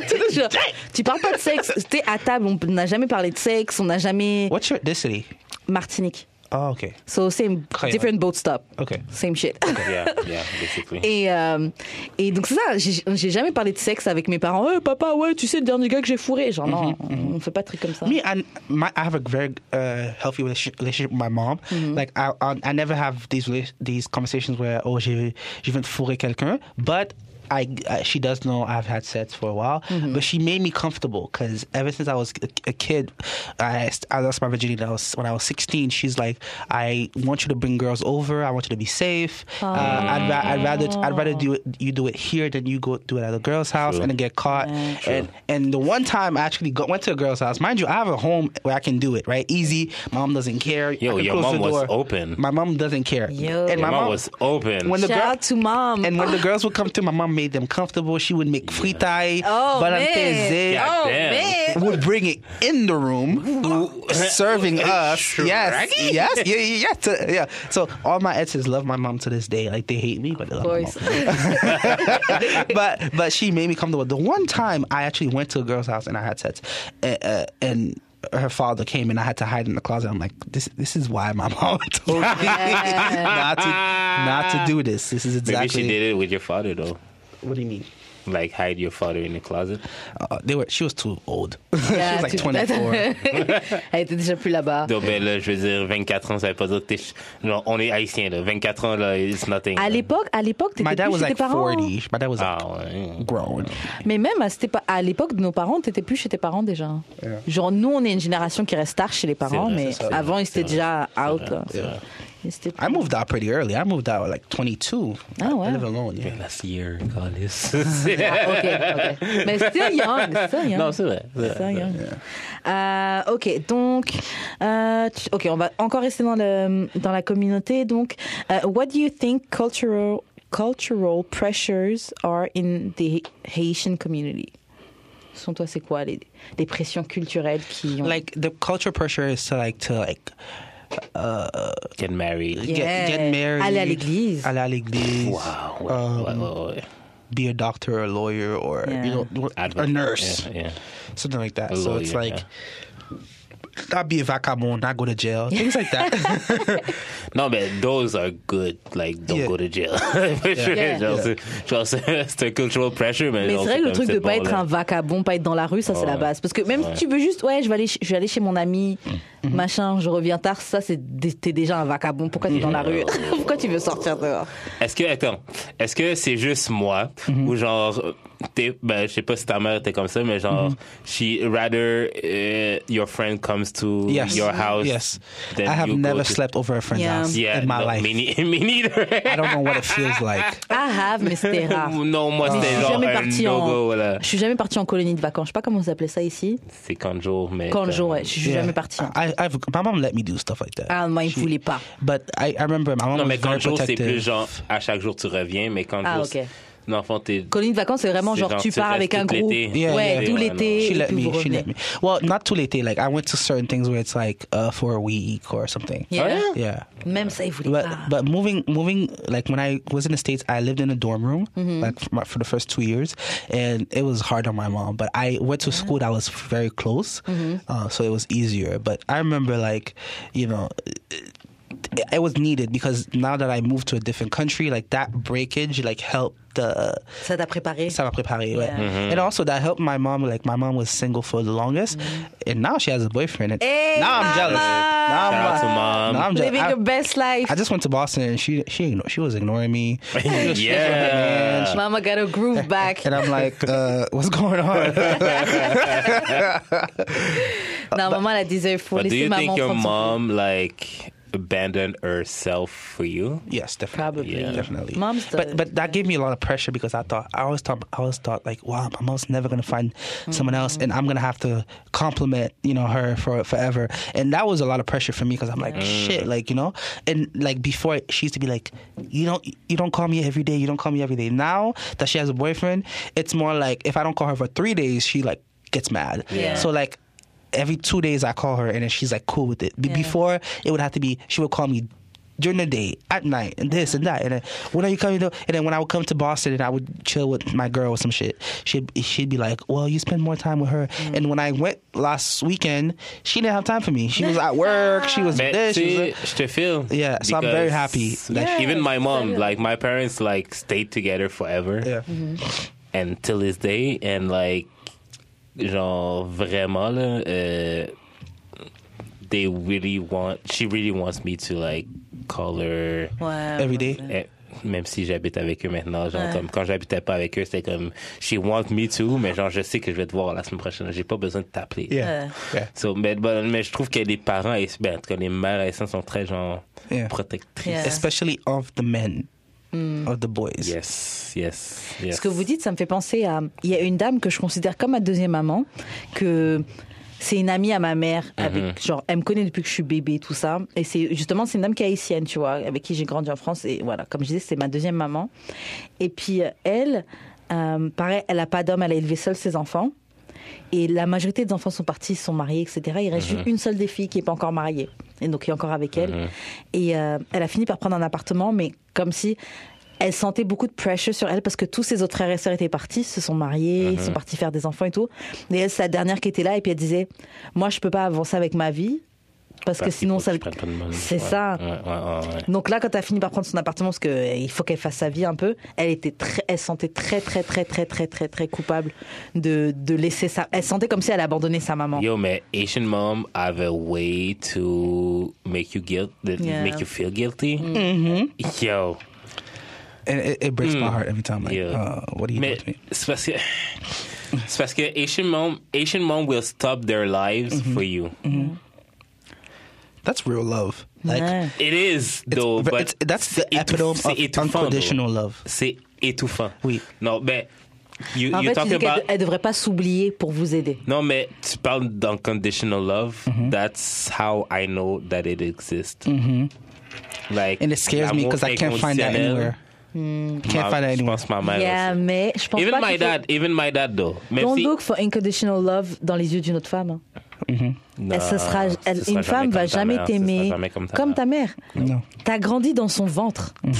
Speaker 1: Genre, tu parles pas de sexe. T'es à table, on n'a jamais parlé de sexe, on n'a jamais
Speaker 3: What's your ethnicity?
Speaker 1: Martinique.
Speaker 3: Oh, okay,
Speaker 1: So same,
Speaker 3: Créole.
Speaker 1: different boat stop.
Speaker 3: okay.
Speaker 1: Same shit.
Speaker 2: yeah, yeah, basically.
Speaker 1: Et, euh, et donc c'est ça, j'ai- j'ai jamais parlé de sexe avec mes parents. Eh, papa, ouais, tu sais le dernier gars que j'ai fourré. Genre non, on- on fait pas de trucs comme ça.
Speaker 3: Mhm, Me and my, I have a very uh, healthy relationship relationship with my mom. Like I, I, I never have these rela- these conversations where oh j'ai j'ai even fourré quelqu'un, but. I, I, she does know I've had sex for a while, but she made me comfortable because ever since I was a, a kid, I, I lost my virginity when I, was, when I was 16. She's like, I want you to bring girls over. I want you to be safe. Uh, I'd, ra- I'd rather I'd rather do it, you do it here than you go do it at a girl's house
Speaker 2: True.
Speaker 3: and then get caught. And and the one time I actually go, went to a girl's house, mind you, I have a home where I can do it, right? Easy. My mom doesn't care. I
Speaker 2: Yo,
Speaker 3: can
Speaker 2: your
Speaker 3: close
Speaker 2: mom
Speaker 3: the
Speaker 2: was
Speaker 3: door.
Speaker 2: open.
Speaker 3: My mom doesn't care.
Speaker 1: Yo.
Speaker 3: And
Speaker 2: My
Speaker 3: my
Speaker 2: mom,
Speaker 3: mom
Speaker 2: was open.
Speaker 3: when the
Speaker 1: Shout
Speaker 3: girl-
Speaker 1: out to mom.
Speaker 3: And when the girls would come to my mom made them comfortable. She would make fritai,
Speaker 1: oh man,
Speaker 3: balantese,
Speaker 2: God
Speaker 1: oh
Speaker 2: damn.
Speaker 1: man.
Speaker 3: would bring it in the room, serving us. Yes,
Speaker 2: Shraggy?
Speaker 3: yes, yeah, yeah, yeah, to- yeah. So all my exes love my mom to this day. Like they hate me, but they love my mom.
Speaker 1: course.
Speaker 3: but but she made me comfortable. The one time I actually went to a girl's house and I had sex, uh, uh, and her father came and I had to hide in the closet. I'm like, this this is why my mom told me not to not to do this. This is
Speaker 2: Maybe
Speaker 3: exactly
Speaker 2: she did it with your father, though.
Speaker 3: what do you mean?
Speaker 2: Like, hide your father in the closet.
Speaker 3: Uh, they were. She was too old. she
Speaker 1: Yeah,
Speaker 3: was like
Speaker 1: tu-
Speaker 3: 24.
Speaker 1: Elle était déjà plus là-bas.
Speaker 2: Donc, ben là, je veux dire, 24 ans, ça veut pas dire que t'es. ch- Genre, on est haïtien, là. 24 ans, là, it's nothing.
Speaker 1: À
Speaker 2: là.
Speaker 1: l'époque, à l'époque, t'étais
Speaker 3: my dad
Speaker 1: plus
Speaker 3: was
Speaker 1: chez tes
Speaker 3: like
Speaker 1: parents.
Speaker 3: 40. My dad was like,
Speaker 2: Ah, ouais.
Speaker 3: grown.
Speaker 1: Mais même à, cette épo- à l'époque de nos parents, t'étais plus chez tes parents déjà. Genre nous, on est une génération qui reste tard chez les parents,
Speaker 2: vrai,
Speaker 1: mais
Speaker 2: c'est ça.
Speaker 1: avant ils
Speaker 2: C'est
Speaker 1: étaient
Speaker 2: vrai.
Speaker 1: déjà out.
Speaker 2: vrai,
Speaker 1: là.
Speaker 2: c'est vrai.
Speaker 1: It's the-
Speaker 3: I moved out pretty early. I moved out at like 22.
Speaker 1: Ah,
Speaker 3: I,
Speaker 1: wow.
Speaker 3: I live alone. Yeah.
Speaker 2: Last year, Carlis.
Speaker 1: Ah, ok, ok. Mais still young, still young.
Speaker 2: non, c'est vrai. c'est vrai,
Speaker 1: Ça,
Speaker 2: c'est
Speaker 1: y est.
Speaker 2: vrai.
Speaker 1: Euh, ok, donc, euh, tu- ok, on va encore rester dans, le, dans la communauté. Donc, euh, what do you think cultural, cultural pressures are in the Haitian community? Selon toi, c'est quoi les, les pressions culturelles qui ont.
Speaker 3: Like the culture pressure is to like to like
Speaker 2: Get married.
Speaker 1: Yeah.
Speaker 3: get, get married,
Speaker 1: Aller à l'église.
Speaker 3: aller à l'église,
Speaker 2: Wow. Ouais,
Speaker 3: um,
Speaker 2: ouais, ouais, ouais.
Speaker 3: be a doctor, a lawyer, or
Speaker 1: Yeah.
Speaker 3: you know,
Speaker 2: Advocate,
Speaker 3: a nurse,
Speaker 2: yeah, yeah.
Speaker 3: something like that.
Speaker 2: A
Speaker 3: so it's
Speaker 2: lawyer,
Speaker 3: like
Speaker 2: yeah.
Speaker 3: not be a vagabond, not go to jail, things like that.
Speaker 2: Non, mais those are good. Like, don't
Speaker 3: Yeah.
Speaker 2: go to jail. For sure.
Speaker 1: Yeah.
Speaker 2: Genre, c'est- genre, c'est c'est un cultural pressure, mais.
Speaker 1: Mais
Speaker 2: genre,
Speaker 1: c'est vrai que le
Speaker 2: comme
Speaker 1: truc de
Speaker 2: c'est
Speaker 1: pas
Speaker 2: bon,
Speaker 1: être
Speaker 2: là.
Speaker 1: un vagabond, pas être dans la rue, ça c'est la
Speaker 2: Ouais. Mm-hmm.
Speaker 1: base. Parce que même si tu veux juste, ouais, je vais aller, ch- je vais aller chez mon ami, machin, je reviens tard, ça c'est dé- t'es déjà un vagabond. Pourquoi t'es dans la
Speaker 2: Mm-hmm.
Speaker 1: rue Pourquoi tu veux sortir dehors
Speaker 2: Est-ce que, attends, est-ce que c'est juste moi
Speaker 3: Mm-hmm.
Speaker 2: ou genre, t'es, ben, je sais pas si ta mère était comme ça, mais genre,
Speaker 3: Mm-hmm.
Speaker 2: she rather uh, your friend comes to
Speaker 3: yes,
Speaker 2: your house.
Speaker 3: Yes, I
Speaker 2: than
Speaker 3: have
Speaker 2: you go
Speaker 3: never
Speaker 2: to-
Speaker 3: slept over a friend's
Speaker 1: Yeah.
Speaker 3: house
Speaker 2: Yeah,
Speaker 3: in my
Speaker 2: no,
Speaker 3: life.
Speaker 2: Me, ni- me neither.
Speaker 3: I don't know what it feels like.
Speaker 1: I have, mais c'était rare.
Speaker 2: non, moi,
Speaker 1: Mais je
Speaker 2: c'était
Speaker 1: suis
Speaker 2: genre
Speaker 1: jamais
Speaker 2: un
Speaker 1: partie en-
Speaker 2: no-go, là.
Speaker 1: Je suis jamais partie en colonie de vacances. Je sais pas comment vous appelez ça ici.
Speaker 2: C'est Ah, Kanjo, mais.
Speaker 1: Canjo, ouais. Je suis
Speaker 3: Yeah.
Speaker 1: jamais partie. hein.
Speaker 3: I, I've my mom let me do stuff like that.
Speaker 1: Ah, moi, il
Speaker 3: She-
Speaker 1: ne voulait pas.
Speaker 3: But I, I remember my mom
Speaker 2: Non, mais
Speaker 3: was very
Speaker 2: Kanjo, c'est
Speaker 3: protective.
Speaker 2: plus genre, à chaque jour, tu reviens, mais Kanjo.
Speaker 1: Ah, ok.
Speaker 2: c'est- Dans le fond, t'es.
Speaker 1: Colonie de vacances, c'est vraiment
Speaker 2: C'est
Speaker 1: genre,
Speaker 2: genre,
Speaker 1: tu
Speaker 2: tu
Speaker 1: pars
Speaker 2: restes
Speaker 1: avec un
Speaker 2: tout
Speaker 1: groupe.
Speaker 2: l'été.
Speaker 3: Yeah,
Speaker 1: ouais,
Speaker 3: yeah,
Speaker 1: tout
Speaker 2: ouais,
Speaker 1: l'été.
Speaker 3: She
Speaker 1: et
Speaker 3: let
Speaker 1: puis
Speaker 3: me.
Speaker 1: vous
Speaker 3: She
Speaker 1: revenez.
Speaker 3: let me. Well, not too late. Like I went to certain things where it's like uh, for a week or something.
Speaker 1: Yeah.
Speaker 2: Ah, yeah?
Speaker 3: Yeah.
Speaker 1: Même ça, il voulait
Speaker 3: But
Speaker 1: pas.
Speaker 2: bah-
Speaker 3: but moving moving like when I was in the states, I lived in a dorm room
Speaker 1: Mm-hmm.
Speaker 3: like for, my, for the first two years, and it was hard on my mom. But I went to school that was very close,
Speaker 1: Mm-hmm.
Speaker 3: uh, so it was easier. But I remember like, you know. It, it was needed because now that I moved to a different country, like that breakage, like helped the
Speaker 1: ça t'a préparé.
Speaker 3: ça m'a préparé, ouais.
Speaker 1: Yeah. Mm-hmm.
Speaker 3: And also that helped my mom. Like my mom was single for the longest, and now she has a boyfriend. And
Speaker 1: Mm-hmm. Hey,
Speaker 3: now I'm jealous. Now
Speaker 2: Shout out to
Speaker 3: I'm,
Speaker 2: mom.
Speaker 3: now I'm jealous.
Speaker 1: Living
Speaker 2: Ah.
Speaker 3: I-
Speaker 1: your best life.
Speaker 3: I just went to Boston and she she igno- she was ignoring me.
Speaker 2: yeah.
Speaker 1: Mama got a
Speaker 2: Eh,
Speaker 1: groove back.
Speaker 3: And I'm like, uh, what's going on?
Speaker 1: Non, maman, elle a dit, il faut
Speaker 2: But bah- do
Speaker 1: laisser
Speaker 2: you
Speaker 1: maman
Speaker 2: think your
Speaker 1: prendre son
Speaker 2: mom, like, abandoned herself for you?
Speaker 3: yes, definitely.
Speaker 1: Probably.
Speaker 2: Yeah.
Speaker 3: Definitely.
Speaker 1: Mom's the-
Speaker 3: but but that gave me a lot of pressure because I thought I always thought I always thought like, wow, my mom's never gonna find someone else
Speaker 1: Mm-hmm.
Speaker 3: and I'm gonna have to compliment, you know, her for forever. And that was a lot of pressure for me because I'm like, shit, like, you know? And like before she used to be like, You don't you don't call me every day, you don't call me every day. Now that she has a boyfriend, it's more like if I don't call her for three days, she like gets mad.
Speaker 1: Yeah.
Speaker 3: So like every two days I call her and then she's like cool with it. Be
Speaker 1: Yeah.
Speaker 3: Before it would have to be she would call me during the day, at night, and this and that. And then when are you coming? To, and then when I would come to Boston and I would chill with my girl or some shit, she'd she'd be like, "Well, you spend more time with her."
Speaker 1: Mm.
Speaker 3: And when I went last weekend, she didn't have time for me. She was at work. She was
Speaker 2: Mais
Speaker 3: this. She
Speaker 2: tu
Speaker 3: was
Speaker 2: sais, je te feel.
Speaker 3: Yeah, so I'm very happy
Speaker 2: Because,
Speaker 3: that
Speaker 2: like,
Speaker 1: she-
Speaker 2: even my mom,
Speaker 1: Yeah.
Speaker 2: like my parents, like stayed together forever
Speaker 3: that.
Speaker 1: Mm-hmm.
Speaker 3: yeah.
Speaker 2: and till this day, and like, genre vraiment là, uh, they really want. She really wants me to like call her.
Speaker 1: Ouais, ouais,
Speaker 3: Every day.
Speaker 1: ouais.
Speaker 2: Eh, Même si j'habite avec eux maintenant, genre comme quand j'habitais pas avec eux, c'était comme she wants me to, mais genre je sais que je vais te voir la semaine prochaine, j'ai pas besoin de t'appeler.
Speaker 3: Yeah. yeah.
Speaker 2: So, mais, bon, mais je trouve que les parents, et, ben, en tout cas, les mères et sont très genre
Speaker 3: Yeah.
Speaker 2: protectrices.
Speaker 1: Yeah. Mm.
Speaker 3: Especially of the men, of the boys.
Speaker 2: Yes, yes, yes.
Speaker 1: Ce que vous dites, ça me fait penser à. Il y a une dame que je considère comme ma deuxième maman, que c'est une amie à ma mère, avec, genre, elle me connaît depuis que je suis bébé, tout ça. Et c'est justement, c'est une dame qui est haïtienne, tu vois, avec qui j'ai grandi en France. Et voilà, comme je disais, c'est ma deuxième maman. Et puis, euh, elle, euh, pareil, elle n'a pas d'homme, elle a élevé seule ses enfants. Et la majorité des enfants sont partis, sont mariés, etc. Il reste une seule des filles qui n'est pas encore mariée. Et donc, qui est encore avec
Speaker 2: Mhm.
Speaker 1: elle. Et euh, elle a fini par prendre un appartement, mais comme si elle sentait beaucoup de pressure sur elle parce que tous ses autres frères et sœurs étaient partis, se sont mariés,
Speaker 2: Uh-huh.
Speaker 1: ils sont partis faire des enfants et tout. Et elle, c'est la dernière qui était là. Et puis, elle disait Moi, je peux pas avancer avec ma vie parce, que
Speaker 2: Parce qu'il
Speaker 1: sinon,
Speaker 2: faut
Speaker 1: ça.
Speaker 2: je prenne pas de money.
Speaker 1: C'est
Speaker 2: Ouais,
Speaker 1: ça.
Speaker 2: ouais, ouais, ouais, ouais.
Speaker 1: Donc là, quand elle a fini par prendre son appartement, parce qu'il faut qu'elle fasse sa vie un peu, elle était très, elle sentait très, très, très, très, très, très, très coupable de, de laisser ça. Elle sentait comme si elle abandonnait sa maman.
Speaker 2: Yo, man, Asian mom have a way to make you guilt, that
Speaker 1: Yeah.
Speaker 2: make you feel guilty. Mm-hmm. Yo,
Speaker 3: And it, it breaks my heart every time. Like,
Speaker 2: Yeah.
Speaker 3: uh, what do you
Speaker 2: mais
Speaker 3: doing to me?
Speaker 2: c'est parce que c'est parce
Speaker 3: Mm-hmm.
Speaker 2: que Asian mom, Asian mom will stop their lives for you.
Speaker 3: that's real love. Like
Speaker 1: Ouais.
Speaker 2: It is,
Speaker 3: it's-
Speaker 2: though, but
Speaker 3: it's- that's the
Speaker 2: c'est étou-
Speaker 3: epitome
Speaker 2: c'est
Speaker 3: of
Speaker 2: étouffant, though.
Speaker 3: unconditional love.
Speaker 2: C'est étouffant.
Speaker 3: Oui.
Speaker 2: Non, mais. You,
Speaker 1: En
Speaker 2: you
Speaker 1: fait,
Speaker 2: talk
Speaker 1: il dit qu'elle
Speaker 2: about.
Speaker 1: de- elle devrait pas s'oublier pour vous aider.
Speaker 2: Non, mais tu parles d'unconditional love.
Speaker 3: Mm-hmm.
Speaker 2: That's how I know that it exists. Like,
Speaker 3: And it scares me
Speaker 2: l'amour
Speaker 3: 'cause I can't find that
Speaker 2: inconditionnel.
Speaker 3: anywhere. Can't
Speaker 2: Ma-
Speaker 3: find that
Speaker 2: Je
Speaker 3: anywhere.
Speaker 2: pense ma mère
Speaker 1: Yeah,
Speaker 2: aussi.
Speaker 1: mais je pense
Speaker 2: Even
Speaker 1: pas
Speaker 2: my
Speaker 1: qu'il faut-
Speaker 2: dad, even my dad though. Même
Speaker 1: Don't
Speaker 2: si-
Speaker 1: look for unconditional love dans les yeux d'une autre femme. hein.
Speaker 2: Non,
Speaker 1: Elle, ce sera,
Speaker 2: ce
Speaker 1: elle-
Speaker 2: sera
Speaker 1: une femme
Speaker 2: comme
Speaker 1: va
Speaker 2: ta
Speaker 1: jamais
Speaker 2: mère, ce sera
Speaker 1: t'aimer
Speaker 2: jamais comme ta
Speaker 1: comme
Speaker 2: mère.
Speaker 1: ta mère.
Speaker 3: No.
Speaker 1: T'as grandi dans son ventre.
Speaker 3: Mhm.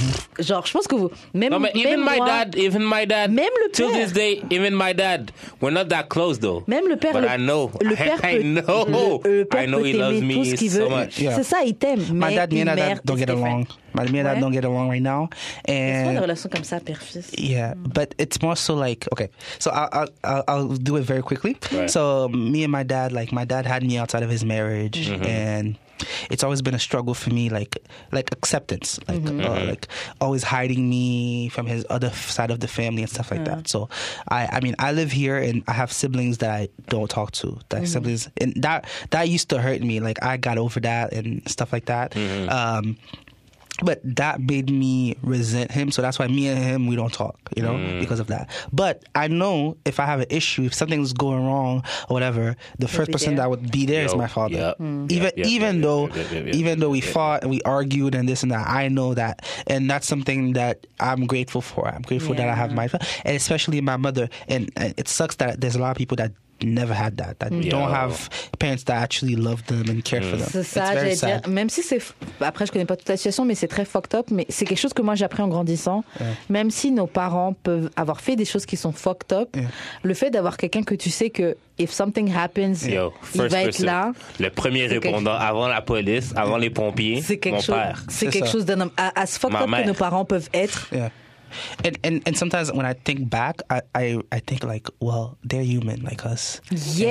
Speaker 1: Genre, je pense que vous. Même,
Speaker 2: Non, mais
Speaker 1: même
Speaker 2: even my
Speaker 1: moi,
Speaker 2: dad, even my dad.
Speaker 1: Même le
Speaker 2: Till
Speaker 1: père.
Speaker 2: this day, even my dad. We're not that close though.
Speaker 1: Même le père,
Speaker 2: But
Speaker 1: le,
Speaker 2: I know.
Speaker 1: le
Speaker 2: I-
Speaker 1: père
Speaker 2: I
Speaker 1: peut,
Speaker 2: know.
Speaker 1: le, le père
Speaker 2: I know
Speaker 1: peut
Speaker 2: he loves
Speaker 1: t'aimer
Speaker 2: me
Speaker 1: tout ce qu'il
Speaker 2: so
Speaker 1: veut.
Speaker 2: much.
Speaker 3: Yeah.
Speaker 1: C'est ça, il t'aime.
Speaker 3: My
Speaker 1: mais
Speaker 3: dad, me
Speaker 1: une
Speaker 3: and my
Speaker 1: mère,
Speaker 3: dad don't
Speaker 1: it's
Speaker 3: get
Speaker 1: different.
Speaker 3: along. My me and dad
Speaker 1: Ouais.
Speaker 3: don't get along right now,
Speaker 1: C'est quoi une
Speaker 3: and
Speaker 1: relation comme ça, père-fils
Speaker 3: yeah, but it's more so like okay. So I'll I'll, I'll, I'll do it very quickly.
Speaker 2: Right.
Speaker 3: So me and my dad, like my dad had me outside of his marriage, and it's always been a struggle for me, like like acceptance, like uh, like always hiding me from his other f- side of the family and stuff like that. So I I mean I live here and I have siblings that I don't talk to. That siblings and that that used to hurt me. Like I got over that and stuff like that. Um, but that made me resent him. So that's why me and him, we don't talk, you know, because of that. But I know if I have an issue, if something's going wrong or whatever, the first
Speaker 1: be
Speaker 3: person
Speaker 1: there.
Speaker 3: that would be there is
Speaker 2: Yo,
Speaker 3: my father.
Speaker 2: yep. Mm.
Speaker 3: Even
Speaker 2: Yep, yep,
Speaker 3: even
Speaker 2: yep,
Speaker 3: though
Speaker 2: yep, yep, yep, yep,
Speaker 3: even though we
Speaker 2: yep, yep.
Speaker 3: fought and we argued and this and that, I know that. And that's something that I'm grateful for. I'm grateful that I have my fa- and especially my mother. And, and it sucks that there's a lot of people that never had that, that
Speaker 1: Mm.
Speaker 3: don't
Speaker 2: Yo.
Speaker 3: have parents that actually love them and care for them.
Speaker 1: C'est
Speaker 3: It's
Speaker 1: ça,
Speaker 3: very
Speaker 1: j'allais
Speaker 3: sad.
Speaker 1: dire. Même si c'est. Après, je connais pas toute la situation, mais c'est très fucked up. Mais c'est quelque chose que moi j'ai appris en grandissant. Même si nos parents peuvent avoir fait des choses qui sont fucked up, le fait d'avoir quelqu'un que tu sais que if something happens,
Speaker 2: Yo,
Speaker 1: il
Speaker 2: first
Speaker 1: va être
Speaker 2: person.
Speaker 1: là.
Speaker 2: Le premier
Speaker 1: C'est quelque-
Speaker 2: répondant avant la police, avant les pompiers,
Speaker 1: C'est quelque
Speaker 2: mon
Speaker 1: chose.
Speaker 2: père.
Speaker 1: C'est
Speaker 3: C'est
Speaker 1: quelque
Speaker 3: ça.
Speaker 1: chose d'un homme. À, à ce fucked
Speaker 2: Ma
Speaker 1: up
Speaker 2: mère.
Speaker 1: que nos parents peuvent être.
Speaker 3: Yeah. And, and and sometimes when I think back, I, I, I think like, well, they're human like us.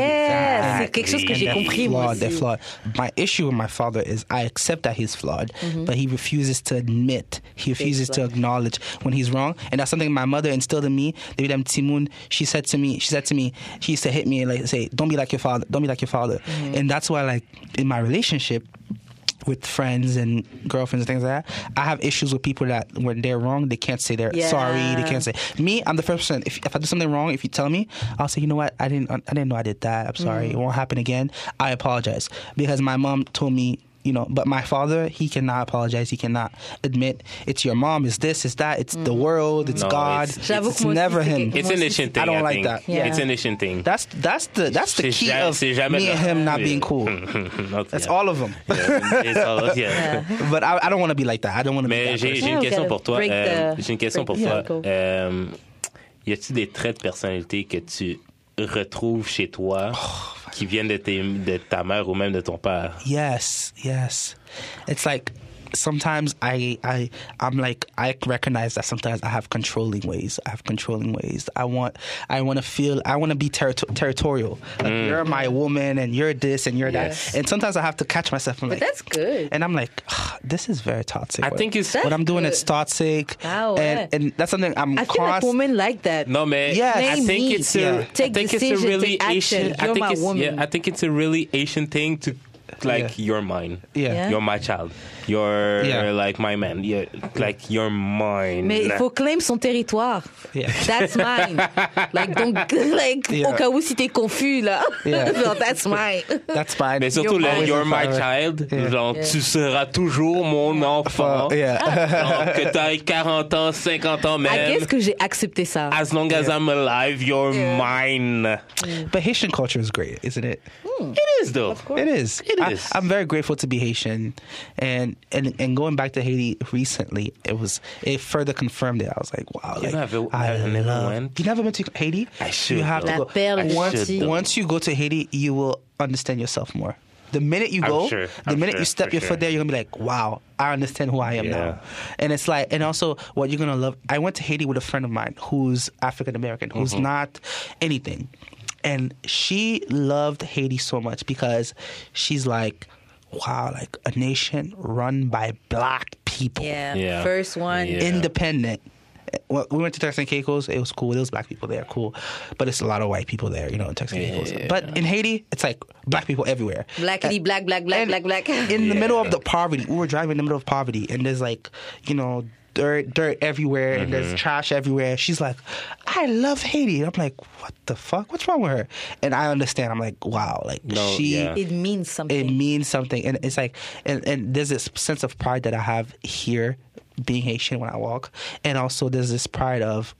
Speaker 1: Yeah, c'est quelque chose que
Speaker 3: And
Speaker 1: j'ai
Speaker 3: they're
Speaker 1: compris moi
Speaker 3: flawed.
Speaker 1: aussi.
Speaker 3: They're flawed. My issue with my father is I accept that he's flawed,
Speaker 1: Mm-hmm.
Speaker 3: but he refuses to admit. He refuses to
Speaker 1: flawed.
Speaker 3: acknowledge when he's wrong, and that's something my mother instilled in me. The Madame Timun, she said to me, she said to me, she used to hit me and like say, "Don't be like your father. Don't be like your father."
Speaker 1: Mm-hmm.
Speaker 3: And that's why, like in my relationship. With friends and girlfriends and things like that, I have issues with people that when they're wrong, they can't say they're
Speaker 1: Yeah.
Speaker 3: sorry. They can't say me. I'm the first person. If, if I do something wrong, if you tell me, I'll say, you know what, I didn't, I didn't know I did that. I'm
Speaker 1: Mm.
Speaker 3: sorry. It won't happen again. I apologize because my mom told me, you know. But my father, he cannot apologize. He cannot admit it's your mom. It's this. It's that. It's the world. It's
Speaker 2: No,
Speaker 3: God.
Speaker 2: it's-
Speaker 3: It's,
Speaker 1: Mm. J'avoue que moi aussi,
Speaker 3: never
Speaker 1: c'est
Speaker 3: him.
Speaker 1: quelque-
Speaker 2: It's an Asian thing.
Speaker 3: I don't like
Speaker 2: think.
Speaker 3: that.
Speaker 1: Yeah.
Speaker 2: It's an Asian thing.
Speaker 3: That's that's the that's
Speaker 2: C'est
Speaker 3: the key
Speaker 2: ja-
Speaker 3: of
Speaker 2: c'est
Speaker 3: me
Speaker 2: jamais de-
Speaker 3: and him not
Speaker 2: Yeah.
Speaker 3: being cool.
Speaker 2: Okay.
Speaker 3: That's all of them.
Speaker 2: Yeah, it's all- yeah.
Speaker 3: but I, I don't want to be like that. I don't want to be
Speaker 2: Mais
Speaker 3: that.
Speaker 2: j'ai j'ai
Speaker 3: person.
Speaker 1: Yeah,
Speaker 2: une
Speaker 1: we
Speaker 2: question
Speaker 1: gotta
Speaker 2: pour toi.
Speaker 1: Ah, break
Speaker 2: Euh,
Speaker 1: the-
Speaker 2: j'ai une question pour
Speaker 1: break the
Speaker 2: toi.
Speaker 1: cycle.
Speaker 2: Euh, y a-tu des traits de personnalité que tu retrouves chez toi qui viennent de, tes- de ta mère ou même de ton père?
Speaker 3: Yes, yes. It's like sometimes I I I'm like I recognize that sometimes I have controlling ways. I have controlling ways. I want I want to feel I want to be territo- territorial. Like you're my woman and you're this and you're
Speaker 2: Mm. Yes.
Speaker 3: that. And sometimes I have to catch myself. I'm
Speaker 1: But
Speaker 3: like,
Speaker 1: that's good.
Speaker 3: And I'm like, "Ugh, this is very toxic.
Speaker 2: I think it's-
Speaker 3: what I'm doing.
Speaker 1: That's
Speaker 3: It's toxic.
Speaker 1: Wow,
Speaker 3: and
Speaker 1: yeah.
Speaker 3: and that's something I'm
Speaker 1: I feel like
Speaker 3: const-
Speaker 1: women like that.
Speaker 2: No, man.
Speaker 3: Yes.
Speaker 2: I
Speaker 3: Name
Speaker 2: think
Speaker 1: me.
Speaker 2: it's a,
Speaker 3: Yeah.
Speaker 2: I
Speaker 1: Take
Speaker 2: think it's a
Speaker 1: decision,
Speaker 2: really
Speaker 1: take action.
Speaker 2: Asian. I
Speaker 1: You're
Speaker 2: think
Speaker 1: my
Speaker 2: it's,
Speaker 1: woman.
Speaker 2: Yeah, I think it's a really Asian thing to like
Speaker 3: Yeah.
Speaker 2: you're mine.
Speaker 3: Yeah.
Speaker 1: Yeah.
Speaker 2: You're my child. You're
Speaker 3: Yeah.
Speaker 2: like my man. You're, like you're mine.
Speaker 1: Mais il faut claim son territoire.
Speaker 3: Yeah.
Speaker 1: That's mine. like, donc, like,
Speaker 3: Yeah.
Speaker 1: au cas où si t'es confus, là.
Speaker 3: Yeah.
Speaker 1: Genre, that's mine.
Speaker 3: That's fine.
Speaker 2: Mais surtout le
Speaker 3: Always
Speaker 2: You're
Speaker 3: in
Speaker 2: my
Speaker 3: favor.
Speaker 2: child,
Speaker 3: Yeah.
Speaker 2: genre tu seras toujours mon enfant.
Speaker 3: Yeah.
Speaker 2: Genre, que t'aies 40 ans, 50 ans
Speaker 1: I
Speaker 2: même.
Speaker 1: guess que j'ai accepté ça.
Speaker 2: euh, As long as I'm alive, you're mine.
Speaker 3: but Haitian culture is great, isn't it?
Speaker 2: It is though.
Speaker 3: It is.
Speaker 2: It
Speaker 3: I,
Speaker 2: is.
Speaker 3: I'm very grateful to be Haitian, and and and going back to Haiti recently, it was it further confirmed it. I was like, wow, like,
Speaker 2: never-
Speaker 3: I
Speaker 2: I never went.
Speaker 3: You never been to Haiti?
Speaker 2: I should,
Speaker 3: You have
Speaker 2: though.
Speaker 3: to
Speaker 1: La
Speaker 3: go.
Speaker 1: perle
Speaker 2: I
Speaker 3: once,
Speaker 2: should, though.
Speaker 3: once you go to Haiti, you will understand yourself more. The minute you
Speaker 2: I'm
Speaker 3: go,
Speaker 2: sure.
Speaker 3: the
Speaker 2: I'm
Speaker 3: minute
Speaker 2: sure,
Speaker 3: you step
Speaker 2: for
Speaker 3: your
Speaker 2: sure.
Speaker 3: foot there, you're gonna be like, wow, I understand who I am
Speaker 2: Yeah.
Speaker 3: now. And it's like, and also what you're gonna love. I went to Haiti with a friend of mine who's African American, who's not anything, and she loved Haiti so much because she's like, wow, like a nation run by black people,
Speaker 1: Yeah.
Speaker 2: Yeah.
Speaker 1: First one.
Speaker 2: Yeah.
Speaker 3: independent. Well, we went to Turks and Caicos. It was cool. There was black people there, cool, but it's a lot of white people there, you know, in Turks and Caicos. But in Haiti, it's like black people everywhere. Uh,
Speaker 4: Blackity, black, black, black,
Speaker 3: And
Speaker 4: black, black.
Speaker 3: in the
Speaker 2: Yeah.
Speaker 3: middle of the poverty. We were driving in the middle of poverty, and there's like, you know, dirt, dirt everywhere, and there's
Speaker 2: Mm-hmm.
Speaker 3: trash everywhere. She's like, I love Haiti. And I'm like, what the fuck? What's wrong with her? And I understand. I'm like, wow, like
Speaker 2: No,
Speaker 3: she.
Speaker 2: yeah.
Speaker 4: It means
Speaker 3: It
Speaker 4: something.
Speaker 3: means something, and it's like, and, and there's this sense of pride that I have here, being Haitian when I walk, and also there's this pride of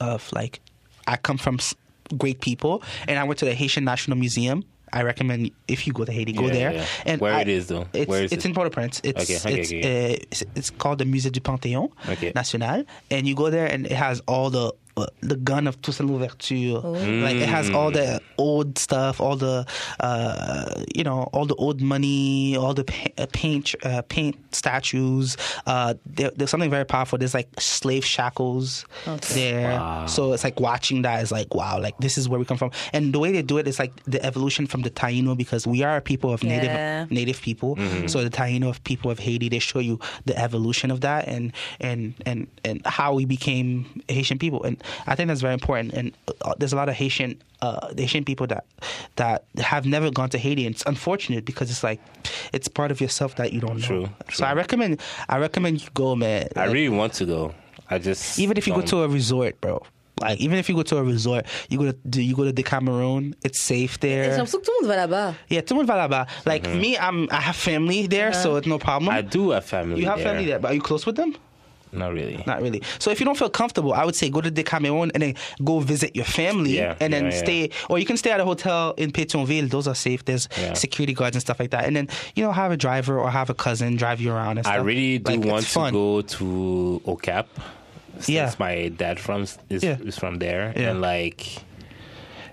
Speaker 3: of like I come from s- great people, and I went to the Haitian National Museum. I recommend if you go to Haiti, go
Speaker 2: Yeah,
Speaker 3: there.
Speaker 2: yeah.
Speaker 3: And
Speaker 2: Where
Speaker 3: I-
Speaker 2: it is, though?
Speaker 3: It's,
Speaker 2: Where is
Speaker 3: it's
Speaker 2: it?
Speaker 3: in Port-au-Prince. It's
Speaker 2: Okay, okay,
Speaker 3: it's,
Speaker 2: okay,
Speaker 3: Uh, it's it's called the Musée du Panthéon
Speaker 2: Okay.
Speaker 3: National, and you go there, and it has all the uh, the gun of Toussaint Louverture. Like it has all the old stuff, all the uh, you know, all the old money, all the pa- uh, paint uh, paint statues. Uh, there, there's something very powerful. There's like slave shackles there, so it's like watching that is like wow, like this is where we come from. And the way they do it is like the evolution from the Taino because we are a people of native
Speaker 4: Yeah.
Speaker 3: native people.
Speaker 2: Mm-hmm.
Speaker 3: So the Taino of people of Haiti, they show you the evolution of that and and and and how we became Haitian people. And I think that's very important. And uh, there's a lot of Haitian uh, Haitian people that that have never gone to Haiti. And it's unfortunate because it's like it's part of yourself that you don't know.
Speaker 2: True,
Speaker 3: So I recommend I recommend you go, man.
Speaker 2: I
Speaker 3: Like,
Speaker 2: really want to go. I just
Speaker 3: even if you go
Speaker 2: don't-
Speaker 3: to a resort, bro. Like even if you go to a resort, you go to you go to the Cameroon. It's safe there.
Speaker 4: J'ai l'impression que tout le monde va là-bas.
Speaker 3: Yeah, tout le monde va là-bas. Like me, I'm I have family there, so it's no problem.
Speaker 2: Mm-hmm. I do have family.
Speaker 3: you have family there, but are you close with them?
Speaker 2: Not really.
Speaker 3: Not really. So if you don't feel comfortable, I would say go to the Cameroon and then go visit your family
Speaker 2: Yeah,
Speaker 3: and then
Speaker 2: yeah, yeah.
Speaker 3: stay or you can stay at a hotel in Pétionville. Those are safe. There's
Speaker 2: Yeah.
Speaker 3: security guards and stuff like that. And then, you know, have a driver or have a cousin drive you around and
Speaker 2: I
Speaker 3: stuff.
Speaker 2: really do
Speaker 3: Like, it's
Speaker 2: want to
Speaker 3: fun.
Speaker 2: go to OCAP. Since
Speaker 3: Yeah.
Speaker 2: my dad from is,
Speaker 3: Yeah.
Speaker 2: is from there,
Speaker 3: Yeah.
Speaker 2: and like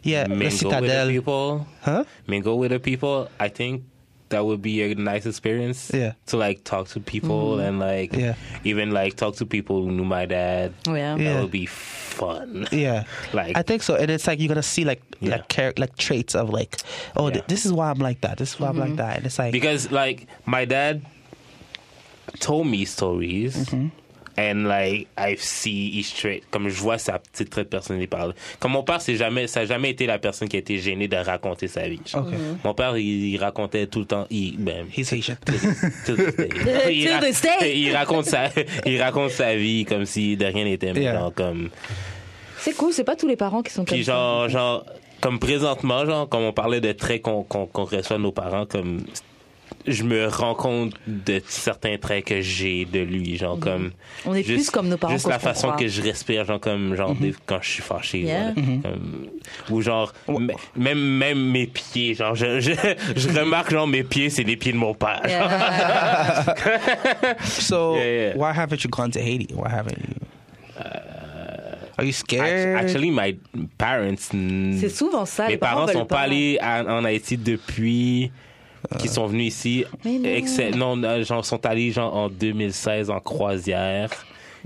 Speaker 3: Yeah, the
Speaker 2: mingle with the
Speaker 3: Citadel.
Speaker 2: people,
Speaker 3: Huh?
Speaker 2: mingle with the people. I think that would be a nice experience.
Speaker 3: Yeah.
Speaker 2: to like talk to people and like
Speaker 3: Yeah.
Speaker 2: even like talk to people who knew my dad.
Speaker 4: Yeah.
Speaker 3: Yeah.
Speaker 2: That would be fun.
Speaker 3: Yeah,
Speaker 2: Like-
Speaker 3: I think so, and it's like you're gonna see like
Speaker 2: Yeah.
Speaker 3: like char- like traits of like, oh,
Speaker 2: Yeah.
Speaker 3: th- this is why I'm like that. This is why I'm like that, and it's like
Speaker 2: because like my dad told me stories
Speaker 3: Mm-hmm.
Speaker 2: and like I've see his trait comme je vois sa petite trait de personnalité parle comme mon père c'est jamais ça a jamais été la personne qui a été gênée de raconter sa vie
Speaker 3: Ok.
Speaker 2: mon père il, il racontait tout le temps il ben
Speaker 3: he's Haitian.
Speaker 2: to this day. il,
Speaker 4: To
Speaker 2: ra-
Speaker 4: this day.
Speaker 2: il raconte sa il raconte sa vie comme si de rien n'était mais
Speaker 3: Yeah.
Speaker 2: genre, comme
Speaker 4: C'est cool, c'est pas tous les parents qui sont comme
Speaker 2: puis
Speaker 4: ça.
Speaker 2: genre, genre, comme présentement, genre, comme on parlait de traits qu'on qu'on qu'on reçoit de nos parents, comme je me rends compte de certains traits que j'ai de lui, genre comme
Speaker 4: Mm-hmm. On est plus comme nos parents
Speaker 2: Juste
Speaker 4: qu'on
Speaker 2: la
Speaker 4: se fait
Speaker 2: façon
Speaker 4: croire.
Speaker 2: que je respire, genre comme genre des- quand je suis fâché,
Speaker 4: Yeah. Mm-hmm.
Speaker 2: voilà, comme- ou genre m- même même mes pieds, genre je je, je remarque genre mes pieds, c'est les pieds de mon père. genre.
Speaker 4: Yeah.
Speaker 3: So
Speaker 2: Yeah, yeah.
Speaker 3: why haven't you gone to Haiti? Why haven't you? Are you
Speaker 2: Act-
Speaker 3: scared?
Speaker 2: Uh, Actually, my parents. n-
Speaker 4: Euh, C'est souvent ça, les
Speaker 2: Mes
Speaker 4: parents
Speaker 2: parents
Speaker 4: veulent
Speaker 2: sont
Speaker 4: pas.
Speaker 2: pas allés à- en Haïti depuis qu'ils sont venus ici.
Speaker 4: Mais non.
Speaker 2: Except- non, non, genre sont allés genre en 2016 en croisière.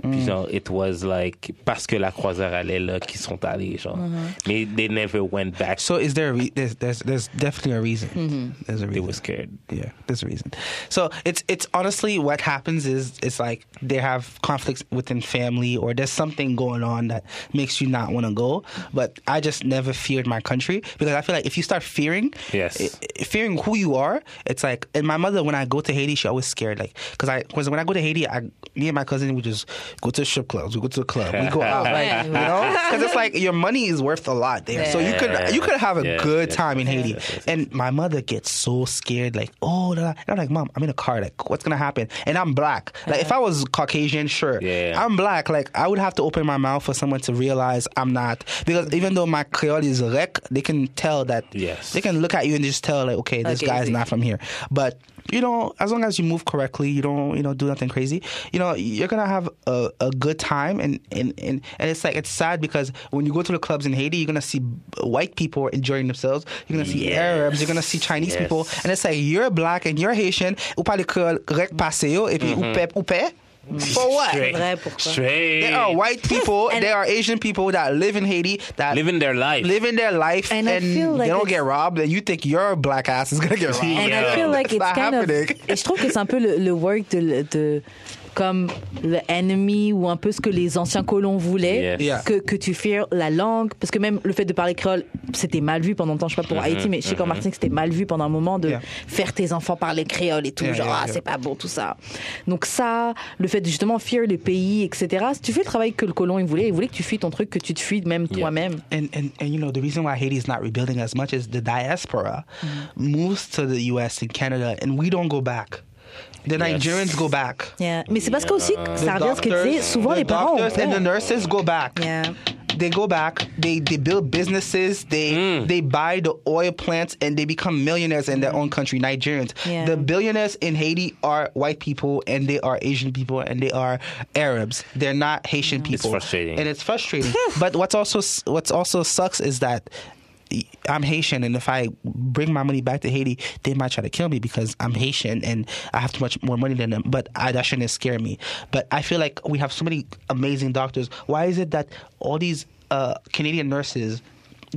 Speaker 4: Mm.
Speaker 2: Puis genre, it was like parce que la croisière allait là qu'ils sont allés genre.
Speaker 4: Mm-hmm.
Speaker 2: Mais they never went back.
Speaker 3: so is there a re- there's, there's there's definitely a reason. There's a
Speaker 2: they
Speaker 3: reason.
Speaker 2: were scared.
Speaker 3: yeah, there's a reason. So it's it's honestly what happens is it's like they have conflicts within family or there's something going on that makes you not want to go. But I just never feared my country because I feel like if you start fearing,
Speaker 2: Yes.
Speaker 3: i- i- fearing who you are, it's like. And my mother, when I go to Haiti, she always scared like because I because when I go to Haiti, I me and my cousin we just go to strip clubs, we go to the club, we go out,
Speaker 4: Right.
Speaker 3: you know, because it's like your money is worth a lot there. So you could you could have a
Speaker 2: Yeah,
Speaker 3: good
Speaker 2: yeah.
Speaker 3: time in Haiti.
Speaker 2: yes, yes,
Speaker 3: And my mother gets so scared, like, oh, da, da. And I'm like, mom, I'm in a car, like, what's gonna happen? And I'm black. Like, if I was Caucasian, sure,
Speaker 2: Uh-huh. Yeah.
Speaker 3: I'm black. Like, I would have to open my mouth for someone to realize I'm not, because even though my Creole is wreck, they can tell that.
Speaker 2: Yes.
Speaker 3: They can look at you and just tell, like, okay, this
Speaker 4: Okay,
Speaker 3: guy's
Speaker 4: see.
Speaker 3: not from here. But you know, as long as you move correctly, you don't you know do nothing crazy. You know, you're gonna have a, a good time, and, and and and it's like it's sad because when you go to the clubs in Haiti, you're gonna see white people enjoying themselves. You're gonna see
Speaker 2: Yes.
Speaker 3: Arabs. You're gonna see Chinese
Speaker 2: Yes.
Speaker 3: people, and it's like you're black and you're Haitian. Ou pas l'école rec paseo et puis ou pep ou paie. For what?
Speaker 2: Mm-hmm. Straight.
Speaker 4: vrai, pourquoi?
Speaker 2: Straight.
Speaker 3: There are white people.
Speaker 4: And-
Speaker 3: there are Asian people that live in Haiti that
Speaker 2: Living their life.
Speaker 3: living their life and,
Speaker 4: And I feel like
Speaker 3: they don't
Speaker 4: it's-
Speaker 3: get robbed and you think your black ass is gonna get robbed.
Speaker 4: And
Speaker 2: Yeah.
Speaker 4: I feel like
Speaker 3: That's
Speaker 4: it's
Speaker 3: not
Speaker 4: kind of-
Speaker 3: happening.
Speaker 4: Et je trouve que c'est un peu le, le work de, de-
Speaker 1: comme le enemy ou un peu ce que les anciens colons voulaient,
Speaker 2: Yes.
Speaker 3: Yeah.
Speaker 1: que, que tu fear la langue, parce que même le fait de parler créole, c'était mal vu pendant le temps, je sais pas pour
Speaker 2: Mm-hmm.
Speaker 1: Haïti, mais je sais qu'en Martinique, c'était mal vu pendant un moment de
Speaker 3: Yeah.
Speaker 1: faire tes enfants parler créole et tout,
Speaker 3: Yeah,
Speaker 1: genre,
Speaker 3: yeah,
Speaker 1: ah,
Speaker 3: yeah.
Speaker 1: c'est pas bon, tout ça. Donc ça, le fait de justement fear le pays, etc., si tu fais le travail que le colon, il voulait, il voulait que tu fuis ton truc, que tu te fuis même
Speaker 2: Yeah.
Speaker 1: toi-même.
Speaker 3: and, and, and you know the reason why Haiti's not rebuilding as much is the diaspora
Speaker 4: Mm-hmm.
Speaker 3: moves to the U.S. and Canada, and we don't go back. The
Speaker 2: Yes.
Speaker 3: Nigerians go back.
Speaker 1: Yeah. Mais c'est parce que aussi, que
Speaker 3: The
Speaker 1: ça revient à ce que tu disais,
Speaker 3: doctors-
Speaker 1: souvent
Speaker 3: the
Speaker 1: les parents...
Speaker 3: doctors
Speaker 1: ont
Speaker 3: and the
Speaker 1: peur.
Speaker 3: nurses go back.
Speaker 1: Yeah.
Speaker 3: They go back. They they build businesses. They they buy the oil plants and they become millionaires in their own country. Nigerians.
Speaker 1: Yeah.
Speaker 3: The billionaires in Haiti are white people and they are Asian people and they are Arabs. They're not Haitian people.
Speaker 2: frustrating.
Speaker 3: And it's frustrating. but what's also what's also sucks is that. I'm Haitian, and if I bring my money back to Haiti, they might try to kill me because I'm Haitian and I have too much more money than them. But I, that shouldn't scare me. But I feel like we have so many amazing doctors. Why is it that all these uh, Canadian nurses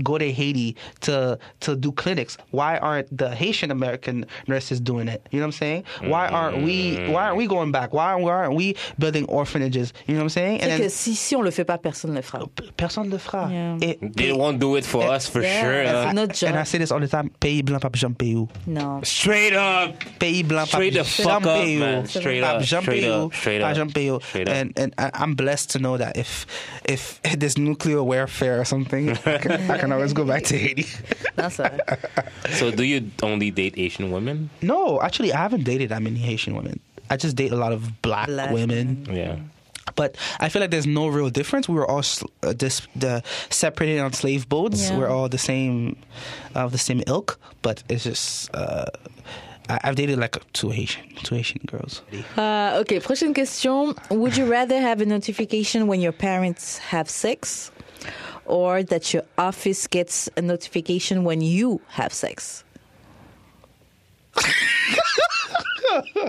Speaker 3: go to Haiti to to do clinics? Why aren't the Haitian American nurses doing it? You know what I'm saying? Why aren't we? Why aren't we going back? Why, why aren't we building orphanages? You know what I'm saying?
Speaker 1: C'est
Speaker 3: And
Speaker 1: que
Speaker 3: then,
Speaker 1: si, si on le fait pas, personne ne le fera.
Speaker 3: personne le fera.
Speaker 1: Yeah.
Speaker 3: Et-
Speaker 2: They won't do it for us for
Speaker 1: Yeah.
Speaker 2: sure.
Speaker 1: That's
Speaker 2: hein.
Speaker 1: not-
Speaker 3: and I say this all the time: pays blanc, pas jamais pays où.
Speaker 1: Non.
Speaker 2: Straight up.
Speaker 3: Pays blanc, pas
Speaker 2: Straight the fuck
Speaker 3: jamais
Speaker 2: up,
Speaker 3: pays où.
Speaker 2: man. Straight
Speaker 3: Pas
Speaker 2: up,
Speaker 3: jamais
Speaker 2: straight
Speaker 3: pays
Speaker 2: up,
Speaker 3: où,
Speaker 2: straight
Speaker 3: pas
Speaker 2: up,
Speaker 3: jamais pays où.
Speaker 2: straight up.
Speaker 3: And and I- I'm blessed to know that if if there's nuclear warfare or something, I can, I can always go back to Haiti.
Speaker 1: Non, c'est vrai.
Speaker 2: So do you only date Asian women?
Speaker 3: No, actually, I haven't dated that many Haitian women. I just date a lot of black,
Speaker 1: Black
Speaker 3: women.
Speaker 2: Yeah.
Speaker 3: But I feel like there's no real difference. We were all sl- uh, dis- the separated on slave boats.
Speaker 1: Yeah.
Speaker 3: We're all the same, of the same ilk. But it's just uh, I- I've dated like two Haitian, two Haitian girls.
Speaker 1: Euh, ok, prochaine question. Would you rather have a notification when your parents have sex or that your office gets a notification when you have sex?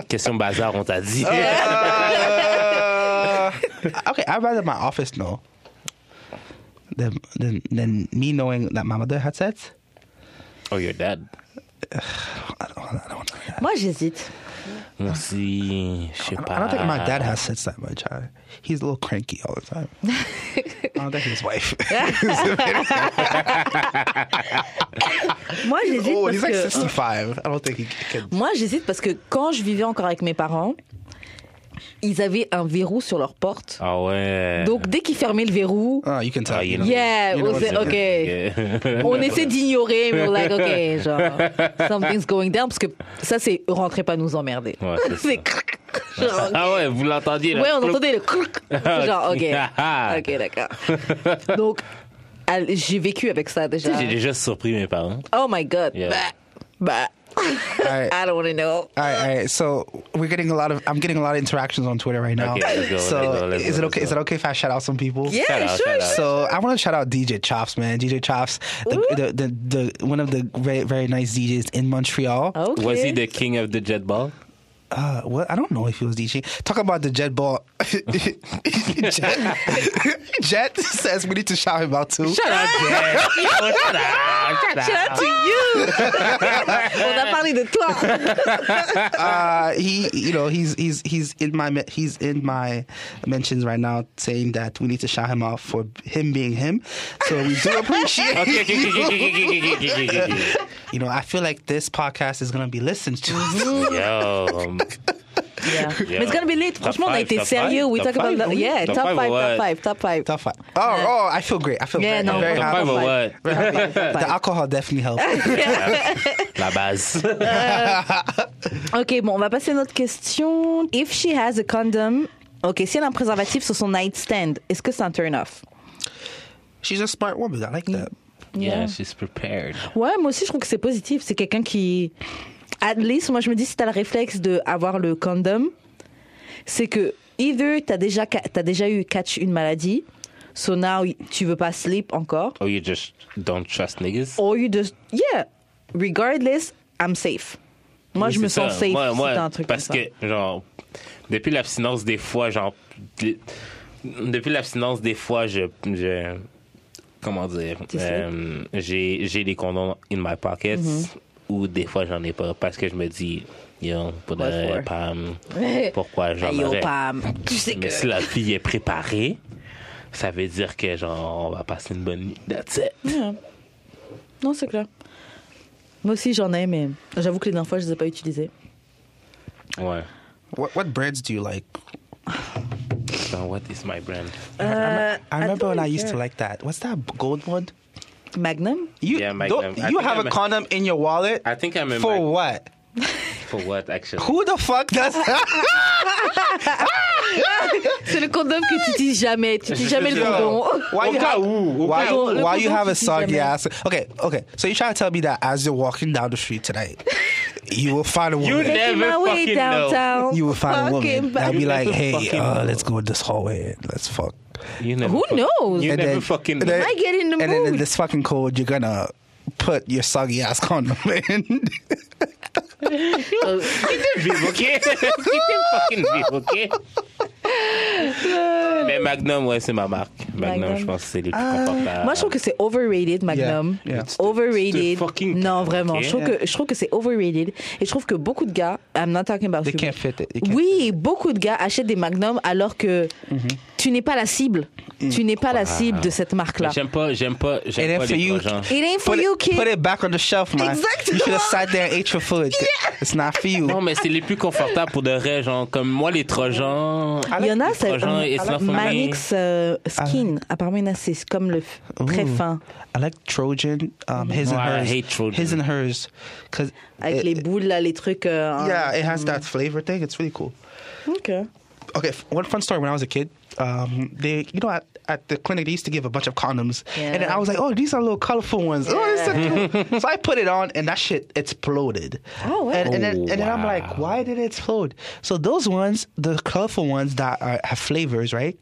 Speaker 2: Question bazar, on t'a
Speaker 3: Ah
Speaker 2: dit.
Speaker 3: Okay, I'd rather my office know than than, than me knowing that my mother had sex.
Speaker 2: Oh, your dad.
Speaker 3: I don't, I don't,
Speaker 1: Moi, j'hésite.
Speaker 2: Moi aussi, je sais pas.
Speaker 3: I don't think Ah, my dad has sex that much. I, he's a little cranky all the time. I don't think his wife.
Speaker 1: Moi, j'hésite
Speaker 3: oh,
Speaker 1: parce
Speaker 3: he's like
Speaker 1: que...
Speaker 3: 65. I don't think he can.
Speaker 1: Moi, j'hésite parce que quand je vivais encore avec mes parents, ils avaient un verrou sur leur porte.
Speaker 2: Ah ouais.
Speaker 1: Donc, dès qu'ils fermaient le verrou,
Speaker 3: Oh, you can tell.
Speaker 2: Oh, you know.
Speaker 1: yeah,
Speaker 3: You know
Speaker 1: on
Speaker 3: what
Speaker 1: faisait,
Speaker 3: I'm
Speaker 1: ok. on essaie d'ignorer, mais on like, ok, genre, something's going down, parce que ça, c'est rentrez pas nous emmerder.
Speaker 2: Ouais, c'est ça.
Speaker 1: c'est crac, genre,
Speaker 2: Ah ouais, vous l'entendiez là.
Speaker 1: Ouais, on entendait le crac. C'est genre, ok.
Speaker 2: Ah.
Speaker 1: ok, d'accord. Donc, elle- j'ai vécu avec ça déjà.
Speaker 2: J'ai déjà surpris mes parents.
Speaker 1: Oh my god.
Speaker 2: Yeah.
Speaker 1: Bah, bah.
Speaker 3: Alright.
Speaker 1: I don't want to know.
Speaker 3: All right, all right. So we're getting a lot of. I'm getting a lot of interactions on Twitter right now.
Speaker 2: Okay, let's go,
Speaker 3: so
Speaker 2: let's go, let's go, let's
Speaker 3: is it okay? Is it
Speaker 2: go.
Speaker 3: okay if I shout out some people?
Speaker 2: Shout
Speaker 1: Yeah,
Speaker 2: out,
Speaker 1: sure, sure.
Speaker 2: shout out.
Speaker 3: So I want to shout out DJ Chops, man. DJ Chops, the the, the, the one of the very, very nice DJs in Montreal.
Speaker 1: Ok.
Speaker 2: Was he the king of the jet ball?
Speaker 3: Uh, well, I don't know if he was DJ. Talk about the Jet Ball. Jet, Jet says we need to shout him out too.
Speaker 1: Shout out,
Speaker 2: Yeah. Oh, shut up, shut up.
Speaker 1: shout out to you. On a parlé de toi.
Speaker 3: uh, he, you know, he's he's he's in my me- he's in my mentions right now, saying that we need to shout him out for him being him. So we do appreciate.
Speaker 2: Okay, okay, okay, okay, okay, okay, okay, okay, okay, okay.
Speaker 3: You know, I feel like this podcast is gonna be listened to.
Speaker 1: Mm-hmm.
Speaker 2: Yo, um,
Speaker 1: Yeah.
Speaker 2: Yeah.
Speaker 1: Mais it's gonna be late.
Speaker 2: Top
Speaker 1: Franchement, on a
Speaker 2: five,
Speaker 1: été
Speaker 2: top
Speaker 1: sérieux.
Speaker 2: five,
Speaker 1: We
Speaker 2: top
Speaker 1: talk about
Speaker 2: five,
Speaker 1: that.
Speaker 2: oui.
Speaker 1: Yeah,
Speaker 2: Top
Speaker 1: top
Speaker 2: five,
Speaker 1: five,
Speaker 2: ouais.
Speaker 1: top five, top five.
Speaker 3: Tough fight. Oh, oh, I feel great. I feel
Speaker 1: Yeah,
Speaker 3: very,
Speaker 1: no,
Speaker 3: very
Speaker 1: top
Speaker 3: happy.
Speaker 2: five or what?
Speaker 3: Very happy. The alcohol definitely helps.
Speaker 2: la base.
Speaker 1: Ok, bon, on va passer à notre question. If she has a condom, ok, si elle a un préservatif sur son nightstand, est-ce que c'est un turn off?
Speaker 3: She's a smart woman. I like that.
Speaker 2: Yeah, she's prepared.
Speaker 1: Ouais, moi aussi, je trouve que c'est positif. C'est quelqu'un qui. At least, moi, je me dis, si t'as le réflexe de avoir le condom, c'est que either t'as déjà, ca- t'as déjà eu catch une maladie, so now tu veux pas sleep encore,
Speaker 2: Oh, you just don't trust niggas?
Speaker 1: or you just. Yeah, regardless, I'm safe. Moi,
Speaker 2: Oui,
Speaker 1: Ah, je me
Speaker 2: c'est
Speaker 1: sens
Speaker 2: ça.
Speaker 1: safe
Speaker 2: Moi-
Speaker 1: si
Speaker 2: moi,
Speaker 1: t'as un truc
Speaker 2: Parce
Speaker 1: comme ça.
Speaker 2: que, genre, depuis l'abstinence, des fois, genre, de- depuis l'abstinence, des fois, je. je- comment dire?
Speaker 1: T'es
Speaker 2: euh,
Speaker 1: Mm-hmm.
Speaker 2: J'ai j'ai des condoms in my pockets ou des fois, j'en ai pas parce que je me dis, Yo, pour de
Speaker 1: What
Speaker 2: vrai,
Speaker 1: for?
Speaker 2: Pam, pourquoi j'en
Speaker 1: Hey, yo,
Speaker 2: aurais?
Speaker 1: Pam, tu sais
Speaker 2: Mais
Speaker 1: que.
Speaker 2: si la fille est préparée, ça veut dire que, genre, on va passer une bonne nuit. That's it.
Speaker 1: Ouais. Non, c'est clair. Moi aussi, j'en ai, mais j'avoue que les dernières fois, je les ai pas utilisées.
Speaker 2: Ouais.
Speaker 3: What what breads do you like?
Speaker 2: So what is my brand?
Speaker 1: Euh,
Speaker 3: I remember when I
Speaker 1: attends,
Speaker 3: used to like that. What's that gold one?
Speaker 1: Magnum
Speaker 3: You
Speaker 2: Yeah, Magnum.
Speaker 3: don't-
Speaker 2: I
Speaker 3: you
Speaker 2: think
Speaker 3: have
Speaker 2: I'm
Speaker 3: a
Speaker 2: a-
Speaker 3: condom in your wallet
Speaker 2: I think I'm a
Speaker 3: for
Speaker 2: Mag-
Speaker 3: what?
Speaker 2: For what, actually?
Speaker 3: Who the fuck does that?
Speaker 1: C'est le condom que tu utilises jamais. Tu utilises jamais le condom.
Speaker 3: Why you have, why,
Speaker 1: cas où.
Speaker 3: why you have a
Speaker 1: Le condom, tu dis
Speaker 3: soggy
Speaker 1: jamais.
Speaker 3: ass? Okay, okay. So you trying to tell me that as you're walking down the street tonight, you will find a woman.
Speaker 2: never
Speaker 1: Making my way
Speaker 2: fucking
Speaker 1: downtown.
Speaker 3: you will find a woman.
Speaker 1: Fucking
Speaker 3: That'll
Speaker 1: back.
Speaker 3: be like, hey,
Speaker 2: fucking
Speaker 3: uh,
Speaker 2: know.
Speaker 3: let's go in this hallway. and Let's fuck.
Speaker 2: You never
Speaker 1: Who
Speaker 2: fuck-
Speaker 1: knows?
Speaker 2: You
Speaker 3: And
Speaker 2: never
Speaker 3: then-
Speaker 2: fucking
Speaker 3: and then-
Speaker 1: I get in the
Speaker 3: And then in
Speaker 1: mood.
Speaker 3: this fucking cold, you're gonna put your soggy ass condom in.
Speaker 1: Euh,
Speaker 2: vive, OK? C'était fucking vive, OK? Mais Magnum, ouais, c'est ma marque. Magnum,
Speaker 1: Magnum. Ah.
Speaker 2: je pense que c'est les plus confortables.
Speaker 1: Moi, je trouve que c'est overrated, Magnum.
Speaker 3: Yeah, yeah. Tu
Speaker 2: tu
Speaker 1: Overrated.
Speaker 2: te fucking
Speaker 1: non,
Speaker 2: calmes,
Speaker 1: vraiment.
Speaker 2: ok?
Speaker 1: Je, trouve que, je trouve que c'est overrated. Et je trouve que beaucoup de gars, I'm not talking about
Speaker 3: They
Speaker 1: you.
Speaker 3: can't fit it. They can't
Speaker 1: oui, beaucoup de gars achètent des Magnum alors que
Speaker 2: Mhm.
Speaker 1: tu n'es pas la cible. Tu n'es pas la cible de cette marque-là.
Speaker 2: Mais Mm. J'aime pas, j'aime pas,
Speaker 3: And
Speaker 2: j'aime
Speaker 3: then
Speaker 2: pas
Speaker 3: for
Speaker 2: les
Speaker 3: you-
Speaker 2: projets.
Speaker 1: It ain't for
Speaker 3: put,
Speaker 1: you,
Speaker 3: it,
Speaker 1: kid.
Speaker 3: put it back on the shelf, man.
Speaker 1: Exactly.
Speaker 3: You should have sat there and ate your food. It's not for you.
Speaker 2: Non, mais c'est les plus confortables pour de vrai, genre, comme moi, les Trojans.
Speaker 1: Il y en a,
Speaker 2: les
Speaker 1: c'est
Speaker 2: Trojans,
Speaker 1: euh,
Speaker 2: it's not for me.
Speaker 1: Manix euh, Skin. Apparemment, il y en a, c'est comme le f- très
Speaker 3: Ah. Ooh.
Speaker 1: fin.
Speaker 3: I like Trojan, um, his and
Speaker 2: Oh, I
Speaker 3: hers.
Speaker 2: hate Trojan.
Speaker 3: His and hers, because
Speaker 1: Avec les boules, là, les trucs. euh, en-
Speaker 3: yeah, it has that flavor thing. It's really cool.
Speaker 1: Ok.
Speaker 3: Okay, f- one fun story. When I was a kid, um, they, you know, at, at the clinic they used to give a bunch of condoms, and then
Speaker 1: Yeah.
Speaker 3: I was like, oh, these are little colorful ones. Oh, this is cool. so I put it on, and that shit exploded.
Speaker 1: Oh, wow.
Speaker 3: And, and then,
Speaker 2: Oh,
Speaker 3: and then I'm like,
Speaker 2: wow.
Speaker 3: why did it explode? So those ones, the colorful ones that are, have flavors, right?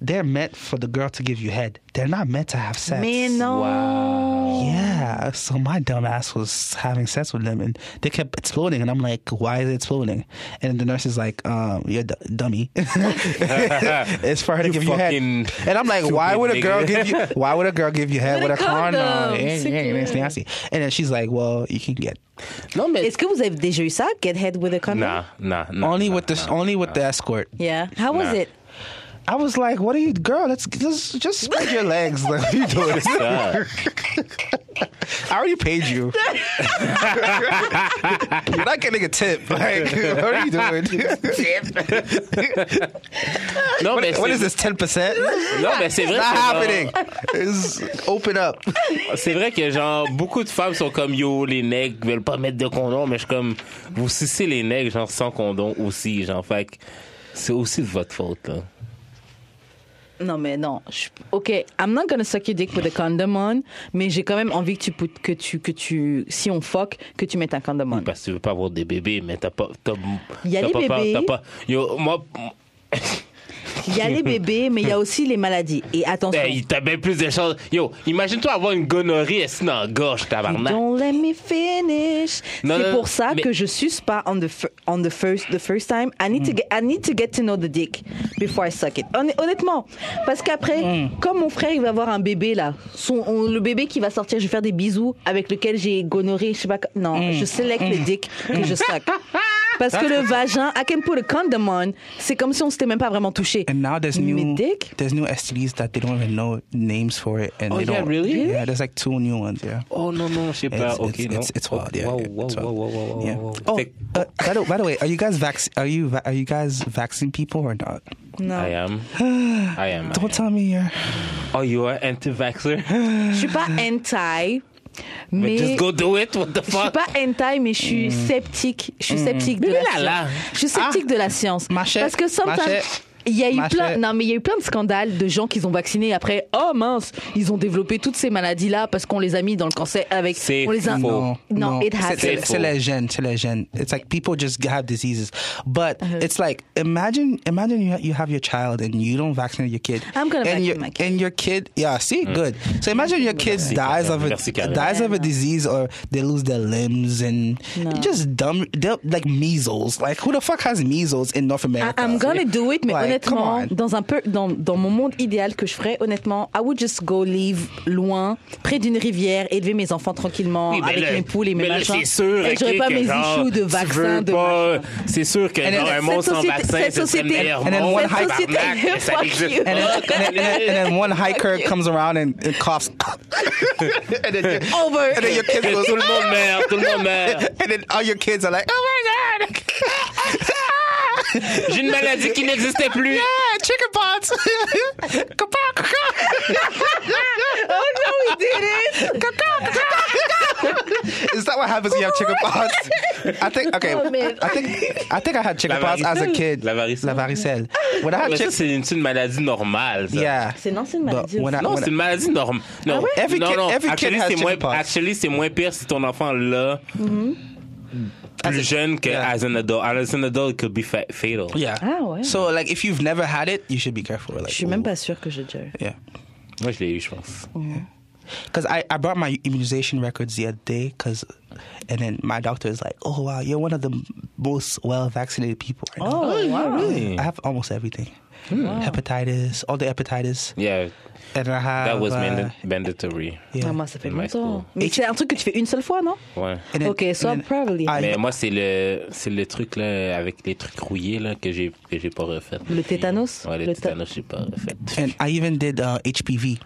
Speaker 3: They're meant for the girl to give you head. They're not meant to have sex.
Speaker 1: Mais non.
Speaker 3: Yeah, so my dumb ass was having sex with them, and they kept exploding, and I'm like, "Why is it exploding?" And the nurse is like, um, "You're d- dummy. it's for her to
Speaker 2: You
Speaker 3: give you head."
Speaker 2: fucking
Speaker 3: And I'm like, "Why would a
Speaker 2: stupid
Speaker 3: girl
Speaker 2: nigga."
Speaker 3: give you? Why would a girl give you head with
Speaker 1: With
Speaker 3: a
Speaker 1: a
Speaker 3: condom?
Speaker 1: condom.
Speaker 3: Yeah, yeah, yeah, It's nasty." And then she's like, "Well, you can get
Speaker 2: Non, mais.
Speaker 1: Est-ce que vous avez déjà eu ça? Get head with a condom?
Speaker 2: Non, non, non.
Speaker 3: only
Speaker 2: non,
Speaker 3: with the
Speaker 2: non.
Speaker 3: only with the escort."
Speaker 1: Yeah. How was
Speaker 2: Nah.
Speaker 1: it?
Speaker 3: I was like, "What are you, girl? Let's just just spread your legs. Like, what are you doing this?
Speaker 2: Ça.
Speaker 3: I already paid you. You're not getting a tip. Like, what are you doing?
Speaker 2: Non, mais
Speaker 3: what
Speaker 2: c'est-
Speaker 3: is this, 10%?
Speaker 2: Non, mais c'est vrai.
Speaker 3: Not
Speaker 2: que, genre,
Speaker 3: happening. It's open up.
Speaker 2: C'est vrai que genre beaucoup de femmes sont comme yo les nègres veulent pas mettre de condom mais je suis comme vous sucez les nègres genre sans condom aussi genre fait que c'est aussi de votre faute hein. là.
Speaker 1: Non, mais non. Je- OK, I'm not gonna suck your dick with a condom on, mais j'ai quand même envie que tu, put- que tu, que tu, si on fuck, que tu mettes un condom on.
Speaker 2: parce que tu veux pas avoir des bébés mais t'as pas t'as
Speaker 1: Y a
Speaker 2: t'as
Speaker 1: les
Speaker 2: pas peur,
Speaker 1: bébés.
Speaker 2: t'as pas yo moi
Speaker 1: Il y a les bébés, mais il y a aussi les maladies. Et attention.
Speaker 2: hey, t'as bien plus de choses yo imagine-toi avoir une gonorrhée assis dans la gorge tabarnak
Speaker 1: Don't let me finish.
Speaker 2: Non, non,
Speaker 1: C'est
Speaker 2: non,
Speaker 1: pour ça
Speaker 2: mais-
Speaker 1: que je suce pas on the, fir- on the first the first time. I
Speaker 3: Mm.
Speaker 1: need to get I need to get to know the dick before I suck it. Hon- Honnêtement, parce qu'après,
Speaker 3: Mm.
Speaker 1: comme mon frère il va avoir un bébé là, son on- le bébé qui va sortir, je vais faire des bisous avec lequel j'ai gonorrhée, je sais pas. quoi. Non,
Speaker 3: Mm.
Speaker 1: je sélecte le dick que je suck. Parce que le vagin, I can put a condom on. C'est comme si on s'était même pas vraiment touché.
Speaker 3: And now there's
Speaker 1: Mais
Speaker 3: new
Speaker 1: dick.
Speaker 3: there's new STDs that they don't even know names for it. And
Speaker 2: Oh,
Speaker 3: they
Speaker 2: yeah,
Speaker 3: don't,
Speaker 2: really?
Speaker 3: Yeah, there's like two new ones. Yeah.
Speaker 2: oh non non je sais pas
Speaker 3: It's,
Speaker 2: ok
Speaker 3: it's,
Speaker 2: non
Speaker 3: it's, it's wild. Yeah.
Speaker 2: wow,
Speaker 3: yeah,
Speaker 2: wow,
Speaker 3: it's
Speaker 2: wow,
Speaker 3: wild.
Speaker 2: wow, wow, wow,
Speaker 3: Yeah.
Speaker 2: wow.
Speaker 3: Oh,
Speaker 2: Fait que-
Speaker 3: uh, by, the, by the way, are you guys vac- are you va- are you guys vaccine people or not?
Speaker 1: Non,
Speaker 2: I am I am I
Speaker 3: Don't
Speaker 2: am.
Speaker 3: tell me you're.
Speaker 2: oh you are anti-vaxxer
Speaker 1: je suis pas anti,
Speaker 2: mais
Speaker 1: mais
Speaker 2: just go do it what the
Speaker 1: Je suis
Speaker 2: fuck
Speaker 1: pas hentai, mais je suis sceptique. Je suis sceptique de
Speaker 2: Mm. Mais
Speaker 1: la
Speaker 2: là,
Speaker 1: science.
Speaker 2: là.
Speaker 1: Je suis sceptique
Speaker 3: Ah.
Speaker 1: de la science.
Speaker 3: Ma chère,
Speaker 1: Parce que
Speaker 3: ma
Speaker 1: sometimes,
Speaker 3: chère,
Speaker 1: il y a
Speaker 3: ma
Speaker 1: eu plein,
Speaker 3: chère.
Speaker 1: non, mais il y a eu plein de scandales de gens qui ont vacciné et après, oh mince, ils ont développé toutes ces maladies-là parce qu'on les a mis dans le cancer avec,
Speaker 2: C'est
Speaker 1: on les a,
Speaker 2: faux.
Speaker 1: non, it has.
Speaker 3: C'est-
Speaker 2: It's
Speaker 3: C'est c'est
Speaker 2: faux.
Speaker 3: les jeunes, c'est les jeunes. It's like people just have diseases. But
Speaker 1: Uh-huh.
Speaker 3: it's like imagine imagine you you have your child and you don't vaccinate your kid.
Speaker 1: I'm gonna
Speaker 3: and
Speaker 1: vaccinate
Speaker 3: your,
Speaker 1: my kid.
Speaker 3: And your kid, yeah, see, good. So imagine your kid dies of a
Speaker 2: Mm. Merci, Karen.
Speaker 3: dies of a
Speaker 1: Yeah, no.
Speaker 3: disease or they lose their limbs and
Speaker 1: No.
Speaker 3: just dumb they're like measles. Like who the fuck has measles in North
Speaker 1: I-
Speaker 3: America?
Speaker 1: I'm gonna do it, mais
Speaker 3: Like,
Speaker 1: honnêtement,
Speaker 3: come on.
Speaker 1: dans un peu, dans, dans mon monde idéal que je ferais, honnêtement, I would just go live loin, près d'une rivière, élever mes enfants tranquillement
Speaker 2: Oui, mais
Speaker 1: avec
Speaker 2: là-
Speaker 1: mes poules et mes
Speaker 2: mais là,
Speaker 1: machins.
Speaker 2: C'est sûr.
Speaker 1: et j'aurais
Speaker 2: ok,
Speaker 1: pas
Speaker 2: que
Speaker 1: mes
Speaker 2: genre,
Speaker 1: issues de
Speaker 2: tu
Speaker 1: vaccins,
Speaker 2: veux
Speaker 1: de
Speaker 2: pas-
Speaker 1: machin.
Speaker 2: C'est sûr que
Speaker 1: And
Speaker 2: genre,
Speaker 1: then-
Speaker 2: un monde
Speaker 1: cette
Speaker 2: sans
Speaker 1: société-
Speaker 2: vaccin,
Speaker 1: cette
Speaker 2: c'est le
Speaker 1: société-
Speaker 2: meilleur
Speaker 1: And
Speaker 3: then
Speaker 2: monde.
Speaker 3: one
Speaker 2: tabarnak,
Speaker 1: hyper-
Speaker 2: que ça
Speaker 1: Fuck
Speaker 2: existe
Speaker 1: you.
Speaker 2: pas.
Speaker 3: And then, and, then, and then one hiker comes around and, and coughs. and, then your,
Speaker 1: over.
Speaker 3: and then your kids
Speaker 2: Que
Speaker 3: goes,
Speaker 2: tout le monde meurt, tout le monde meurt.
Speaker 3: and then all your kids are like, oh my god,
Speaker 2: J'ai une maladie qui n'existait plus.
Speaker 3: yeah, chicken pots.
Speaker 1: Oh no, he did it!
Speaker 3: Is that what happens when you have chicken pots? I think okay. I think I think I had chicken
Speaker 2: La
Speaker 3: pots as a
Speaker 2: varicelle.
Speaker 3: kid.
Speaker 2: La varicelle.
Speaker 3: La varicelle. When I
Speaker 2: Mais
Speaker 3: had
Speaker 2: ça,
Speaker 3: chicken,
Speaker 2: c'est une, c'est une maladie normale. ça.
Speaker 3: yeah.
Speaker 1: C'est non, c'est une
Speaker 3: But
Speaker 1: maladie.
Speaker 3: when I-
Speaker 2: Non,
Speaker 3: when
Speaker 2: c'est une maladie normale. Non,
Speaker 3: ouais? Every
Speaker 2: non,
Speaker 3: kid-
Speaker 2: non.
Speaker 3: every kid
Speaker 2: actually,
Speaker 3: has
Speaker 2: c'est moins,
Speaker 3: chickenpox.
Speaker 2: actually, c'est moins pire si ton enfant là plus jeune que
Speaker 3: Yeah.
Speaker 2: as an adult. And as an adult, it could be fa- fatal.
Speaker 3: Yeah.
Speaker 1: Ah, ouais.
Speaker 3: So like, if you've never had it, you should be careful. Like,
Speaker 1: Je suis même pas sûre que j'ai déjà eu.
Speaker 3: Yeah.
Speaker 2: Moi, je l'ai eu, je pense.
Speaker 3: Because I, I brought my immunization records the other day, cause, and then my doctor is like, oh, wow, you're one of the most well vaccinated people right now.
Speaker 1: Oh, Hmm. wow.
Speaker 2: Really?
Speaker 3: I have almost everything hepatitis, all the hepatitis.
Speaker 2: Yeah,
Speaker 3: And I have.
Speaker 2: that was
Speaker 3: uh,
Speaker 2: manda- mandatory.
Speaker 3: yeah.
Speaker 1: Ah, moi, ça fait
Speaker 2: In my school.
Speaker 1: longtemps. Mais
Speaker 3: Et-
Speaker 1: c'est un truc que tu fais une seule fois, non?
Speaker 2: Ouais.
Speaker 3: And then-
Speaker 1: Ok, so
Speaker 3: and then
Speaker 1: probably.
Speaker 3: I-
Speaker 2: Mais moi, c'est le, c'est le truc là, avec les trucs rouillés là, que j'ai que j'ai pas refait.
Speaker 1: Le tétanos?
Speaker 2: Ouais, le,
Speaker 1: Le ta-
Speaker 2: tétanos, j'ai pas refait.
Speaker 3: and I even did uh, HPV,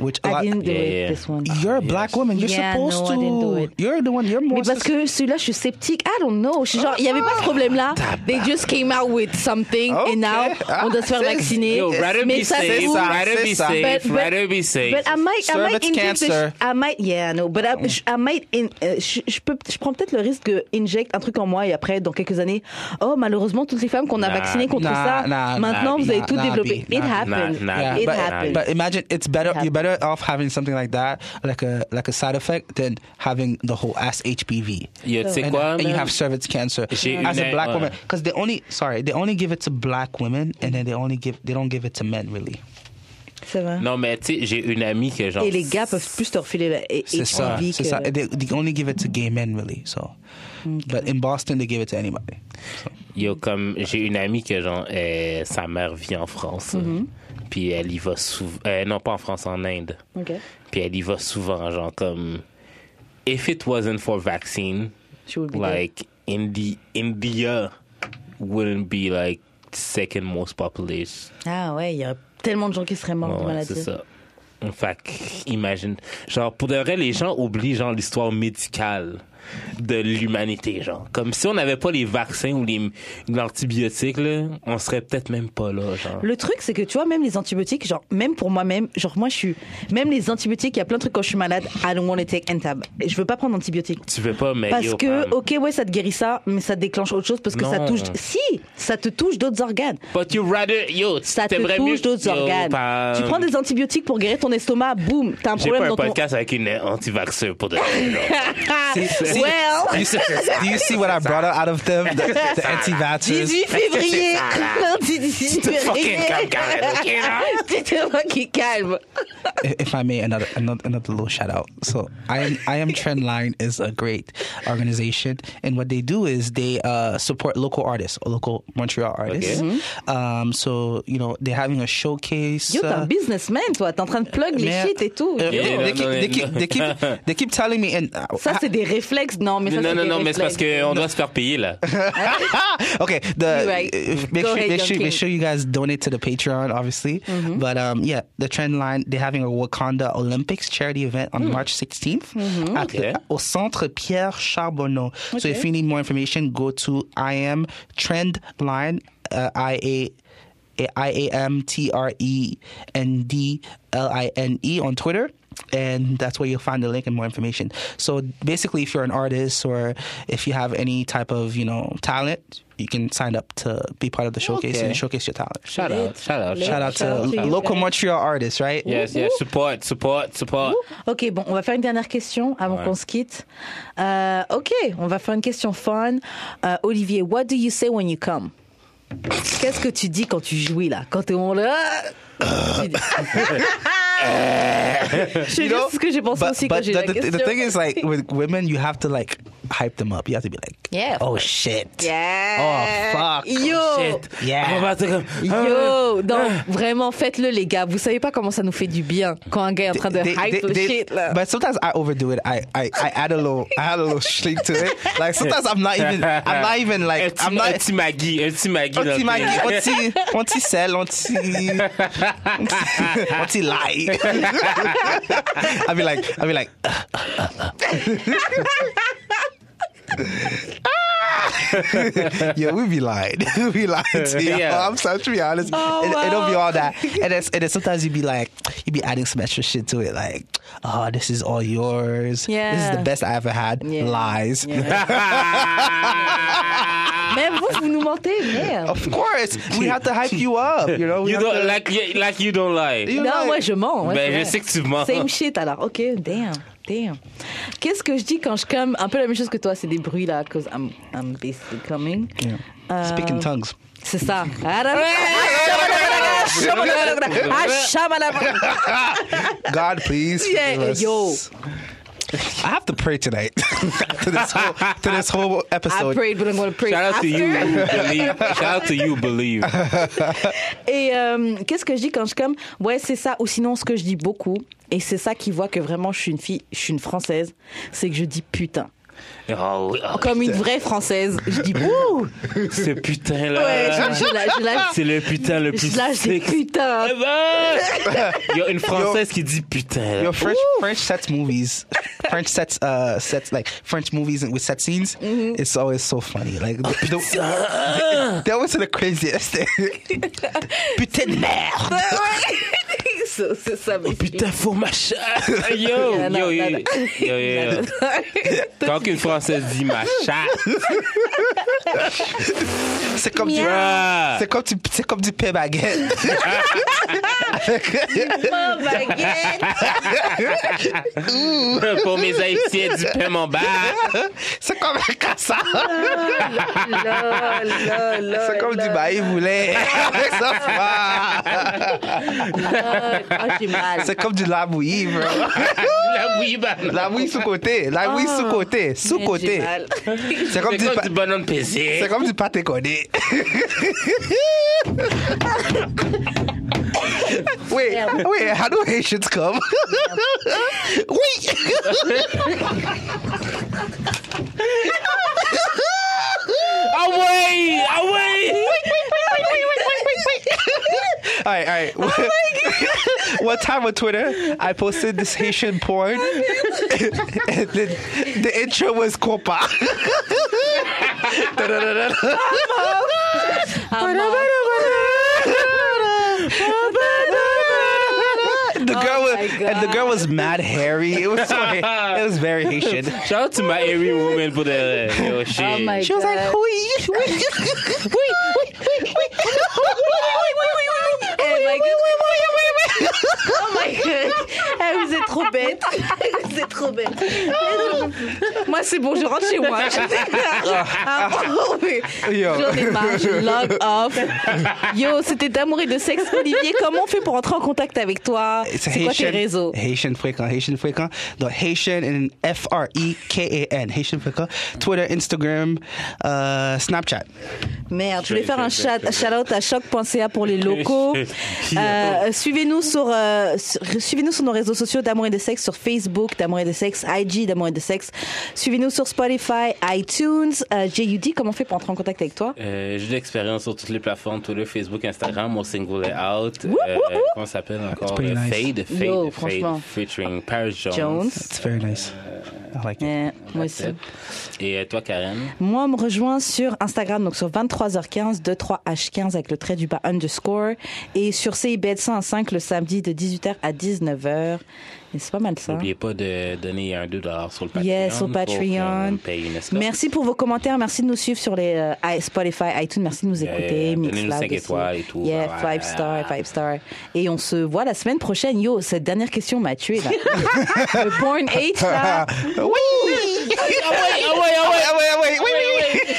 Speaker 3: which a
Speaker 1: I
Speaker 3: lot-
Speaker 1: didn't do
Speaker 2: Yeah,
Speaker 1: it,
Speaker 2: yeah.
Speaker 1: this one.
Speaker 3: You're
Speaker 2: Oh,
Speaker 3: a black woman. You're
Speaker 1: Yeah,
Speaker 3: supposed
Speaker 1: no,
Speaker 3: to.
Speaker 1: I didn't do it.
Speaker 3: You're the one. You're more.
Speaker 1: Mais parce que celui-là, je suis sceptique. I don't know. Je suis genre, il n'y avait pas ce problème-là. They just came out with something
Speaker 3: Ah, Ok.
Speaker 1: and now
Speaker 3: Ah,
Speaker 1: on doit se faire
Speaker 3: c'est-
Speaker 1: vacciner.
Speaker 2: Yo, rather
Speaker 1: Mais
Speaker 2: be
Speaker 1: ça
Speaker 2: safe,
Speaker 1: fout-
Speaker 3: ça,
Speaker 2: rather
Speaker 3: c'est
Speaker 2: be
Speaker 3: ça.
Speaker 2: safe,
Speaker 1: But- but-
Speaker 2: rather be safe.
Speaker 1: But I might, I might
Speaker 3: Cervix
Speaker 1: inject the
Speaker 3: cancer.
Speaker 1: sh- I might, yeah, no, but I, sh- I might, in- euh, je, je peux, je prends peut-être le risque de inject un truc en moi et après, dans quelques années, oh, malheureusement, toutes les femmes qu'on a
Speaker 2: Nah.
Speaker 1: vaccinées contre
Speaker 3: Nah,
Speaker 1: ça,
Speaker 3: nah,
Speaker 1: maintenant,
Speaker 2: nah,
Speaker 1: vous avez
Speaker 3: nah,
Speaker 1: tout
Speaker 3: nah,
Speaker 1: développé.
Speaker 3: B,
Speaker 1: It
Speaker 3: nah,
Speaker 1: happened.
Speaker 2: nah,
Speaker 3: Yeah,
Speaker 2: It
Speaker 3: but,
Speaker 1: happened.
Speaker 3: but imagine it's better.
Speaker 1: It
Speaker 3: You're better off having something like that, like a like a side effect, than having the whole ass HPV.
Speaker 2: Yo, tu sais
Speaker 3: And, uh,
Speaker 2: quoi?
Speaker 3: and you
Speaker 2: man?
Speaker 3: have cervix cancer
Speaker 2: She-
Speaker 3: as a
Speaker 2: Yeah.
Speaker 3: black
Speaker 2: Uh,
Speaker 3: woman because they only sorry they only give it to black women and then they only give they don't give it to men really.
Speaker 1: C'est vrai.
Speaker 2: Non, mais tu sais, j'ai une amie que genre.
Speaker 1: Et les gars peuvent plus te refiler la
Speaker 3: C'est ça,
Speaker 1: HPV
Speaker 3: c'est ça.
Speaker 1: que...
Speaker 3: They, they only give it to gay men really. So, but in Boston they give it to anybody. So.
Speaker 2: Yo, comme j'ai une amie que genre euh, sa mère vit en France,
Speaker 1: Mm-hmm.
Speaker 2: hein. puis elle y va souvent, non pas en France, en Inde,
Speaker 1: Ok.
Speaker 2: puis elle y va souvent genre comme if it wasn't for vaccine,
Speaker 1: She would be
Speaker 2: like Indi- India wouldn't be like second most populous.
Speaker 1: Ah ouais, il y a tellement de gens qui seraient morts
Speaker 2: Ouais,
Speaker 1: de
Speaker 2: ouais,
Speaker 1: maladie.
Speaker 2: c'est ça. Fait que, imagine. Genre, pour de vrai, les gens oublient, genre, l'histoire médicale de l'humanité, genre. Comme si on n'avait pas les vaccins ou les, l'antibiotique, là, on serait peut-être même pas là, genre.
Speaker 1: Le truc, c'est que tu vois, même les antibiotiques, genre, même pour moi-même, genre, moi, je suis. Même les antibiotiques, il y a plein de trucs quand je suis malade, I don't want to take NTAB. Je veux pas prendre d'antibiotiques.
Speaker 2: Tu veux pas, mais.
Speaker 1: Parce
Speaker 2: Eh, yo,
Speaker 1: que,
Speaker 2: Pam.
Speaker 1: ok, ouais, ça te guérit ça, mais ça te déclenche autre chose parce que ça
Speaker 2: Non.
Speaker 1: touche. Si, ça te touche d'autres organes.
Speaker 2: But you rather. Yo,
Speaker 1: Ça te
Speaker 2: t'aimerais mieux-
Speaker 1: touche d'autres
Speaker 2: Yo,
Speaker 1: organes.
Speaker 2: Pam.
Speaker 1: Tu prends des antibiotiques pour guérir ton estomac, boum, t'as un
Speaker 2: J'ai
Speaker 1: problème
Speaker 2: pas un
Speaker 1: dans ton.
Speaker 2: podcast avec une anti-vaxxeur pour de vrai, genre.
Speaker 1: Ah,
Speaker 3: c'est-
Speaker 1: well,
Speaker 3: You see, do you see what I brought out out of them? The, the anti-vaxxers.
Speaker 1: 18 février.
Speaker 2: C'est ça, là.
Speaker 1: lundi 18 février.
Speaker 2: fucking calme, Karen, ok, là?
Speaker 1: Tu te vois qui calme.
Speaker 3: If I may, another, another another little shout out. So I am I am Trendline is a great organization, and what they do is they uh, support local artists, or local Montreal artists. Um, so you know they're having a showcase.
Speaker 1: Yo, t'es
Speaker 3: uh,
Speaker 1: un businessman, toi. T'es en train de plug les
Speaker 3: man.
Speaker 1: shit et tout.
Speaker 2: Yeah,
Speaker 3: Uh, they, they
Speaker 2: no, no,
Speaker 3: keep, they, keep,
Speaker 2: no.
Speaker 3: they keep they keep telling me and uh,
Speaker 1: Ça, c'est des réflexes. Non, mais ça,
Speaker 2: non,
Speaker 1: c'est
Speaker 2: non,
Speaker 1: des
Speaker 2: non, mais c'est parce
Speaker 1: réflexes.
Speaker 2: qu'on doit se faire payer, là.
Speaker 3: okay. The
Speaker 1: You're right.
Speaker 3: uh, make
Speaker 1: Go
Speaker 3: sure
Speaker 1: ahead, Young
Speaker 3: make sure,
Speaker 1: King.
Speaker 3: make sure you guys donate to the Patreon, obviously. But um, yeah, the trend line they're having a Wakanda Olympics charity event on March 16th at
Speaker 2: Okay.
Speaker 3: the, au Centre Pierre Charbonneau. So if you need more information, go to I am Trendline uh, I A. I A M T R E N D L I N E on Twitter. And that's where you'll find the link and more information. So basically, if you're an artist or if you have any type of, you know, talent, you can sign up to be part of the showcase
Speaker 2: Okay.
Speaker 3: and showcase your talent.
Speaker 2: Shout out, shout out,
Speaker 3: Shout out to
Speaker 1: Shout out to you
Speaker 3: local
Speaker 1: guys.
Speaker 3: Montreal artists, right?
Speaker 2: Yes, yes, support, support, support.
Speaker 1: Ok, bon, on va faire une dernière question avant
Speaker 2: Ouais.
Speaker 1: qu'on se quitte. Euh, ok, on va faire une question fun. Euh, Olivier, what do you say when you come? ah! Qu'est-ce que tu dis quand tu jouis là Quand t'es on là C'est juste ce que j'ai pensé
Speaker 3: but,
Speaker 1: aussi quand
Speaker 3: but
Speaker 1: j'ai
Speaker 3: the,
Speaker 1: la
Speaker 3: the, the
Speaker 1: question.
Speaker 3: thing is, like with women, you have to like hype them up. You have to be like,
Speaker 1: Yeah, of
Speaker 3: oh
Speaker 1: course.
Speaker 3: shit,
Speaker 1: Yeah.
Speaker 3: oh fuck,
Speaker 1: Yo.
Speaker 2: Shit.
Speaker 3: Yeah.
Speaker 2: On va battre comme.
Speaker 3: Ah
Speaker 1: Yo, non, vraiment, faites-le, les gars. Vous savez pas comment ça nous fait du bien quand un gars est en train de
Speaker 3: They-
Speaker 1: hype
Speaker 3: they-
Speaker 1: le
Speaker 3: they-
Speaker 1: shit, là.
Speaker 3: But sometimes I overdo it. I, I, I add a little I add a little shit to it. Like sometimes I'm not even I'm not even
Speaker 2: Un
Speaker 3: like
Speaker 2: petit,
Speaker 3: I'm
Speaker 2: un
Speaker 3: not
Speaker 2: petit Maggie, un petit Maggie.
Speaker 3: on
Speaker 2: dans
Speaker 3: t'y
Speaker 2: le
Speaker 3: magie,
Speaker 2: thé.
Speaker 3: on t'y- on t'y sell, on t'y, on t'y lie. I'd be like, I'd be like, uh, uh, uh, uh. yeah, we be lying. we lying to you.
Speaker 2: Yeah.
Speaker 3: I'm sorry to be honest.
Speaker 1: Oh,
Speaker 3: it, it don't be
Speaker 1: wow.
Speaker 3: all that. And it's, and then sometimes you be like, you be adding some extra shit to it. Like, oh, this is all yours. This is
Speaker 1: Yeah.
Speaker 3: the best I ever had.
Speaker 1: Yeah.
Speaker 3: Lies.
Speaker 1: Même vous, vous nous mentez, merde.
Speaker 3: Of course, we have to hype you up. You know, we
Speaker 2: You
Speaker 3: have
Speaker 2: don't,
Speaker 3: to-
Speaker 2: like, you- like you don't lie.
Speaker 3: You
Speaker 1: Non,
Speaker 3: like-
Speaker 1: moi, je mens. ouais,
Speaker 2: ben,
Speaker 1: c'est
Speaker 2: je
Speaker 1: vrai.
Speaker 2: sais que tu mens.
Speaker 1: Same shit alors, ok, damn, damn. Qu'est-ce que je dis quand je comme un peu la même chose que toi, c'est des bruits là, cause I'm, I'm basically coming. Euh,
Speaker 3: Speaking tongues.
Speaker 1: C'est ça. Ah,
Speaker 3: God, please.
Speaker 1: Yeah,
Speaker 3: forgive us.
Speaker 1: yo.
Speaker 3: I have to pray tonight to this whole to this whole
Speaker 1: I
Speaker 3: episode.
Speaker 1: prayed, but I'm gonna pray.
Speaker 2: Shout out to
Speaker 1: after.
Speaker 2: you, believe. Shout out to you, believe.
Speaker 1: Et euh, qu'est-ce que je dis quand je comme ouais c'est ça ou sinon ce que je dis beaucoup et c'est ça qui voit que vraiment je suis une fille, je suis une française, c'est que je dis putain.
Speaker 2: Oh, oui, oh,
Speaker 1: Comme une vraie française, je dis ouh.
Speaker 2: ce putain
Speaker 1: Ouais,
Speaker 2: là.
Speaker 1: je, je la, je la,
Speaker 2: C'est le putain le plus
Speaker 1: je la, je dis
Speaker 2: sexy.
Speaker 1: putain.
Speaker 2: Eh ben, Il y a une française qui dit putain. là.
Speaker 3: Your French French sets movies, French sets uh sets like French movies with set scenes.
Speaker 1: Mm-hmm.
Speaker 3: It's always so funny. Like the, the, that was the craziest thing. Putain de merde.
Speaker 1: Ça, c'est ça, mais-
Speaker 2: Oh, Putain, faut ma chatte. Yo,
Speaker 1: Yeah,
Speaker 2: yo,
Speaker 1: non, non,
Speaker 2: yo,
Speaker 1: non.
Speaker 2: yo, yo, yo. Quand une française dit ma chatte,
Speaker 3: C'est comme du
Speaker 2: ah,
Speaker 3: c'est comme du c'est comme du pain baguette.
Speaker 1: Oh my god!
Speaker 2: pour mes haïtiens du pain en bas.
Speaker 3: C'est comme un cassard.
Speaker 1: Oh, Lol, lol, lol,
Speaker 3: C'est comme du
Speaker 1: lol.
Speaker 3: bail voulait.
Speaker 1: Ah, j'ai mal.
Speaker 3: C'est comme du labouillis, bro.
Speaker 2: La oui, bah, non.
Speaker 3: La oui sous côté, la oui sous côté, sous
Speaker 1: Oh. Mais Eh, j'ai mal.
Speaker 3: côté. C'est comme
Speaker 2: C'est
Speaker 3: du
Speaker 2: comme
Speaker 3: pa-
Speaker 2: du bonhomme pesé.
Speaker 3: c'est comme du pâté codé. wait, wait, how do Haitians come? oui.
Speaker 2: Ah ouais, ah ouais.
Speaker 3: All right,
Speaker 1: Oh
Speaker 3: all right. One time on Twitter, I posted this Haitian porn. and then the intro was Copa.
Speaker 1: Ah, non.
Speaker 3: The girl
Speaker 1: Oh
Speaker 3: was,
Speaker 1: my
Speaker 3: and the girl was mad hairy. It was so, it was very Haitian.
Speaker 2: Shout out to my every woman for the yo shit.
Speaker 1: Oh my
Speaker 3: She was like,
Speaker 1: god.
Speaker 3: "Hui, hui, hui, hui, hui, hui."
Speaker 1: Oh my god. Oh my god. Eh, vous êtes trop bête. Vous êtes trop bête. Moi, c'est bon, je rentre chez moi. Ah, oh, mais
Speaker 3: Yo.
Speaker 1: J'en ai marre, je log off. Yo, c'était d'amour et de sexe. Olivier, comment on fait pour entrer en contact avec toi
Speaker 3: It's
Speaker 1: C'est quoi tes réseaux
Speaker 3: Haitian fréquent, Haitian fréquent. Donc Haitian and F R E K A N, Haitian fréquent. Twitter, Instagram, euh, Snapchat.
Speaker 1: Merde, je
Speaker 2: Je
Speaker 1: voulais
Speaker 2: vais-
Speaker 1: faire
Speaker 2: je
Speaker 1: un
Speaker 2: vais-
Speaker 1: chat,
Speaker 2: je vais-
Speaker 1: shout-out à choc.ca pour les locaux.
Speaker 2: Je- je-
Speaker 1: Euh, suivez-nous sur, euh, sur- suivez-nous sur nos réseaux sociaux d'Amour et de Sexe, sur Facebook d'Amour et de Sexe, IG d'Amour et de Sexe. Suivez-nous sur Spotify, iTunes, euh, JUD, comment on fait pour entrer en contact avec toi
Speaker 2: Euh, j'ai de l'expérience sur toutes les plateformes, Twitter, Facebook, Instagram, mon single est out. Euh, comment ça s'appelle encore?
Speaker 3: pretty
Speaker 2: Euh,
Speaker 3: nice.
Speaker 2: Fade, Fade,
Speaker 1: Yo,
Speaker 2: Fade,
Speaker 1: franchement.
Speaker 2: featuring Paris Jones.
Speaker 1: Jones.
Speaker 3: It's very nice. I like it.
Speaker 1: Euh, moi aussi.
Speaker 2: Et euh, toi, Karen?
Speaker 1: Moi, on me rejoint sur Instagram, donc sur 23h15, 23h15 avec le trait du bas underscore. Et sur CIBED 105 le samedi de 18h à 19h. Et c'est pas mal ça.
Speaker 2: N'oubliez pas de donner un 2$ sur le Patreon.
Speaker 1: Yes, au
Speaker 2: pour qu'on
Speaker 1: Patreon.
Speaker 2: paye, n'est-ce pas?
Speaker 1: Merci pour vos commentaires. Merci de nous suivre sur les euh, i- Spotify, iTunes. Merci de nous
Speaker 2: Yeah,
Speaker 1: écouter.
Speaker 2: yeah.
Speaker 1: Mixcloud
Speaker 2: Donnez-nous cinq
Speaker 1: aussi.
Speaker 2: étoiles et tout. Bah
Speaker 1: Yeah,
Speaker 2: Ouais.
Speaker 1: five star, five star. Et on se voit la semaine prochaine. Yo, cette dernière question m'a tué là. Le porn H là.
Speaker 3: Oui.
Speaker 2: Ah ouais, ah ouais, ah ouais!
Speaker 3: Ah ouais, ah ouais, oui,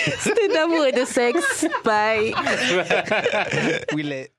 Speaker 3: oui,
Speaker 1: C'était d'amour et de sexe. Bye.
Speaker 3: oui. We lit.